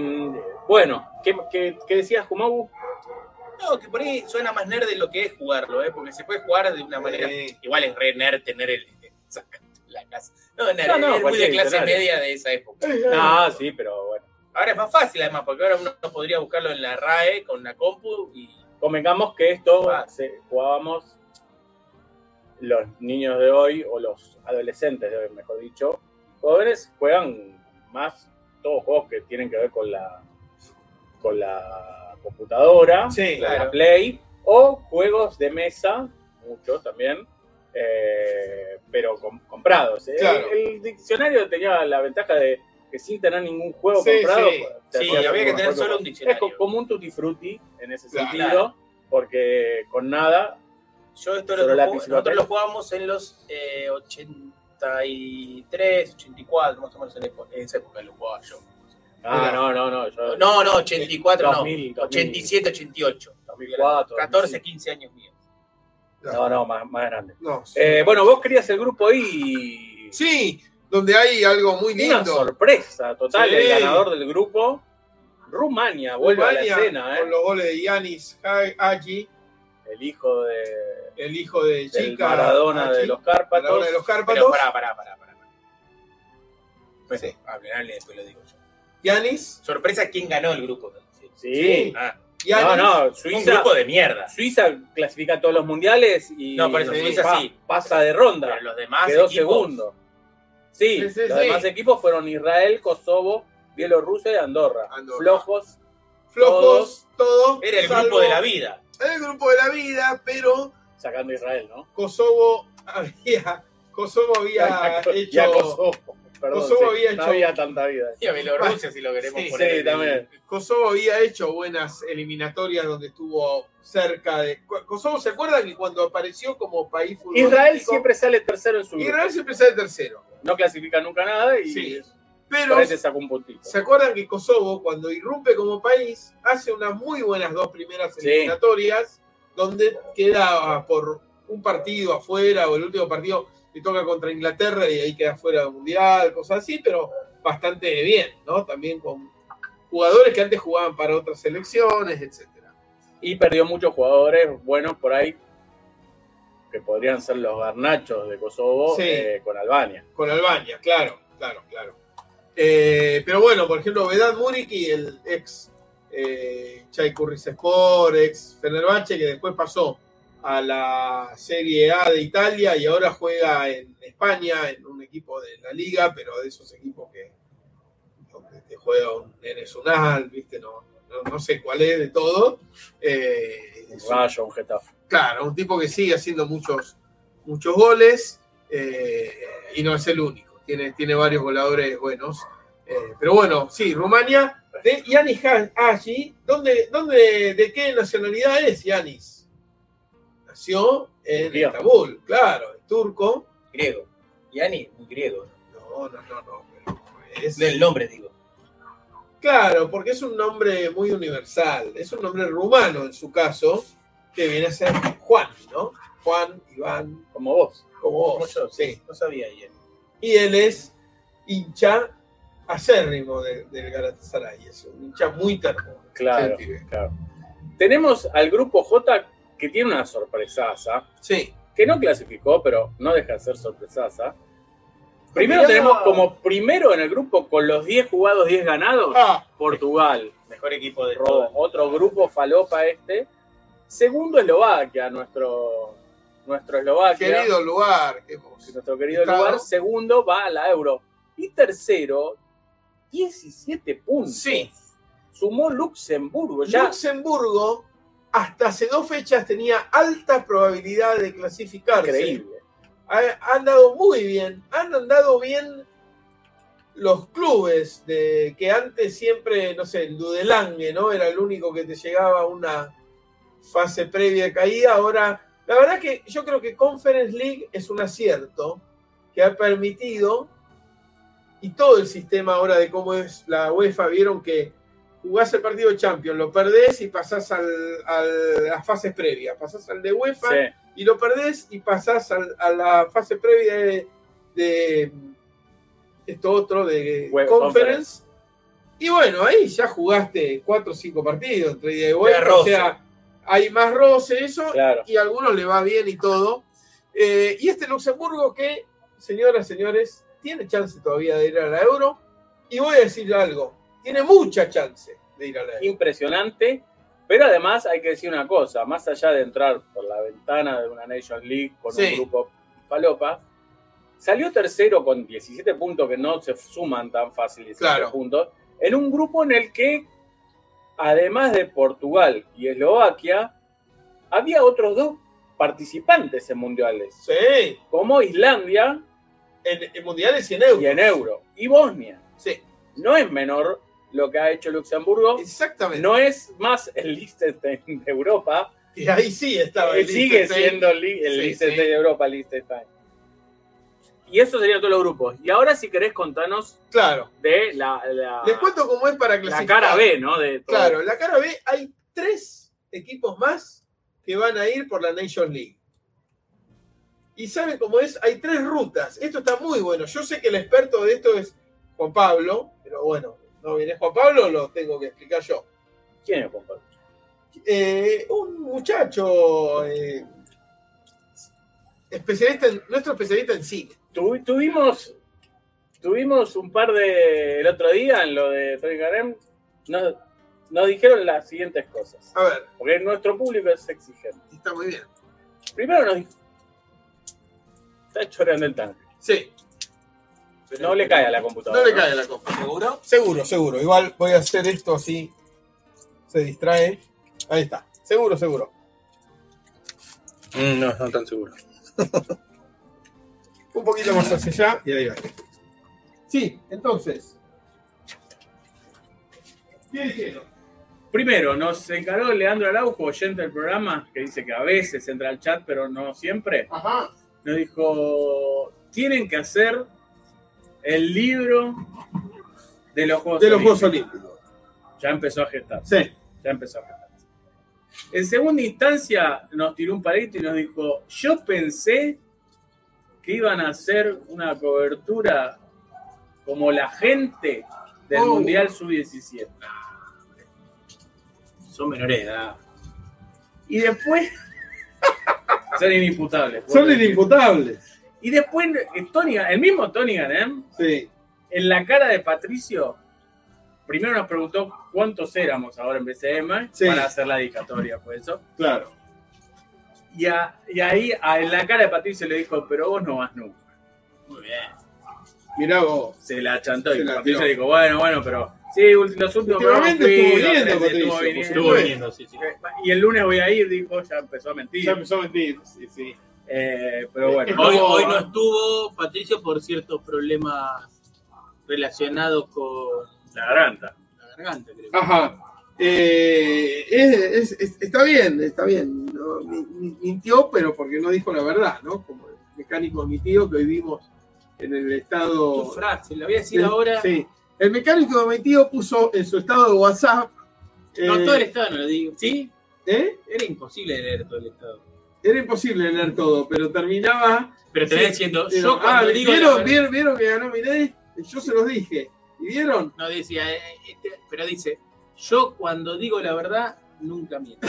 Speaker 2: bueno, ¿qué, qué, qué decías, Kumabu?
Speaker 4: No, que por ahí suena más nerd de lo que es jugarlo, ¿eh? porque se puede jugar de una manera.
Speaker 2: Eh.
Speaker 3: Sí.
Speaker 4: Igual es re nerd tener el. saca la casa. No, nerd,
Speaker 2: No, no,
Speaker 4: es muy de
Speaker 2: cualquier
Speaker 4: clase
Speaker 2: escenario.
Speaker 4: media de esa época.
Speaker 2: Ah, sí, pero bueno.
Speaker 4: Ahora es más fácil, además, porque ahora uno podría buscarlo en la RAE con la compu y.
Speaker 2: convengamos que esto
Speaker 4: Ah.
Speaker 2: se- jugábamos los niños de hoy o los adolescentes de hoy, mejor dicho, jóvenes juegan más todos juegos que tienen que ver con la con la computadora,
Speaker 3: Sí,
Speaker 2: con la
Speaker 4: claro.
Speaker 2: Play o juegos de mesa, muchos también. eh, pero com- comprados. ¿eh?
Speaker 3: Claro.
Speaker 2: El, el diccionario tenía la ventaja de que sin tener ningún juego
Speaker 3: Sí,
Speaker 2: comprado, pues,
Speaker 3: sí.
Speaker 2: te
Speaker 4: Sí,
Speaker 2: hacías
Speaker 4: había que
Speaker 2: un
Speaker 4: tener
Speaker 2: juego
Speaker 4: solo un
Speaker 2: es
Speaker 4: diccionario.
Speaker 2: co- como un tutti frutti en ese
Speaker 3: Claro.
Speaker 2: sentido, porque con nada.
Speaker 4: Yo esto
Speaker 2: Solo
Speaker 4: lo,
Speaker 2: lápiz
Speaker 4: ju-
Speaker 2: y papel.
Speaker 4: nosotros lo jugábamos en los eh, 83, 84, más o menos en, epo- en esa época lo jugaba yo.
Speaker 2: Ah,
Speaker 3: Mira.
Speaker 2: no, no, no. yo-
Speaker 4: No, no, 84
Speaker 2: 2000,
Speaker 4: no, 87, 88.
Speaker 2: 2004,
Speaker 4: 14, 15 años míos.
Speaker 2: no, no, más, más grande.
Speaker 3: No, sí.
Speaker 2: Eh, bueno, vos querías el grupo I.
Speaker 3: Sí, donde hay algo muy
Speaker 2: Una
Speaker 3: lindo.
Speaker 2: sorpresa total.
Speaker 3: Sí.
Speaker 2: El ganador del grupo, Rumania, vuelve
Speaker 3: Rumania,
Speaker 2: a la escena,
Speaker 3: Con
Speaker 2: ¿eh?
Speaker 3: los goles de Yanis Aki,
Speaker 2: El hijo de,
Speaker 3: el hijo de
Speaker 2: del
Speaker 3: Chica.
Speaker 2: Maradona
Speaker 3: Hagi,
Speaker 2: de los Cárpatos.
Speaker 3: Maradona de los
Speaker 4: Pero
Speaker 3: Cárpatos.
Speaker 4: pará, pará, pará. pará. Bueno, ah,
Speaker 3: Sí.
Speaker 4: hable, hable, después lo digo yo.
Speaker 3: Yanis.
Speaker 4: Sorpresa, ¿quién ganó el grupo?
Speaker 2: Sí,
Speaker 3: Sí.
Speaker 4: Ah, No, no,
Speaker 5: Un
Speaker 4: Suiza,
Speaker 5: grupo de mierda.
Speaker 2: Suiza clasifica a todos los mundiales y
Speaker 4: No, por eso, Suiza
Speaker 2: pa-
Speaker 4: sí.
Speaker 2: pasa de ronda.
Speaker 4: Pero los demás
Speaker 2: quedó
Speaker 4: equipos-
Speaker 2: segundo. Sí,
Speaker 3: Sí, sí,
Speaker 2: los
Speaker 3: sí.
Speaker 2: demás equipos fueron Israel, Kosovo, Bielorrusia y Andorra.
Speaker 3: Andorra.
Speaker 2: Flojos.
Speaker 3: Flojos, todos.
Speaker 5: Era el
Speaker 3: salvo-
Speaker 5: grupo de la vida.
Speaker 3: Era el grupo de la vida, pero
Speaker 2: Sacando a Israel, ¿no?
Speaker 3: Kosovo había. Kosovo
Speaker 2: <laughs>
Speaker 3: había hecho.
Speaker 2: Y a Kosovo. Perdón,
Speaker 3: Kosovo
Speaker 2: sí,
Speaker 3: había
Speaker 2: no
Speaker 3: hecho-
Speaker 2: había tanta vida.
Speaker 4: Y a Bielorrusia, si lo queremos
Speaker 3: Sí,
Speaker 4: poner.
Speaker 2: sí,
Speaker 4: en-
Speaker 2: también.
Speaker 3: Kosovo había hecho buenas eliminatorias donde estuvo cerca de. Kosovo, ¿se acuerdan que cuando apareció como país futbolístico?
Speaker 2: Israel siempre sale tercero en su grupo.
Speaker 3: Israel siempre sale tercero.
Speaker 2: No clasifica nunca nada y
Speaker 3: Sí.
Speaker 2: por
Speaker 3: Pero
Speaker 2: ahí se sacó un puntito.
Speaker 3: ¿Se acuerdan que Kosovo, cuando irrumpe como país, hace unas muy buenas dos primeras
Speaker 2: Sí.
Speaker 3: eliminatorias, donde queda por un partido afuera o el último partido le toca contra Inglaterra y ahí queda fuera del Mundial, cosas así, pero bastante bien, ¿no? También con jugadores que antes jugaban para otras selecciones, etcétera.
Speaker 2: Y perdió muchos jugadores buenos por ahí que podrían ser los garnachos de Kosovo
Speaker 3: Sí.
Speaker 2: eh, con Albania.
Speaker 3: Con Albania, claro, claro, claro. Eh, pero bueno, por ejemplo, Vedat Muriki, el ex eh, Chai Sport, ex Fenerbahce, que después pasó a la Serie A de Italia y ahora juega en España, en un equipo de la liga, pero de esos equipos que donde te juega un Nacional, ¿viste? No, no, no sé cuál es de todo. Eh,
Speaker 2: Un
Speaker 3: es un-
Speaker 2: Rayo, un Getafe.
Speaker 3: Claro, un tipo que sigue haciendo muchos, muchos goles eh, y no es el único. Tiene, tiene varios goleadores buenos. Eh, pero bueno, sí, Rumania. De Yanis Ha- Haji, ¿dónde, dónde, ¿de qué nacionalidad es Yanis? Nació en
Speaker 2: Turquía.
Speaker 3: Estambul, claro, es turco.
Speaker 5: Griego. Yani, muy griego.
Speaker 3: No, no, no, no. pero es-
Speaker 5: Del nombre, digo.
Speaker 3: Claro, porque es un nombre muy universal. Es un nombre rumano en su caso, que viene a ser Juan, ¿no? Juan, Iván,
Speaker 2: Como vos.
Speaker 3: como
Speaker 5: Como
Speaker 3: vos.
Speaker 5: yo,
Speaker 3: Sí.
Speaker 5: No sabía ayer.
Speaker 3: Y él es hincha acérrimo de- del Galatasaray. Es un hincha muy terco.
Speaker 2: Claro, claro. Tenemos al grupo J que tiene una sorpresaza,
Speaker 3: Sí.
Speaker 2: que no clasificó, pero no deja de ser sorpresaza. Primero
Speaker 3: Mirá.
Speaker 2: tenemos como primero en el grupo con los 10 jugados, 10 ganados,
Speaker 3: Ah,
Speaker 2: Portugal.
Speaker 5: Mejor equipo de
Speaker 2: Ro-
Speaker 5: todo.
Speaker 2: otro grupo falopa este. Segundo Eslovaquia, nuestro, nuestro Eslovaquia,
Speaker 3: Ah, querido lugar que vos.
Speaker 2: nuestro querido
Speaker 3: Estado.
Speaker 2: lugar. Segundo va a la Euro. Y tercero, 17 puntos.
Speaker 3: Sí.
Speaker 2: Sumó Luxemburgo. Mm. Pues Ya
Speaker 3: Luxemburgo hasta hace dos fechas tenía alta probabilidad de clasificarse.
Speaker 2: increíble.
Speaker 3: Ha- han dado muy bien, han andado bien los clubes de que antes siempre, no sé, el Dudelange, ¿no? Era el único que te llegaba a una fase previa de caída. Ahora, la verdad que yo creo que Conference League es un acierto que ha permitido y todo el sistema ahora de cómo es la UEFA, vieron que jugás el partido de Champions, lo perdés y pasás al- al- a las fases previas, pasás al de UEFA
Speaker 2: Sí.
Speaker 3: y lo perdés y pasás al- a, la fase previa de, de esto otro, de
Speaker 2: Web
Speaker 3: conference. Y bueno, ahí ya jugaste cuatro o cinco partidos entre ida y vuelta.
Speaker 5: roce.
Speaker 3: O sea, hay más roce, eso,
Speaker 2: Claro.
Speaker 3: y a algunos le va bien y todo. Eh, y este Luxemburgo que, señoras, señores, tiene chance todavía de ir a la Euro. Y voy a decir algo, tiene mucha chance de ir a la Euro.
Speaker 2: impresionante. Pero además hay que decir una cosa, más allá de entrar por la ventana de una Nation League con
Speaker 3: Sí.
Speaker 2: un grupo falopa, salió tercero con 17 puntos que no se suman tan fácil 17
Speaker 3: Claro.
Speaker 2: puntos, en un grupo en el que, además de Portugal y Eslovaquia, había otros dos participantes en mundiales,
Speaker 3: Sí,
Speaker 2: como Islandia
Speaker 3: en, en mundiales y en Euro.
Speaker 2: y en Euro, y Bosnia.
Speaker 3: Sí,
Speaker 2: No es menor lo que ha hecho Luxemburgo.
Speaker 3: exactamente.
Speaker 2: Pues No es más el Liechtenstein de Europa,
Speaker 3: Y ahí sí estaba
Speaker 2: Eh,
Speaker 3: Ah, el
Speaker 2: sigue
Speaker 3: Liechtenstein.
Speaker 2: siendo li- el
Speaker 3: Sí,
Speaker 2: Liechtenstein
Speaker 3: sí.
Speaker 2: de Europa, Liechtenstein. Y eso serían todos los grupos. Y ahora si querés contanos
Speaker 3: Claro.
Speaker 2: de la, la,
Speaker 3: Les cuento cómo es para
Speaker 2: Ah, la
Speaker 3: clasificar.
Speaker 2: cara B, ¿no? De todo.
Speaker 3: Claro, la cara B hay tres equipos más que van a ir por la Nation League. Y saben cómo es, hay tres rutas. Esto está muy bueno. Yo sé que el experto de esto es Juan Pablo, pero bueno, no viene Juan Pablo, lo tengo que explicar yo.
Speaker 2: ¿Quién es, compadre?
Speaker 3: Eh, un muchacho eh, especialista en, nuestro especialista en cine.
Speaker 2: Tu- tuvimos, tuvimos un par de... El otro día, en lo de Tony Garem, no, nos dijeron las siguientes cosas.
Speaker 3: A ver,
Speaker 2: Porque nuestro público es exigente.
Speaker 3: está muy bien.
Speaker 2: Primero nos dijo. Está choreando el tanque.
Speaker 3: Sí,
Speaker 2: No le cae a la
Speaker 3: no
Speaker 2: computadora.
Speaker 3: le cae la copa.
Speaker 5: ¿Seguro?
Speaker 3: Seguro, seguro. Igual voy a hacer esto así. Se distrae. Ahí está. Seguro, seguro.
Speaker 6: Mm, no, no tan seguro.
Speaker 3: Un poquito más hacia allá y ahí va. Sí, entonces. ¿Qué dijeron?
Speaker 2: Primero, nos encargó Leandro Araujo, oyente del programa, que dice que a veces entra al chat, pero no siempre.
Speaker 3: Ajá.
Speaker 2: Nos dijo: Tienen que hacer el libro de los Juegos
Speaker 3: De los Juegos
Speaker 2: Olímpicos.
Speaker 3: Olímpicos.
Speaker 2: Ya empezó a gestarse.
Speaker 3: Sí.
Speaker 2: ya empezó a apretarse. En segunda instancia nos tiró un palito y nos dijo, yo pensé que iban a hacer una cobertura como la gente del
Speaker 3: Oh.
Speaker 2: Mundial Sub-17. Son menores de edad. Y después... <laughs> Son inimputables.
Speaker 3: Son
Speaker 2: vuelvo a decir.
Speaker 3: inimputables.
Speaker 2: Y después eh, Tony, el mismo Tony Ganem,
Speaker 3: Sí.
Speaker 2: en la cara de Patricio, primero nos preguntó cuántos éramos ahora en BCM
Speaker 3: Sí.
Speaker 2: para hacer la dictatoria, fue eso.
Speaker 3: Claro.
Speaker 2: Y, a- y ahí a- en la cara de Patricio le dijo, pero vos no vas nunca. Muy bien.
Speaker 3: Mirá vos.
Speaker 2: Se la chantó
Speaker 3: Se
Speaker 2: y
Speaker 3: la
Speaker 2: Patricio
Speaker 3: tiró.
Speaker 2: dijo, bueno, bueno, pero sí, ulti- los últimos
Speaker 3: Últimamente
Speaker 2: programas fui,
Speaker 3: estuvo
Speaker 2: los
Speaker 3: viniendo,
Speaker 2: tres
Speaker 3: Patricio,
Speaker 2: estuvo
Speaker 3: por
Speaker 2: viniendo.
Speaker 6: Estuvo viniendo, sí, sí.
Speaker 2: Y el lunes voy a ir, dijo, ya empezó a mentir.
Speaker 3: Ya empezó a mentir. Sí, sí.
Speaker 2: Eh, pero
Speaker 3: Es
Speaker 2: bueno,
Speaker 6: Hoy,
Speaker 3: como-
Speaker 6: hoy no estuvo Patricio por ciertos problemas relacionados con
Speaker 2: la garganta.
Speaker 6: la garganta, creo.
Speaker 3: Ajá. Eh, es- es- es- está bien, está bien. No, mi- mi- mintió, pero porque no dijo la verdad, ¿no? Como el mecánico de mi tío que hoy vimos en el
Speaker 6: Tu
Speaker 3: estado.
Speaker 6: frase, la voy a decir ahora.
Speaker 3: Sí. El mecánico de mi tío puso en su estado de WhatsApp.
Speaker 6: No,
Speaker 3: eh,
Speaker 6: todo el estado no lo digo. ¿Sí?
Speaker 3: ¿eh?
Speaker 6: Era imposible leer todo el estado.
Speaker 3: Era imposible leer todo, pero terminaba.
Speaker 6: Pero te voy
Speaker 3: Sí,
Speaker 6: diciendo,
Speaker 3: digo,
Speaker 6: yo cuando
Speaker 3: ah,
Speaker 6: digo. la
Speaker 3: ¿vieron,
Speaker 6: verdad-
Speaker 3: vieron, vieron que ganó Milei? Yo se los dije. ¿Y vieron?
Speaker 6: No decía, eh, este, pero dice, yo cuando digo la verdad,
Speaker 3: <laughs>
Speaker 6: nunca miento.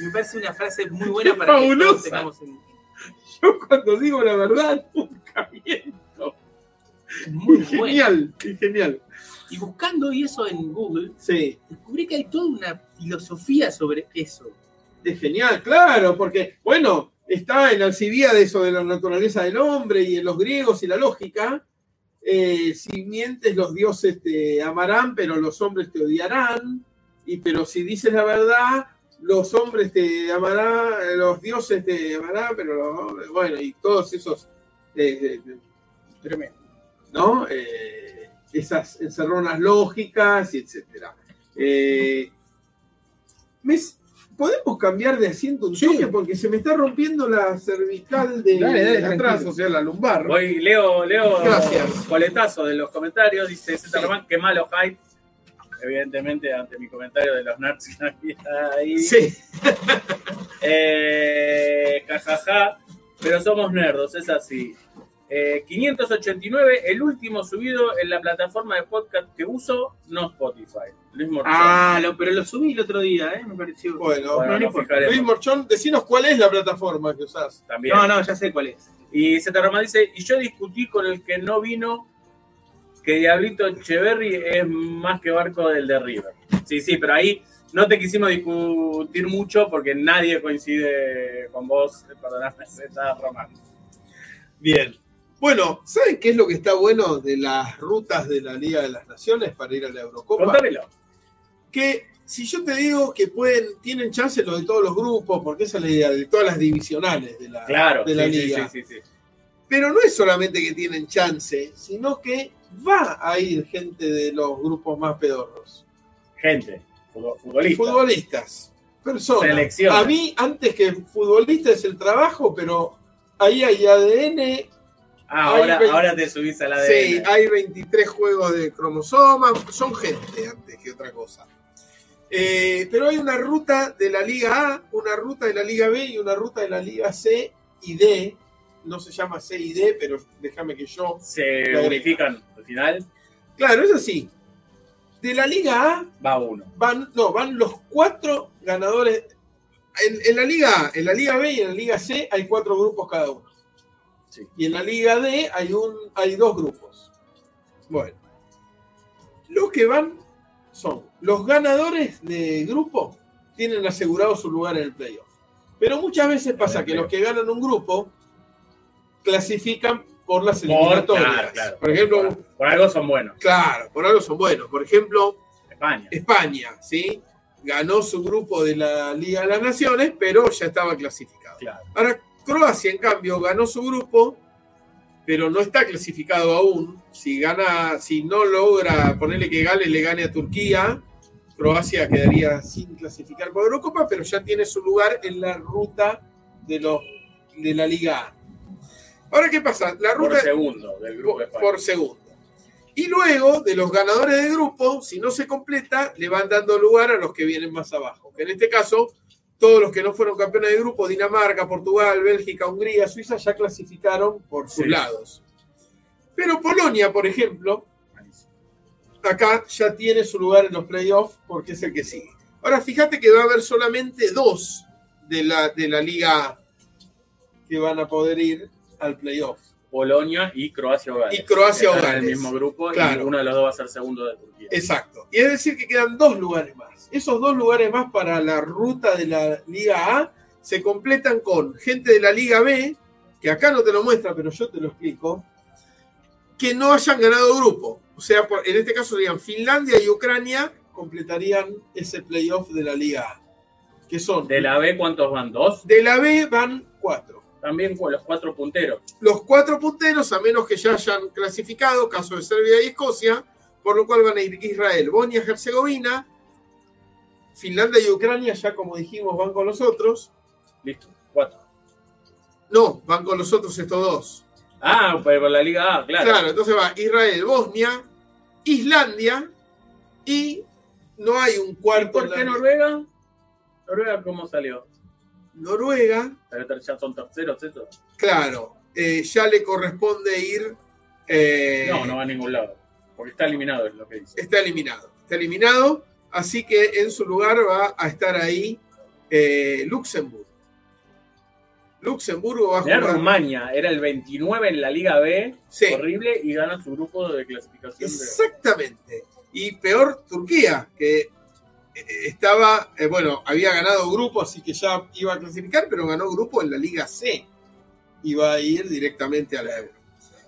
Speaker 6: Me parece una frase muy buena para que todos
Speaker 3: Fabulosa.
Speaker 6: tengamos en
Speaker 3: Yo cuando digo la verdad, nunca miento.
Speaker 6: Muy buena.
Speaker 3: Genial, y genial.
Speaker 6: Y buscando hoy eso en Google,
Speaker 3: Sí.
Speaker 6: descubrí que hay toda una filosofía sobre eso.
Speaker 3: Es genial, claro, porque, bueno, está en Alcibiades eso de la naturaleza del hombre y en los griegos y la lógica. eh, si mientes, los dioses te amarán, pero los hombres te odiarán. Y pero si dices la verdad, los hombres te amarán, los dioses te amarán, pero los hombres- bueno, y todos esos. eh, eh, tremendo. ¿No? Eh, esas encerronas lógicas y etcétera. Eh, me, ¿Podemos cambiar de asiento un toque? Porque se me está rompiendo la cervical de,
Speaker 5: Dale, dale,
Speaker 3: de atrás,
Speaker 5: tranquilo.
Speaker 3: o sea, la lumbar.
Speaker 2: Voy, leo, leo
Speaker 3: Gracias.
Speaker 2: coletazo de los comentarios. Dice César Román, qué malo hype. Evidentemente, ante mi comentario de los nerds que había <laughs> ahí.
Speaker 3: Sí.
Speaker 2: Eh, jajaja, pero somos nerdos, es así. Eh, 589, el último subido en la plataforma de podcast que uso, no Spotify. Luis Morchón.
Speaker 6: Ah, lo- pero lo subí el otro día, ¿eh? Me pareció.
Speaker 3: Bueno,
Speaker 2: Bueno,
Speaker 6: no, no
Speaker 2: nos
Speaker 6: importa.
Speaker 2: fijaremos
Speaker 3: Luis Morchón, decinos cuál es la plataforma que usás.
Speaker 2: también.
Speaker 6: No, no, ya sé cuál es.
Speaker 2: Y Z Román dice, y yo discutí con el que no vino que Diablito Echeverry es más que barco del de River. Sí, sí, pero ahí no te quisimos discutir mucho porque nadie coincide con vos, perdóname, Z Román.
Speaker 3: Bien. Bueno, ¿saben qué es lo que está bueno de las rutas de la Liga de las Naciones para ir a la Eurocopa?
Speaker 2: Contámelo.
Speaker 3: que si yo te digo que pueden, tienen chance los de todos los grupos, porque esa es la idea de todas las divisionales de la,
Speaker 2: Claro,
Speaker 3: de la
Speaker 2: sí, sí,
Speaker 3: liga.
Speaker 2: sí, sí, sí.
Speaker 3: Pero no es solamente que tienen chance, sino que va a ir gente de los grupos más pedorros.
Speaker 2: gente, fut- futbolista.
Speaker 3: Futbolistas, personas.
Speaker 2: Selecciones.
Speaker 3: A mí, antes que futbolista es el trabajo, pero ahí hay ADN,
Speaker 2: Ah, ahora,
Speaker 3: Ay,
Speaker 2: ahora te subís a la de.
Speaker 3: sí, hay 23 juegos de cromosomas, son gente antes que otra cosa. Eh, pero hay una ruta de la Liga A, una ruta de la Liga B y una ruta de la Liga C y D. No se llama C y D, pero déjame que yo
Speaker 2: Se
Speaker 3: Lo
Speaker 2: unifican al final,
Speaker 3: Claro, es así. De la Liga A
Speaker 2: va uno.
Speaker 3: van, no, van los cuatro ganadores. En, en la Liga A, en la Liga B y en la Liga C hay cuatro grupos cada uno.
Speaker 2: Sí.
Speaker 3: Y en la Liga D hay, un, hay dos grupos. Bueno, los que van son los ganadores de grupo tienen asegurado su lugar en el playoff. Pero muchas veces pasa que los que ganan un grupo clasifican por las eliminatorias.
Speaker 4: claro, claro.
Speaker 3: por ejemplo,
Speaker 4: Por algo son buenos.
Speaker 3: claro, por algo son buenos. Por ejemplo,
Speaker 4: España.
Speaker 3: España, ¿sí? Ganó su grupo de la Liga de las Naciones, pero ya estaba clasificado.
Speaker 4: Claro.
Speaker 3: Ahora, Croacia, en cambio, ganó su grupo, pero no está clasificado aún. Si gana, si no logra ponerle que Gales le gane a Turquía, Croacia quedaría sin clasificar por Eurocopa, pero ya tiene su lugar en la ruta de, los, de la Liga A. Ahora, ¿qué pasa? La
Speaker 4: Por
Speaker 3: ruta
Speaker 4: segundo del grupo
Speaker 3: por,
Speaker 4: de España.
Speaker 3: por segundo. Y luego, de los ganadores de grupo, si no se completa, le van dando lugar a los que vienen más abajo. Que en este caso, todos los que no fueron campeones de grupo, Dinamarca, Portugal, Bélgica, Hungría, Suiza, ya clasificaron por sus
Speaker 4: Sí.
Speaker 3: lados. Pero Polonia, por ejemplo, acá ya tiene su lugar en los playoffs porque es el que sigue. Ahora, fíjate que va a haber solamente dos de la, de la Liga A que van a poder ir al playoff.
Speaker 2: Polonia y Croacia o Gales.
Speaker 3: Y Croacia o
Speaker 2: Están En el
Speaker 3: Gales.
Speaker 2: mismo grupo
Speaker 3: Claro.
Speaker 2: y uno de los dos va a ser segundo de Turquía.
Speaker 3: Exacto. Y es decir que quedan dos lugares más. Esos dos lugares más para la ruta de la Liga A se completan con gente de la Liga B, que acá no te lo muestra, pero yo te lo explico, que no hayan ganado grupo. O sea, por- en este caso serían Finlandia y Ucrania completarían ese playoff de la Liga A. Que son
Speaker 2: De la B, ¿cuántos van? ¿Dos?
Speaker 3: de la B van cuatro
Speaker 2: También con los cuatro punteros.
Speaker 3: los cuatro punteros, a menos que ya hayan clasificado, caso de Serbia y Escocia, por lo cual van a ir Israel, Bosnia y Herzegovina, Finlandia y Ucrania, ya como dijimos, van con los otros.
Speaker 2: Listo, cuatro.
Speaker 3: No, van con los otros estos dos.
Speaker 2: Ah, pero la Liga A, claro.
Speaker 3: Claro, entonces va Israel, Bosnia, Islandia y no hay un
Speaker 2: ¿Y
Speaker 3: cuarto. en
Speaker 2: por
Speaker 3: la-
Speaker 2: qué Noruega? ¿Noruega cómo salió?
Speaker 3: Noruega,
Speaker 2: Pero ter- Ya son terceros estos.
Speaker 3: claro, eh, ya le corresponde ir. eh,
Speaker 2: No, no va a ningún lado. Porque está eliminado, es lo que dice.
Speaker 3: está eliminado. Está eliminado, así que en su lugar va a estar ahí eh, Luxemburgo. Luxemburgo va a
Speaker 2: Mirá,
Speaker 3: jugar.
Speaker 2: Rumania era el 29 en la Liga B,
Speaker 3: Sí,
Speaker 2: horrible, y gana su grupo de clasificación. de-
Speaker 3: exactamente. Y peor Turquía, que eh, estaba, eh, bueno, había ganado grupo, así que ya iba a clasificar, pero ganó grupo en la Liga C. Y va a ir directamente a la Euro.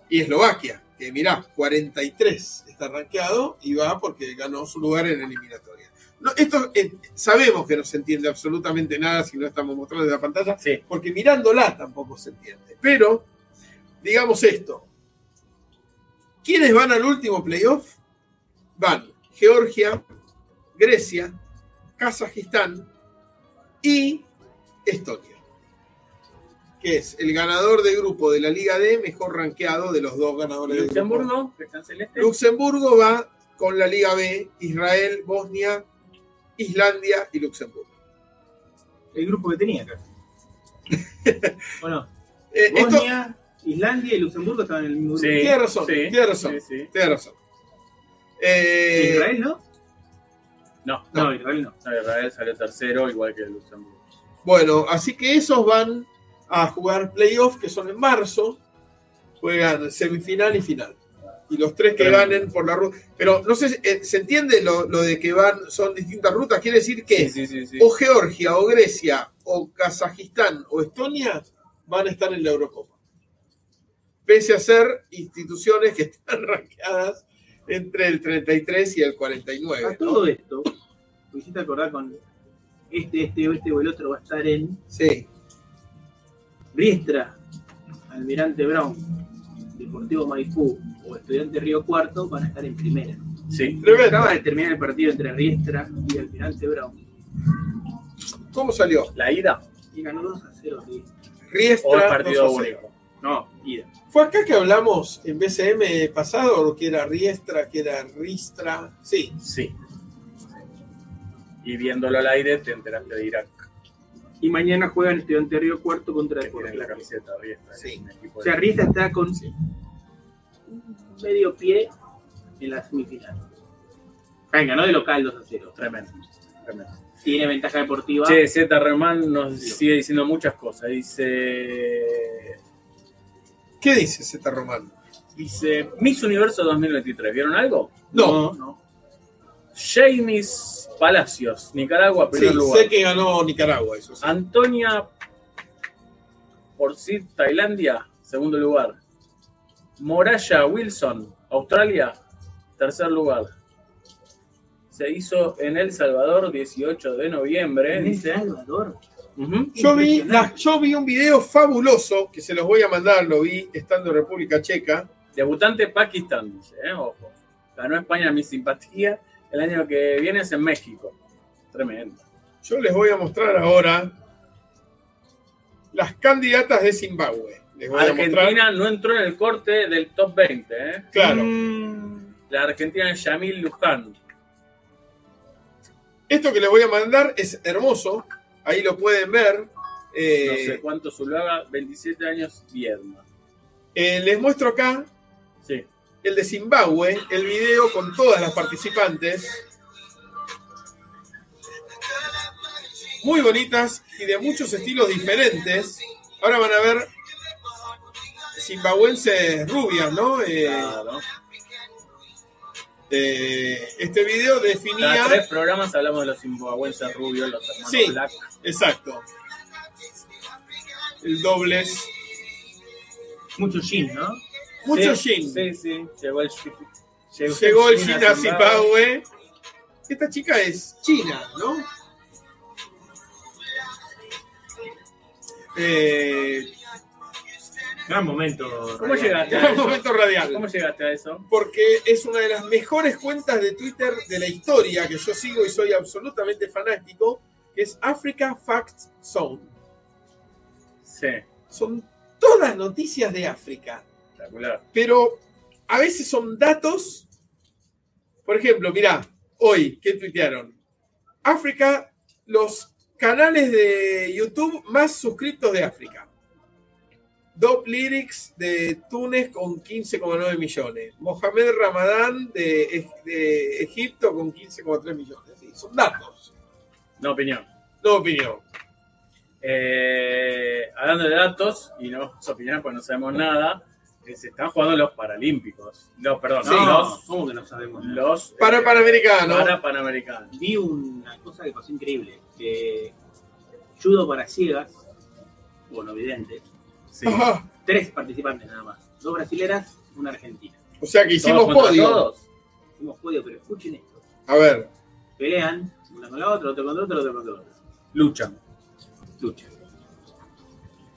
Speaker 3: Y Eslovaquia, que mirá, 43 está rankeado y va porque ganó su lugar en eliminatoria. No, esto eh, sabemos que no se entiende absolutamente nada si no estamos mostrando en la pantalla,
Speaker 2: Sí.
Speaker 3: porque mirándola tampoco se entiende. Pero, digamos esto: ¿quiénes van al último playoff? Van Georgia, Grecia, Kazajistán y Estonia, que es el ganador de grupo de la Liga D, mejor rankeado de los dos ganadores de grupo.
Speaker 2: Luxemburgo, que está en celeste.
Speaker 3: Luxemburgo va con la Liga B, Israel, Bosnia, Islandia y Luxemburgo.
Speaker 6: El grupo que tenía acá. bueno,
Speaker 3: Eh, esto
Speaker 6: Bosnia, Islandia y Luxemburgo estaban en el mismo grupo.
Speaker 2: Sí,
Speaker 3: tiene razón,
Speaker 2: sí,
Speaker 3: tiene razón,
Speaker 2: sí, sí.
Speaker 3: tiene razón. Eh,
Speaker 6: ¿Israel no?
Speaker 2: No,
Speaker 6: No, Israel no.
Speaker 2: no, Israel salió tercero, igual que Luxemburgo.
Speaker 3: Bueno, así que esos van a jugar playoffs que son en marzo. Juegan semifinal y final. Y los tres que
Speaker 2: Tremendo.
Speaker 3: ganen por la ruta. Pero no sé, si- eh, ¿se entiende lo, lo de que van, son distintas rutas? Quiere decir que
Speaker 2: Sí, sí, sí. sí.
Speaker 3: o Georgia, o Grecia, o Kazajistán, o Estonia van a estar en la Eurocopa. Pese a ser instituciones que están <laughs> ranqueadas entre el 33 y el 49.
Speaker 2: Ah,
Speaker 6: A
Speaker 3: ¿no?
Speaker 6: todo esto, me hiciste acordar con este, este, o este o el otro va a estar en
Speaker 3: Sí,
Speaker 6: Riestra, Almirante Brown, Deportivo Maipú o Estudiante Río Cuarto van a estar en primera.
Speaker 3: Oh.
Speaker 2: Sí.
Speaker 3: tremendo.
Speaker 6: Acaba de terminar el partido entre Riestra y Almirante Brown
Speaker 3: ¿Cómo salió?
Speaker 2: La ida
Speaker 6: y ganó 2 a 0
Speaker 2: o
Speaker 6: Riestra.
Speaker 2: el
Speaker 3: Riestra.
Speaker 2: partido
Speaker 3: 2 a 0.
Speaker 2: único.
Speaker 6: No, ida.
Speaker 3: ¿Fue acá que hablamos en BCM pasado que era Riestra, que era Ristra? Sí,
Speaker 2: Sí. Y viéndolo al aire te enteraste de Irak.
Speaker 6: Y mañana juegan Estudiante Río Cuarto contra
Speaker 2: que tienen
Speaker 6: Deportivo.
Speaker 2: la camiseta abierta.
Speaker 3: Sí.
Speaker 2: Un equipo
Speaker 6: O
Speaker 2: de-
Speaker 6: sea, Riestra está con medio pie en la semifinal. Ah, Ganó de local 2 a 0.
Speaker 2: Tremendo. Tremendo.
Speaker 6: Tiene ventaja deportiva.
Speaker 2: Che, Z Remán nos sigue diciendo muchas cosas. Dice.
Speaker 3: ¿Qué dice Z Román?
Speaker 2: Dice. Miss Universo 2023. ¿Vieron algo?
Speaker 3: No.
Speaker 6: no.
Speaker 2: Jaimis Palacios, Nicaragua,
Speaker 3: Sí,
Speaker 2: primer lugar.
Speaker 3: sé que ganó Nicaragua, eso sí.
Speaker 2: Antonia Porcid, Tailandia, segundo lugar. Moraya Wilson, Australia, tercer lugar. Se hizo en El Salvador 18 de noviembre, dice.
Speaker 6: Salvador.
Speaker 2: Ujú.
Speaker 3: Yo vi, la- yo vi un video fabuloso que se los voy a mandar, lo vi estando en República Checa.
Speaker 2: Debutante Pakistán, dice, eh, ojo. Ganó España mi simpatía. El año que viene es en México. Tremendo.
Speaker 3: Yo les voy a mostrar ahora las candidatas de Zimbabue. Les voy a mostrar.
Speaker 2: Argentina no entró en el corte del top 20, ¿eh?
Speaker 3: Claro.
Speaker 2: La Argentina es Yamil Luján.
Speaker 3: Esto que les voy a mandar es hermoso. Ahí lo pueden ver. Eh,
Speaker 2: No sé cuánto Zuluaga, 27 años, Viedma.
Speaker 3: eh, les muestro acá
Speaker 2: Sí.
Speaker 3: el de Zimbabue, el video con todas las participantes. Muy bonitas y de muchos estilos diferentes. Ahora van a ver zimbabuenses rubias, ¿no? Eh,
Speaker 2: Claro.
Speaker 3: eh, este video
Speaker 2: Cada tres
Speaker 3: definía...
Speaker 2: programas hablamos de los zimbabuenses rubios, los hermanos
Speaker 3: Sí.
Speaker 2: Black.
Speaker 3: Exacto. El dobles.
Speaker 6: Mucho jean, ¿no?
Speaker 3: Mucho
Speaker 2: sí,
Speaker 3: jean.
Speaker 2: Sí, sí. Llegó el jean.
Speaker 3: Llegó el jean a Zimbabue. Esta chica es china, ¿no? Eh,
Speaker 6: Gran momento.
Speaker 2: ¿Cómo llegaste a
Speaker 3: Gran
Speaker 2: eso?
Speaker 3: momento radial.
Speaker 2: ¿Cómo llegaste a eso?
Speaker 3: porque es una de las mejores cuentas de Twitter de la historia que yo sigo y soy absolutamente fanático, que es Africa Facts Zone.
Speaker 2: Sí,
Speaker 3: Son todas noticias de África.
Speaker 2: espectacular.
Speaker 3: pero a veces son datos. Por ejemplo, mirá, hoy, ¿qué tuitearon? África, los canales de YouTube más suscriptos de África. Dop Lyrics de Túnez con 15,9 millones. Mohamed Ramadán de, Eg- de Egipto con 15,3 millones. Sí, son datos,
Speaker 2: No opinión.
Speaker 3: no opinión.
Speaker 2: Eh, hablando de datos, y no vamos a opinar porque no sabemos nada, eh, se están jugando los Paralímpicos. No, perdón,
Speaker 3: Sí.
Speaker 6: No,
Speaker 2: los,
Speaker 6: ¿cómo que no sabemos? nada?
Speaker 2: los eh,
Speaker 3: Para Panamericano.
Speaker 2: para Panamericanos.
Speaker 6: Vi una cosa que pasó increíble. Que judo para ciegas, o no videntes,
Speaker 2: Sí.
Speaker 3: Ajá.
Speaker 6: tres participantes nada más. Dos brasileras, una argentina.
Speaker 3: <laughs> O sea que hicimos
Speaker 2: Todos contra
Speaker 3: podio.
Speaker 2: todos.
Speaker 6: Hicimos podio, pero escuchen esto.
Speaker 3: A ver,
Speaker 6: Pelean, una con la otra, otro contra otro, otro contra otro.
Speaker 2: Luchan.
Speaker 6: Lucha.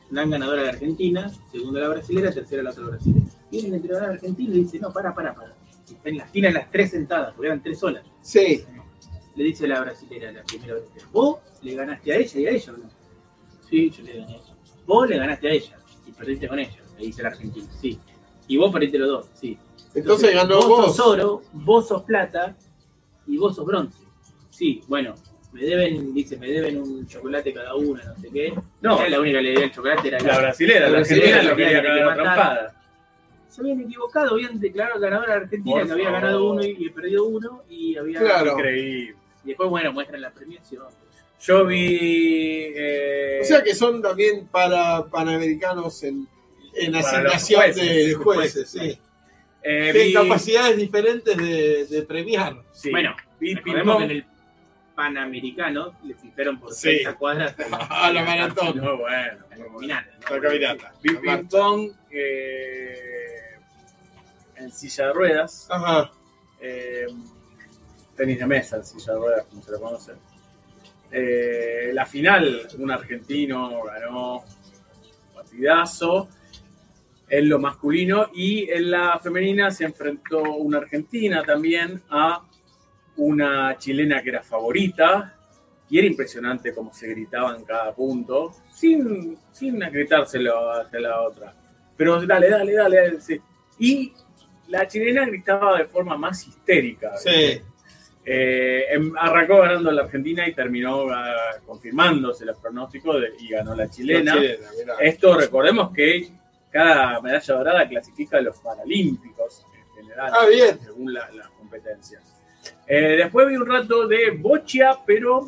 Speaker 6: Gran ganadora de Argentina, segunda la brasilera, tercera la otra brasilera. Viene el entrenador argentino y dice, no, para, para, para. Está en la fila las tres sentadas, porque eran tres solas.
Speaker 3: sí,
Speaker 6: Le dice la brasilera, la primera brasilera, vos le ganaste a ella y a ella, ¿no? Sí, yo le gané a ella. Vos le ganaste a ella y perdiste con ella, le dice el argentino, sí. Y vos perdiste los dos, sí.
Speaker 3: Entonces ganó vos.
Speaker 6: sos oro, vos sos plata y vos sos bronce. Sí, bueno, me deben, dice, me deben un chocolate cada una, no sé qué.
Speaker 2: No.
Speaker 6: Era la única que le dio el chocolate era
Speaker 2: La brasilera, la
Speaker 6: La
Speaker 2: argentina
Speaker 6: brasilera,
Speaker 2: lo
Speaker 6: la
Speaker 2: quería
Speaker 6: que
Speaker 2: cagar a
Speaker 6: mataron.
Speaker 2: trompada.
Speaker 6: Se habían equivocado, habían declarado ganadora a Argentina,
Speaker 2: Por
Speaker 6: que había
Speaker 2: favor.
Speaker 6: ganado uno y, y perdido uno, y había
Speaker 3: claro.
Speaker 2: Increíble.
Speaker 6: y después bueno muestran la premiación.
Speaker 2: Yo vi. eh,
Speaker 3: O sea que son también para panamericanos en, en
Speaker 2: Para
Speaker 3: asignación
Speaker 2: los jueces,
Speaker 3: de, de
Speaker 2: los jueces,
Speaker 3: jueces, sí.
Speaker 2: eh,
Speaker 3: Tienen
Speaker 2: vi-
Speaker 3: capacidades diferentes de, de premiar.
Speaker 2: sí,
Speaker 6: Bueno,
Speaker 2: vi
Speaker 6: Recordemos que en
Speaker 2: ping-pong.
Speaker 6: el Panamericano le pintaron por
Speaker 3: Sí.
Speaker 6: 60
Speaker 2: <laughs>
Speaker 6: cuadras
Speaker 3: A la maratón.
Speaker 2: Muy bueno, muy bueno.
Speaker 6: Caminando, ¿no?
Speaker 3: La caminata.
Speaker 2: Vi
Speaker 3: La marcha.
Speaker 2: ping-pong eh, en silla de ruedas.
Speaker 3: Ajá.
Speaker 2: eh, tenis de mesa, si ya ruedas, como se lo conoce. Eh, la final, un argentino ganó partidazo en lo masculino y en la femenina se enfrentó una argentina también a una chilena que era favorita y era impresionante cómo se gritaba en cada punto sin, sin gritárselo hacia la otra. Pero dale, dale, dale. dale, sí. Y la chilena gritaba de forma más histérica.
Speaker 3: Sí.
Speaker 2: Eh, em- arrancó ganando la Argentina y terminó ah, confirmándose los pronósticos de- y ganó la chilena.
Speaker 3: La chilena, mirá.
Speaker 2: Esto recordemos que cada medalla dorada clasifica a los paralímpicos en general,
Speaker 3: Ah, bien.
Speaker 2: según la- las competencias. Eh, después vi un rato de bocha, pero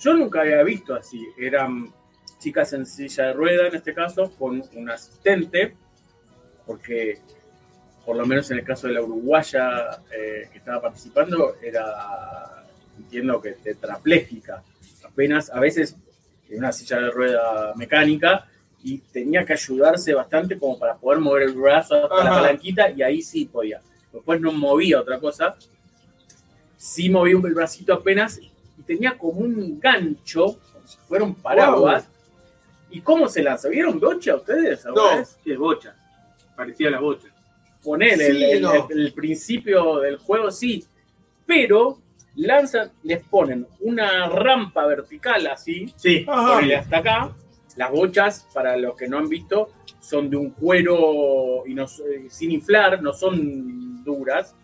Speaker 2: yo nunca había visto así. Eran chicas en silla de rueda, en este caso, con un asistente, porque por lo menos en el caso de la uruguaya eh, que estaba participando, era, entiendo que tetrapléjica, apenas a veces en una silla de rueda mecánica y tenía que ayudarse bastante como para poder mover el brazo hasta la
Speaker 3: Ajá.
Speaker 2: palanquita y ahí sí podía. Después no movía otra cosa, sí movía un- el bracito apenas y tenía como un gancho, como si fuera un paraguas. ¿Y cómo se lanza? ¿Vieron bocha ustedes? alguna
Speaker 3: No.
Speaker 2: vez?
Speaker 6: Sí, es bocha. Parecía la bocha.
Speaker 2: poner el,
Speaker 3: Sí,
Speaker 2: el-
Speaker 3: no.
Speaker 2: el- el principio del juego, sí, pero lanzan, les ponen una rampa vertical así,
Speaker 6: Sí.
Speaker 3: Ajá.
Speaker 2: ponele hasta acá. Las bochas, para los que no han visto, son de un cuero y no s- eh, sin inflar, no son duras.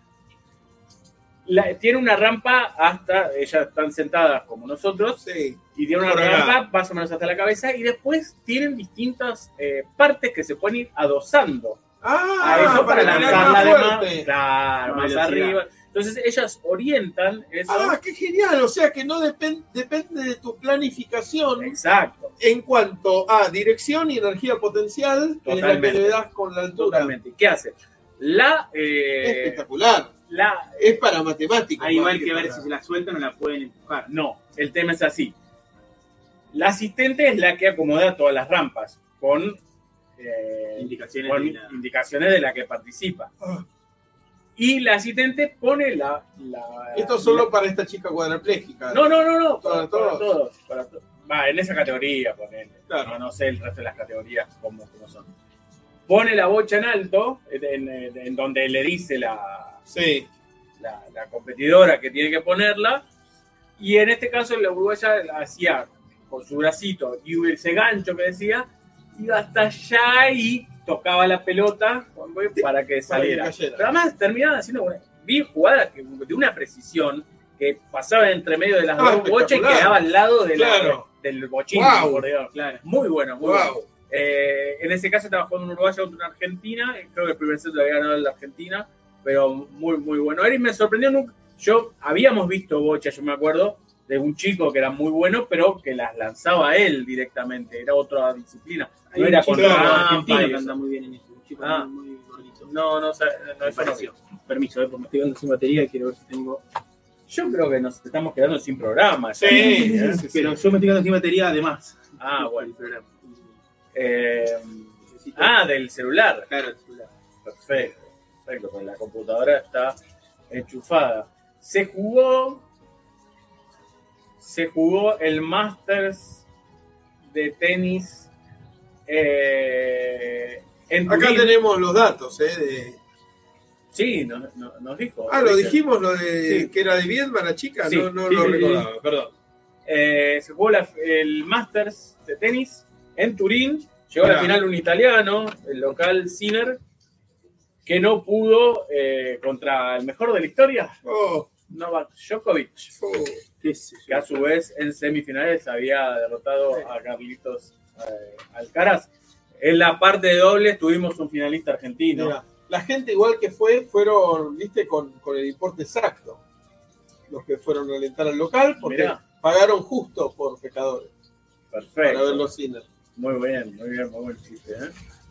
Speaker 2: La- tiene una rampa hasta, ellas están sentadas como nosotros,
Speaker 3: Sí.
Speaker 2: y tiene una
Speaker 3: Por acá.
Speaker 2: rampa más o menos hasta la cabeza, y después tienen distintas eh, partes que se pueden ir adosando
Speaker 3: Ah,
Speaker 2: a eso para
Speaker 3: tirar
Speaker 2: lanzarla
Speaker 3: más
Speaker 2: de más,
Speaker 3: fuerte.
Speaker 2: claro,
Speaker 6: Con
Speaker 2: más
Speaker 6: velocidad.
Speaker 2: arriba. Entonces ellas orientan eso.
Speaker 3: Ah, qué genial. O sea que no depen- depende de tu planificación
Speaker 2: Exacto,
Speaker 3: en cuanto a dirección y energía potencial, que es la que
Speaker 2: Totalmente.
Speaker 3: le das con la altura.
Speaker 2: totalmente. ¿Qué hace? La,
Speaker 6: Este.
Speaker 2: eh,
Speaker 3: Espectacular.
Speaker 2: la,
Speaker 3: Es para matemáticos.
Speaker 6: Ahí igual
Speaker 3: más
Speaker 6: que ver
Speaker 3: para-
Speaker 6: si se la sueltan o la pueden empujar.
Speaker 2: no, el tema es así. La asistente es la que acomoda todas las rampas con, eh,
Speaker 6: Indicaciones
Speaker 2: con
Speaker 6: de la-
Speaker 2: indicaciones de la que participa.
Speaker 3: Ah.
Speaker 2: Y la asistente pone la... la
Speaker 3: Esto solo para esta chica cuadraplégica.
Speaker 2: No, no, no, no.
Speaker 3: Para
Speaker 2: Para,
Speaker 3: todos.
Speaker 2: todos. para to- Va, en esa categoría, ponele.
Speaker 3: Claro.
Speaker 2: No, no sé el resto de las categorías cómo, cómo son. Pone la bocha en alto, en, en- en donde le dice la,
Speaker 3: Sí.
Speaker 2: la, la competidora que tiene que ponerla. Y en este caso la uruguaya hacía con su bracito y ese gancho que decía, iba hasta allá y tocaba la pelota para que saliera.
Speaker 3: cayera.
Speaker 2: Pero además terminaba haciendo una, vi jugadas que- de una precisión que pasaba entre medio de las
Speaker 3: Ah,
Speaker 2: dos bochas y
Speaker 3: espectacular.
Speaker 2: quedaba al lado de la-
Speaker 3: Claro.
Speaker 2: del bochín.
Speaker 3: Guau.
Speaker 2: por Dios.
Speaker 6: Claro.
Speaker 2: Muy bueno, muy bueno.
Speaker 3: Wow.
Speaker 2: Eh, en ese caso estaba jugando un uruguayo contra una argentina. y Creo que el primer set lo había ganado la Argentina, pero muy, muy bueno. Eris me sorprendió nunca. Yo habíamos visto bocha, yo me acuerdo, de un chico que era muy bueno, pero que las lanzaba él directamente. Era otra disciplina.
Speaker 6: Hay
Speaker 2: No
Speaker 6: un
Speaker 2: era
Speaker 6: chico
Speaker 2: contra
Speaker 3: claro,
Speaker 6: argentino que
Speaker 2: no,
Speaker 6: anda muy bien en eso. Un chico
Speaker 2: Ah.
Speaker 6: muy muy gordito.
Speaker 2: no, no, sé, no,
Speaker 6: Me
Speaker 2: eso no.
Speaker 6: pareció. Permiso, eh, porque me estoy quedando sin batería y quiero ver si tengo.
Speaker 2: Yo creo que nos estamos quedando sin programa.
Speaker 3: Sí,
Speaker 2: ¿eh?
Speaker 3: sí, sí.
Speaker 6: Pero yo me estoy quedando sin batería además.
Speaker 2: Ah, bueno.
Speaker 6: El programa.
Speaker 2: Eh,
Speaker 6: Necesito-
Speaker 2: ah, del celular.
Speaker 6: claro, el celular.
Speaker 2: Perfecto, perfecto, pues la computadora está enchufada. Se jugó. Se jugó el Masters de tenis. eh, en
Speaker 3: Acá
Speaker 2: Turín.
Speaker 3: tenemos los datos, ¿eh? de-
Speaker 2: Sí, no- no- nos dijo.
Speaker 3: Ah, lo
Speaker 2: Richard.
Speaker 3: dijimos, lo de
Speaker 2: Sí.
Speaker 3: que era de Viedma la chica,
Speaker 2: Sí,
Speaker 3: no, no
Speaker 2: sí,
Speaker 3: lo
Speaker 2: sí, sí.
Speaker 3: recordaba, perdón.
Speaker 2: Eh, se jugó la- el Masters de tenis en Turín. Llegó a
Speaker 3: Mirá.
Speaker 2: la final un italiano, el local Sinner, que no pudo eh, contra el mejor de la historia,
Speaker 3: Oh,
Speaker 2: Novak Djokovic.
Speaker 3: oh.
Speaker 6: ¿Qué sé yo?
Speaker 2: que a su vez en semifinales había derrotado a Carlitos eh, Alcaraz. En la parte de dobles tuvimos un finalista argentino.
Speaker 3: Mira, la gente igual que fue, fueron, viste, con, con el importe exacto. Los que fueron a alentar al local, porque
Speaker 2: Mirá.
Speaker 3: pagaron justo por pecadores, para ver
Speaker 2: Perfecto.
Speaker 3: los cines.
Speaker 2: Muy bien, muy bien, muy buen chiste. ¿eh?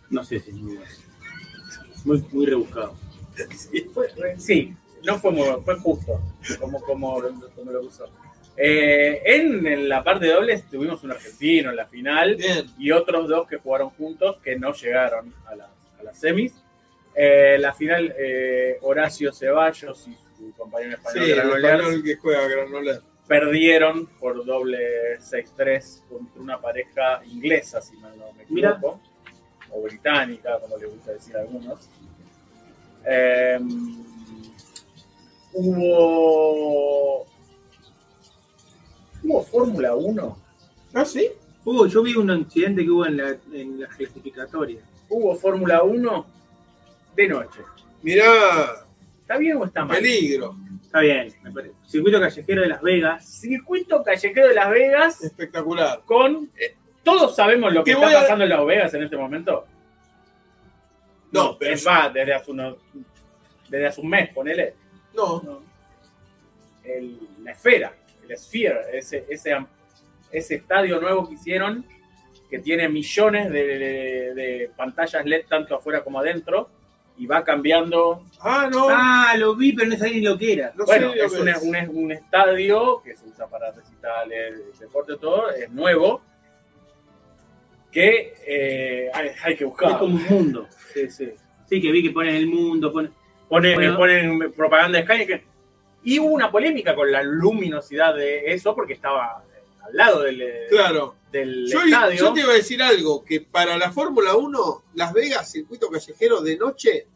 Speaker 6: No sé si es muy bueno. Muy,
Speaker 2: <laughs>
Speaker 6: muy rebuscado.
Speaker 2: Fue- fue- sí, no fue muy bueno, fue justo, como, como, como lo usó. Eh, en, en la parte de dobles tuvimos un argentino en la final.
Speaker 3: Bien,
Speaker 2: y otros dos que jugaron juntos que no llegaron a, la- a las semis. Eh, la final, eh, Horacio Ceballos y su compañero
Speaker 3: sí,
Speaker 2: español
Speaker 3: el
Speaker 2: Granollers,
Speaker 3: español que juega Granoler.
Speaker 2: perdieron por doble 6-3 contra una pareja inglesa, si mal no me
Speaker 6: Mira.
Speaker 2: equivoco, o británica, como le gusta decir a algunos. Eh, hubo. ¿Hubo Fórmula 1?
Speaker 3: ¿Ah, sí?
Speaker 6: Hubo, Uh, yo vi un incidente que hubo en la, en la clasificatoria.
Speaker 2: ¿Hubo Fórmula 1? De noche.
Speaker 3: Mirá,
Speaker 2: ¿Está bien o está mal?
Speaker 3: peligro,
Speaker 6: Está bien, me parece. Circuito callejero de Las Vegas.
Speaker 2: Circuito callejero de Las Vegas
Speaker 3: espectacular.
Speaker 2: con... eh, Todos sabemos lo que
Speaker 3: Te
Speaker 2: está
Speaker 3: voy a-
Speaker 2: pasando en Las Vegas en este momento.
Speaker 3: No, pero
Speaker 2: Es más, desde hace, uno- desde hace un mes, ponele.
Speaker 3: no,
Speaker 2: El- la esfera, el Sphere, ese, ese, am- ese estadio nuevo que hicieron, que tiene millones de, de- de pantallas LED tanto afuera como adentro, y va cambiando.
Speaker 3: Ah,
Speaker 2: Oh.
Speaker 3: no.
Speaker 6: Ah, lo vi, pero no sabía ni lo que era.
Speaker 3: no
Speaker 2: bueno,
Speaker 3: sé lo
Speaker 2: es
Speaker 3: que
Speaker 2: un,
Speaker 3: es.
Speaker 2: un- es un estadio que se usa para recitales, deporte, todo, es nuevo, que eh, hay, hay que
Speaker 6: Es
Speaker 2: buscar.
Speaker 6: como un mundo.
Speaker 2: Sí, sí.
Speaker 6: Sí, que vi que ponen el mundo, ponen.
Speaker 2: Ponen,
Speaker 6: Bueno.
Speaker 2: eh, ponen propaganda de Heineken. Y hubo una polémica con la luminosidad de eso, porque estaba eh, al lado del, eh,
Speaker 3: Claro.
Speaker 2: del
Speaker 3: Yo,
Speaker 2: estadio.
Speaker 3: yo te iba a decir algo, que para la Fórmula 1, Las Vegas, circuito callejero de noche,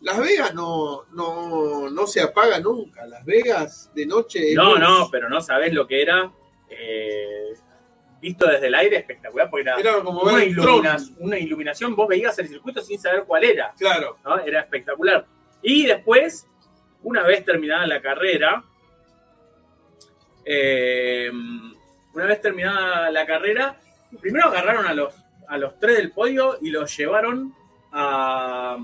Speaker 3: Las Vegas no, no, no se apaga nunca. Las Vegas de noche... es
Speaker 2: No,
Speaker 3: luz.
Speaker 2: no, pero no sabés lo que era. eh, visto desde el aire, espectacular, porque era,
Speaker 3: Era como
Speaker 2: una,
Speaker 3: ver el Tron.
Speaker 2: ilumina- una iluminación. Vos veías el circuito sin saber cuál era,
Speaker 3: Claro.
Speaker 2: ¿no? Era espectacular. Y después, una vez terminada la carrera, eh, una vez terminada la carrera, primero agarraron a los, a los tres del podio y los llevaron a,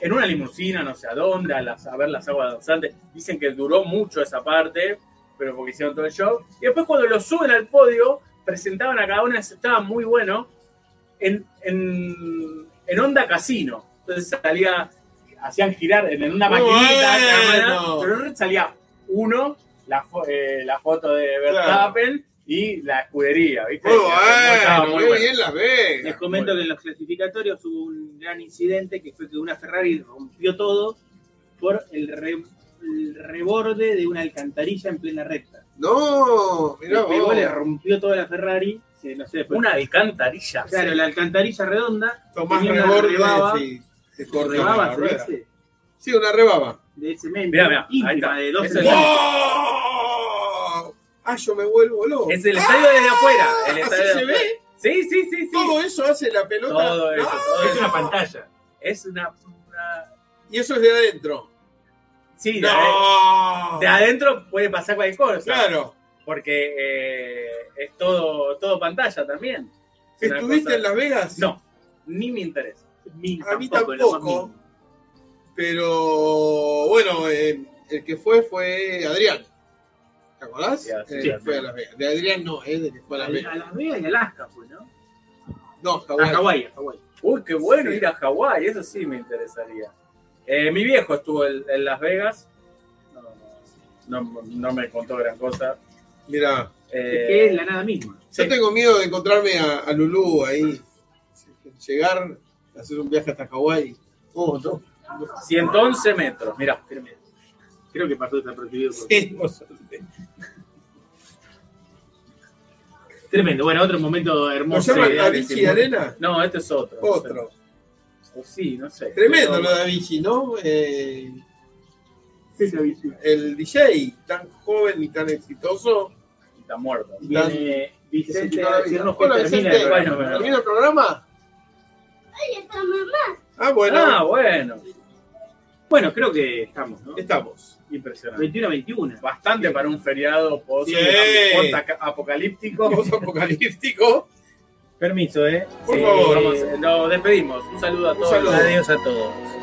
Speaker 2: en una limusina, no sé a dónde, a, las, a ver las aguas danzantes. Dicen que duró mucho esa parte, pero porque hicieron todo el show. Y después cuando los suben al podio, presentaban a cada una, eso estaba muy bueno, en, en, en Onda Casino. Entonces salía, hacían girar en en una
Speaker 3: Muy
Speaker 2: maquinita,
Speaker 3: bueno.
Speaker 2: cámara, pero salía uno, la, fo- eh, la foto de Verstappen y la escudería, ¿viste?
Speaker 3: Muy
Speaker 2: Estaba
Speaker 3: Oh, bueno,
Speaker 2: muy
Speaker 3: muy
Speaker 2: bueno.
Speaker 3: bien Las
Speaker 6: Les
Speaker 3: Vegas.
Speaker 6: comento que en los clasificatorios hubo un gran incidente que fue que una Ferrari rompió todo por el, re- el reborde de una alcantarilla en plena recta.
Speaker 3: No, mirá
Speaker 6: Le pegó,
Speaker 3: vos.
Speaker 6: le rompió toda la Ferrari. se- no sé, después-
Speaker 2: Una alcantarilla.
Speaker 6: Claro, la alcantarilla redonda
Speaker 3: Tomás
Speaker 6: tenía una
Speaker 3: reborde
Speaker 6: rebaba,
Speaker 3: sí, te corta
Speaker 6: rebaba,
Speaker 3: la
Speaker 6: se
Speaker 3: rueda.
Speaker 6: dice,
Speaker 3: Sí, una rebaba.
Speaker 6: de cemento,
Speaker 2: Mirá, mirá, ahí
Speaker 6: íntima,
Speaker 2: está.
Speaker 6: de 12
Speaker 2: Eso es-
Speaker 6: centímetros.
Speaker 3: ¡Wow! Ah, yo me vuelvo loco.
Speaker 2: Es el estadio desde afuera. El
Speaker 3: Ah, Así
Speaker 2: estadio desde
Speaker 3: se
Speaker 2: afuera.
Speaker 3: ve.
Speaker 2: Sí, sí, sí, sí.
Speaker 3: Todo eso hace la pelota.
Speaker 2: Todo eso,
Speaker 3: Ah,
Speaker 2: todo
Speaker 4: Es
Speaker 2: eso.
Speaker 4: una pantalla.
Speaker 2: Es una. una-
Speaker 3: Y eso es de adentro.
Speaker 2: Sí, de, ade-
Speaker 3: No.
Speaker 2: de adentro puede pasar cualquier cosa.
Speaker 3: Claro.
Speaker 2: Porque eh, es todo, todo pantalla también. Es una
Speaker 3: ¿Estuviste
Speaker 2: cosa-
Speaker 3: en Las Vegas?
Speaker 2: No, ni me interesa. Ni
Speaker 3: A mí
Speaker 2: es lo más
Speaker 3: tampoco.
Speaker 2: mínimo.
Speaker 3: Pero bueno, eh, el que fue fue Adrián. ¿Te acordás?
Speaker 2: Sí,
Speaker 3: Eh,
Speaker 2: sí,
Speaker 3: fue a Las Vegas. De Adrián no, es de que fue a Las
Speaker 6: A
Speaker 3: Vegas.
Speaker 6: Las Vegas y Alaska fue, ¿no?
Speaker 3: No,
Speaker 2: Ah,
Speaker 6: A
Speaker 3: Hawái.
Speaker 6: Hawái, a Hawái.
Speaker 2: Uy, qué bueno
Speaker 3: Sí.
Speaker 2: ir a Hawái, eso sí me interesaría. Eh, mi viejo estuvo en, en Las Vegas. No, no- no me contó gran cosa.
Speaker 3: Mirá,
Speaker 2: Eh,
Speaker 6: Es que es la nada misma.
Speaker 3: yo
Speaker 2: Sí.
Speaker 3: tengo miedo de encontrarme a, a Lulú ahí. Llegar, hacer un viaje hasta Hawái. Oh, no.
Speaker 2: 111 metros, mirá.
Speaker 6: Creo que pasó desapercibido. por-
Speaker 3: Sí, no sé.
Speaker 6: Tremendo. Bueno, otro momento
Speaker 3: ¿Lo
Speaker 6: hermoso.
Speaker 3: llaman
Speaker 2: sí,
Speaker 3: Da
Speaker 2: sí,
Speaker 3: Vinci
Speaker 2: sí.
Speaker 3: Arena?
Speaker 2: No, este es otro.
Speaker 3: Otro.
Speaker 2: O Sí, no sé.
Speaker 3: Tremendo
Speaker 2: Pero-
Speaker 3: lo de Da Vinci, ¿no? Eh,
Speaker 6: Sí, sí, sí.
Speaker 3: el DJ, tan joven y tan exitoso.
Speaker 2: Y Está muerto.
Speaker 6: Viene Vicente
Speaker 3: Hola,
Speaker 6: a decirnos que termina
Speaker 3: Vicente.
Speaker 6: el programa.
Speaker 2: Bueno,
Speaker 3: ¿Termina el programa? Ah, bueno,
Speaker 2: Ah, bueno.
Speaker 6: Bueno, creo que estamos, ¿no?
Speaker 3: estamos.
Speaker 2: Impresionante.
Speaker 6: 21 a 21.
Speaker 2: Bastante para un feriado post
Speaker 3: Sí.
Speaker 2: post- apocalíptico.
Speaker 3: Vamos apocalíptico.
Speaker 4: Permiso, ¿eh?
Speaker 3: Por
Speaker 2: Sí,
Speaker 3: favor.
Speaker 2: vamos, eh, nos despedimos. Un saludo a
Speaker 3: Un
Speaker 2: todos.
Speaker 3: saludo.
Speaker 4: Adiós a todos.